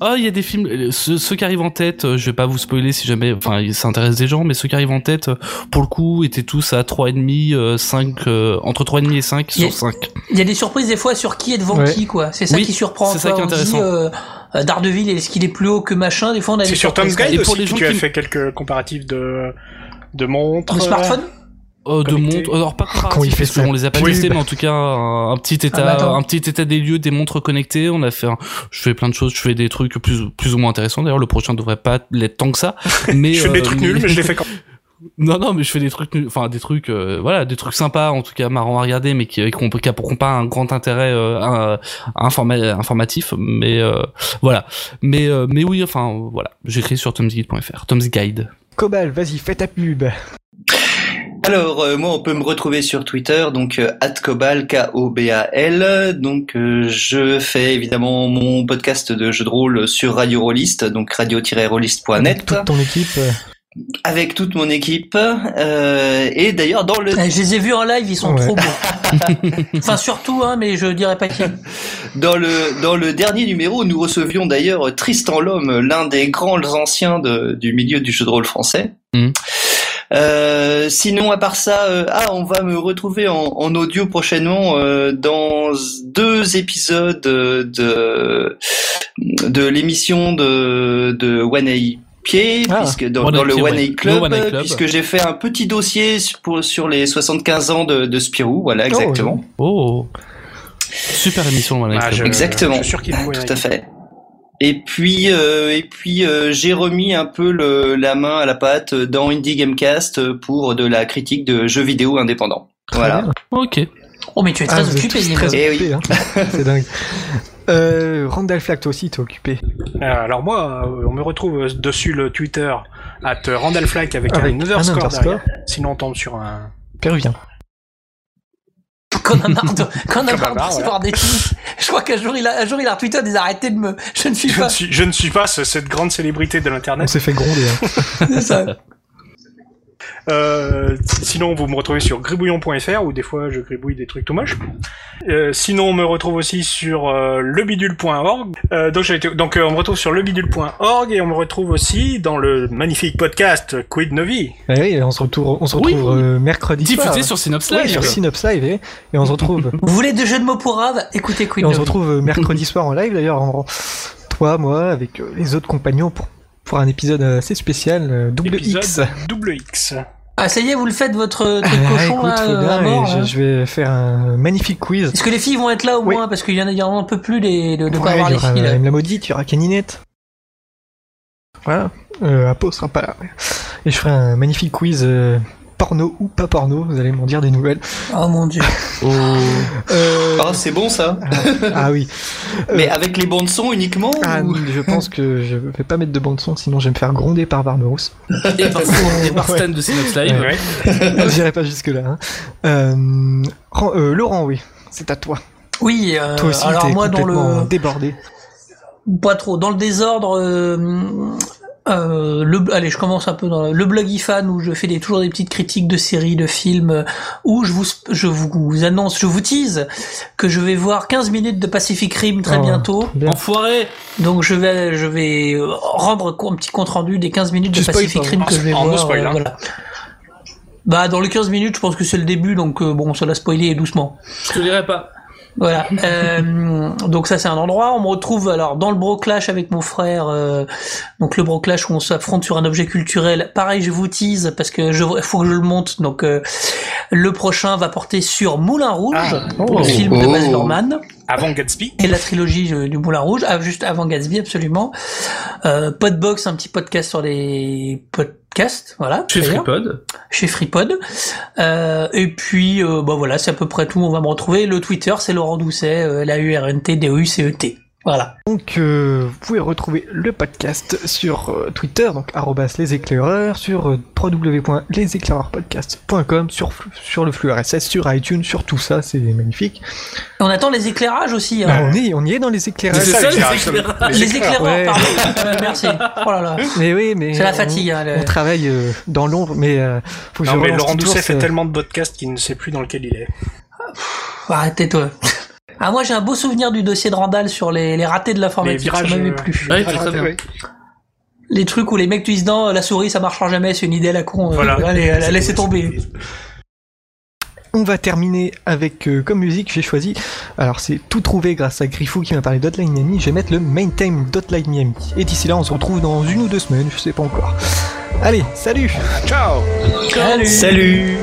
Speaker 4: Ah, il y a des films, euh, ceux, ceux qui arrivent en tête, euh, je vais pas vous spoiler si jamais, enfin, ça intéresse des gens, mais ceux qui arrivent en tête, euh, pour le coup, étaient tous à 3,5, euh, 5, euh, entre 3,5 et 5
Speaker 3: Il y a-
Speaker 4: sur 5.
Speaker 3: Il y a des surprises des fois sur qui est devant
Speaker 1: Ouais.
Speaker 3: qui, quoi. C'est ça
Speaker 4: Oui,
Speaker 3: qui surprend.
Speaker 4: c'est ça
Speaker 3: Toi,
Speaker 4: qui est
Speaker 3: on dit,
Speaker 4: intéressant.
Speaker 3: euh, euh, Daredevil, est-ce qu'il est plus haut que machin Des fois, on a des
Speaker 2: C'est sur Tom's
Speaker 3: surprises.
Speaker 4: Guide
Speaker 2: Guide
Speaker 4: Et pour
Speaker 2: aussi
Speaker 4: les
Speaker 2: que
Speaker 4: gens
Speaker 2: tu as
Speaker 4: qui-
Speaker 2: fait quelques comparatifs de, de montres.
Speaker 3: De smartphone
Speaker 4: Euh, de
Speaker 2: Connecté.
Speaker 4: montres, alors pas
Speaker 1: Quand il
Speaker 4: comparatif
Speaker 1: fait
Speaker 4: parce
Speaker 1: sa
Speaker 4: qu'on les a pas
Speaker 1: pub.
Speaker 2: bah.
Speaker 4: testés, mais en tout cas un, un petit
Speaker 3: Ah, bah,
Speaker 4: état,
Speaker 3: attends.
Speaker 4: un petit état des lieux, des montres connectées. On a fait, un- je fais plein de choses, je fais des trucs plus plus ou moins intéressants. D'ailleurs, le prochain devrait pas l'être
Speaker 2: [LAUGHS]
Speaker 4: tant que ça. Mais
Speaker 2: Je fais des
Speaker 4: euh,
Speaker 2: trucs nuls, mais je les fais quand
Speaker 4: [LAUGHS] non, non, mais je fais des trucs, nuls. enfin des trucs, euh, voilà, des trucs sympas, en tout cas marrants à regarder, mais qui qui ont qui ont pas un grand intérêt euh, un- informa- informatif. Mais euh, voilà, mais euh, mais oui, enfin voilà, j'écris sur tomsguide.fr, Tom's Guide.
Speaker 1: Cobal, vas-y, fais ta pub.
Speaker 5: Alors, euh, moi, on peut me retrouver sur Twitter, donc euh, @kobal, K-O-B-A-L. Donc, euh, je fais évidemment mon podcast de jeux de rôle sur Radio Rollist, donc radio-rollist.net,
Speaker 1: Avec toute ton équipe. euh,
Speaker 5: avec toute mon équipe. Euh, et d'ailleurs, dans le
Speaker 3: Eh, Je les ai vus en live, ils sont
Speaker 1: Ouais.
Speaker 3: trop beaux.
Speaker 1: [LAUGHS]
Speaker 3: enfin, surtout, hein, mais je dirais pas qui.
Speaker 5: Dans le, dans le dernier numéro, nous recevions d'ailleurs Tristan Lhomme, l'un des grands anciens de- du milieu du jeu de rôle français.
Speaker 4: Mhm.
Speaker 5: Euh, sinon, à part ça, euh, ah, on va me retrouver en, en audio prochainement euh, dans deux épisodes euh, de, de l'émission de, de One Eye Pied,
Speaker 1: Ah,
Speaker 5: puisque dans,
Speaker 4: One
Speaker 5: dans
Speaker 4: Eye
Speaker 5: le
Speaker 4: Pied,
Speaker 5: One
Speaker 4: ouais.
Speaker 5: Eye Club,
Speaker 4: Le One Eye Club.
Speaker 5: puisque j'ai fait un petit dossier sur, pour- sur les 75 ans de, de Spirou, voilà
Speaker 1: Oh,
Speaker 5: exactement.
Speaker 4: Oh. Super émission, voilà.
Speaker 2: Ah, je-
Speaker 5: Exactement.
Speaker 2: Je suis sûr qu'il faut
Speaker 5: Tout à fait. Et puis, euh, et puis euh, j'ai remis un peu le, la main à la pâte dans Indie Gamecast pour de la critique de jeux vidéo indépendants.
Speaker 1: très
Speaker 5: Voilà.
Speaker 1: bien.
Speaker 4: Ok.
Speaker 3: Oh, mais tu es
Speaker 1: Ah,
Speaker 3: très
Speaker 1: vous êtes
Speaker 3: occupé,
Speaker 1: tous
Speaker 3: Nino.
Speaker 1: très
Speaker 5: Eh
Speaker 1: occupés, hein. C'est dingue. Euh, Randall Flack, toi aussi, t'es occupé.
Speaker 2: Euh, Alors moi, euh, on me retrouve euh, dessus le Twitter at euh, RandallFlack avec,
Speaker 1: Avec
Speaker 2: un
Speaker 1: un
Speaker 2: underscore,
Speaker 1: underscore.
Speaker 2: derrière. Sinon on tombe sur un...
Speaker 1: Péruvien.
Speaker 3: Qu'on a marre [LAUGHS] de, qu'on a
Speaker 2: Comme
Speaker 3: marre de
Speaker 2: Barbara,
Speaker 3: recevoir des tweets. Je crois qu'un jour, il a, un jour, il a retweeté en disant arrêtez de me, je ne suis
Speaker 2: Je ne
Speaker 3: pas.
Speaker 2: suis, je ne suis pas ce- cette grande célébrité de
Speaker 1: On
Speaker 2: l'Internet.
Speaker 1: s'est fait gronder. hein.
Speaker 3: C'est ça.
Speaker 2: Euh, sinon, vous me retrouvez sur gribouillon.fr où des fois je gribouille des trucs tout moches. Euh, sinon, on me retrouve aussi sur euh, lebidule.org. Euh, donc, j'ai été- donc euh, on me retrouve sur lebidule.org et on me retrouve aussi dans le magnifique podcast Quid Novi.
Speaker 1: Eh oui, on se retrouve, on se
Speaker 4: Oui.
Speaker 1: retrouve euh, mercredi soir.
Speaker 4: Diffusé sur Synops
Speaker 1: Ouais,
Speaker 4: Live.
Speaker 1: sur Synops Live, eh. et on se retrouve,
Speaker 3: Vous voulez deux jeux de mots pour Rave Écoutez
Speaker 1: et
Speaker 3: Queen.
Speaker 1: on
Speaker 3: Love.
Speaker 1: se retrouve euh, mercredi soir en live d'ailleurs, en- toi, moi, avec euh, les autres compagnons pour, pour un épisode assez spécial, euh, double [LAUGHS]
Speaker 2: Épisode
Speaker 1: X.
Speaker 2: Double X.
Speaker 3: Ah, ça y est, vous le faites, votre truc
Speaker 1: Ah,
Speaker 3: cochon, là,
Speaker 1: faut
Speaker 3: euh,
Speaker 1: bien,
Speaker 3: à
Speaker 1: et
Speaker 3: mort,
Speaker 1: je,
Speaker 3: là.
Speaker 1: je vais faire un magnifique quiz.
Speaker 3: Est-ce que les filles vont être là au
Speaker 1: Oui.
Speaker 3: moins Parce qu'il y en a, il y en a un peu plus les, de, de pas
Speaker 1: Ouais,
Speaker 3: avoir
Speaker 1: il y
Speaker 3: les
Speaker 1: aura
Speaker 3: filles. là.
Speaker 1: Madame la maudite, il y aura Caninette. Voilà, euh, Apo sera pas là. ouais. Et je ferai un magnifique quiz euh, porno ou pas porno, vous allez m'en dire des nouvelles.
Speaker 3: Oh
Speaker 1: [LAUGHS]
Speaker 3: mon dieu.
Speaker 4: Oh.
Speaker 1: Euh,
Speaker 5: Ah, c'est bon ça.
Speaker 1: ah oui.
Speaker 5: Mais avec les bandes son uniquement
Speaker 1: Ah,
Speaker 5: ou-
Speaker 1: je pense que je vais pas mettre de bande son, sinon je vais me faire gronder par Barberousse.
Speaker 4: Et par,
Speaker 3: Euh,
Speaker 4: et par Stan de Synops Live.
Speaker 2: Ouais.
Speaker 3: [LAUGHS]
Speaker 1: J'irai pas jusque là. Euh, Ran- euh, Laurent, oui, c'est à toi.
Speaker 3: Oui, euh,
Speaker 1: Toi aussi,
Speaker 3: alors
Speaker 1: t'es
Speaker 3: moi dans
Speaker 1: complètement
Speaker 3: le
Speaker 1: débordé.
Speaker 3: pas trop dans le désordre euh, euh, le allez, je commence un peu dans le, le blog ifan où je fais des, toujours des petites critiques de séries, de films euh, où je vous je vous, vous annonce, je vous tease que je vais voir 15 minutes de Pacific Rim très
Speaker 1: Oh.
Speaker 3: bientôt.
Speaker 1: Bien.
Speaker 4: Enfoiré
Speaker 3: Donc je vais je vais euh, rendre co- un petit compte rendu des 15 minutes
Speaker 1: Tu
Speaker 3: de
Speaker 1: spoil
Speaker 3: Pacific
Speaker 1: pas.
Speaker 3: Rim que je vais
Speaker 2: En deux
Speaker 3: voir. euh,
Speaker 2: spoil, hein.
Speaker 3: voilà. Bah dans les 15 minutes, je pense que c'est le début donc euh, bon, ça l'a spoilé doucement.
Speaker 4: Je te lirai pas.
Speaker 3: Voilà. Euh, donc ça c'est un endroit. On me retrouve alors dans le broclash avec mon frère. euh, donc le broclash où on s'affronte sur un objet culturel. Pareil, je vous tease parce que je faut que je le monte. Donc euh, le prochain va porter sur Moulin Rouge,
Speaker 2: Ah,
Speaker 3: le
Speaker 2: oh.
Speaker 3: film de Baz
Speaker 5: Oh.
Speaker 3: Luhrmann
Speaker 2: Avant Gatsby.
Speaker 3: et la trilogie euh, du Moulin Rouge, ah, juste avant Gatsby absolument. Euh, Podbox, un petit podcast sur les podcasts, voilà.
Speaker 4: Chez
Speaker 3: d'ailleurs
Speaker 4: Freepod.
Speaker 3: chez FreePod. Euh, et puis, euh, bah voilà, c'est à peu près tout. On va me retrouver. Le Twitter, c'est Laurent Doucet, euh, L-A-U-R-N-T-D-O-U-C-E-T. E Voilà.
Speaker 1: Donc, euh, vous pouvez retrouver le podcast sur euh, Twitter, donc arrobas les éclaireurs, sur euh, www.leséclaireurspodcast.com, sur, fl- sur le flux RSS, sur iTunes, sur tout ça, c'est magnifique.
Speaker 3: Et on attend les éclairages aussi. hein. Ah,
Speaker 1: Ah, on, est, on y est dans les éclairages.
Speaker 4: C'est ça, [LAUGHS] les
Speaker 2: éclairages.
Speaker 4: éclairages.
Speaker 3: les éclaireurs,
Speaker 1: Ouais.
Speaker 3: pardon. Euh, Merci. Oh là là.
Speaker 1: Mais oui, mais
Speaker 3: C'est la
Speaker 1: on-
Speaker 3: fatigue. hein, le-
Speaker 1: On travaille euh, dans l'ombre, mais euh, faut que
Speaker 2: Non,
Speaker 1: je
Speaker 2: mais
Speaker 1: relance
Speaker 2: Laurent
Speaker 1: Titours,
Speaker 2: Doucet fait
Speaker 1: euh,
Speaker 2: tellement de podcasts qu'il ne sait plus dans lequel il est.
Speaker 3: Arrêtez, toi. Ah, moi, j'ai un beau souvenir du dossier de Randall sur les, les ratés de
Speaker 2: Les
Speaker 3: l'informatique.
Speaker 2: virages.
Speaker 3: ça m'avait
Speaker 2: euh,
Speaker 3: plu.
Speaker 4: Ouais, c'est très bien.
Speaker 3: Les trucs où les mecs, tu disent non, la souris, ça marchera jamais, c'est une idée à la con. euh,
Speaker 2: Voilà.
Speaker 3: allez, allez, laissez tomber.
Speaker 1: On va terminer avec, euh, comme musique, j'ai choisi, alors c'est tout trouvé grâce à Griffou qui m'a parlé d'Hotline Miami, je vais mettre le Main Time d'Hotline Miami. Et d'ici là, on se retrouve dans une ou deux semaines, je sais pas encore. Allez, salut
Speaker 2: Ciao
Speaker 3: Salut.
Speaker 5: Salut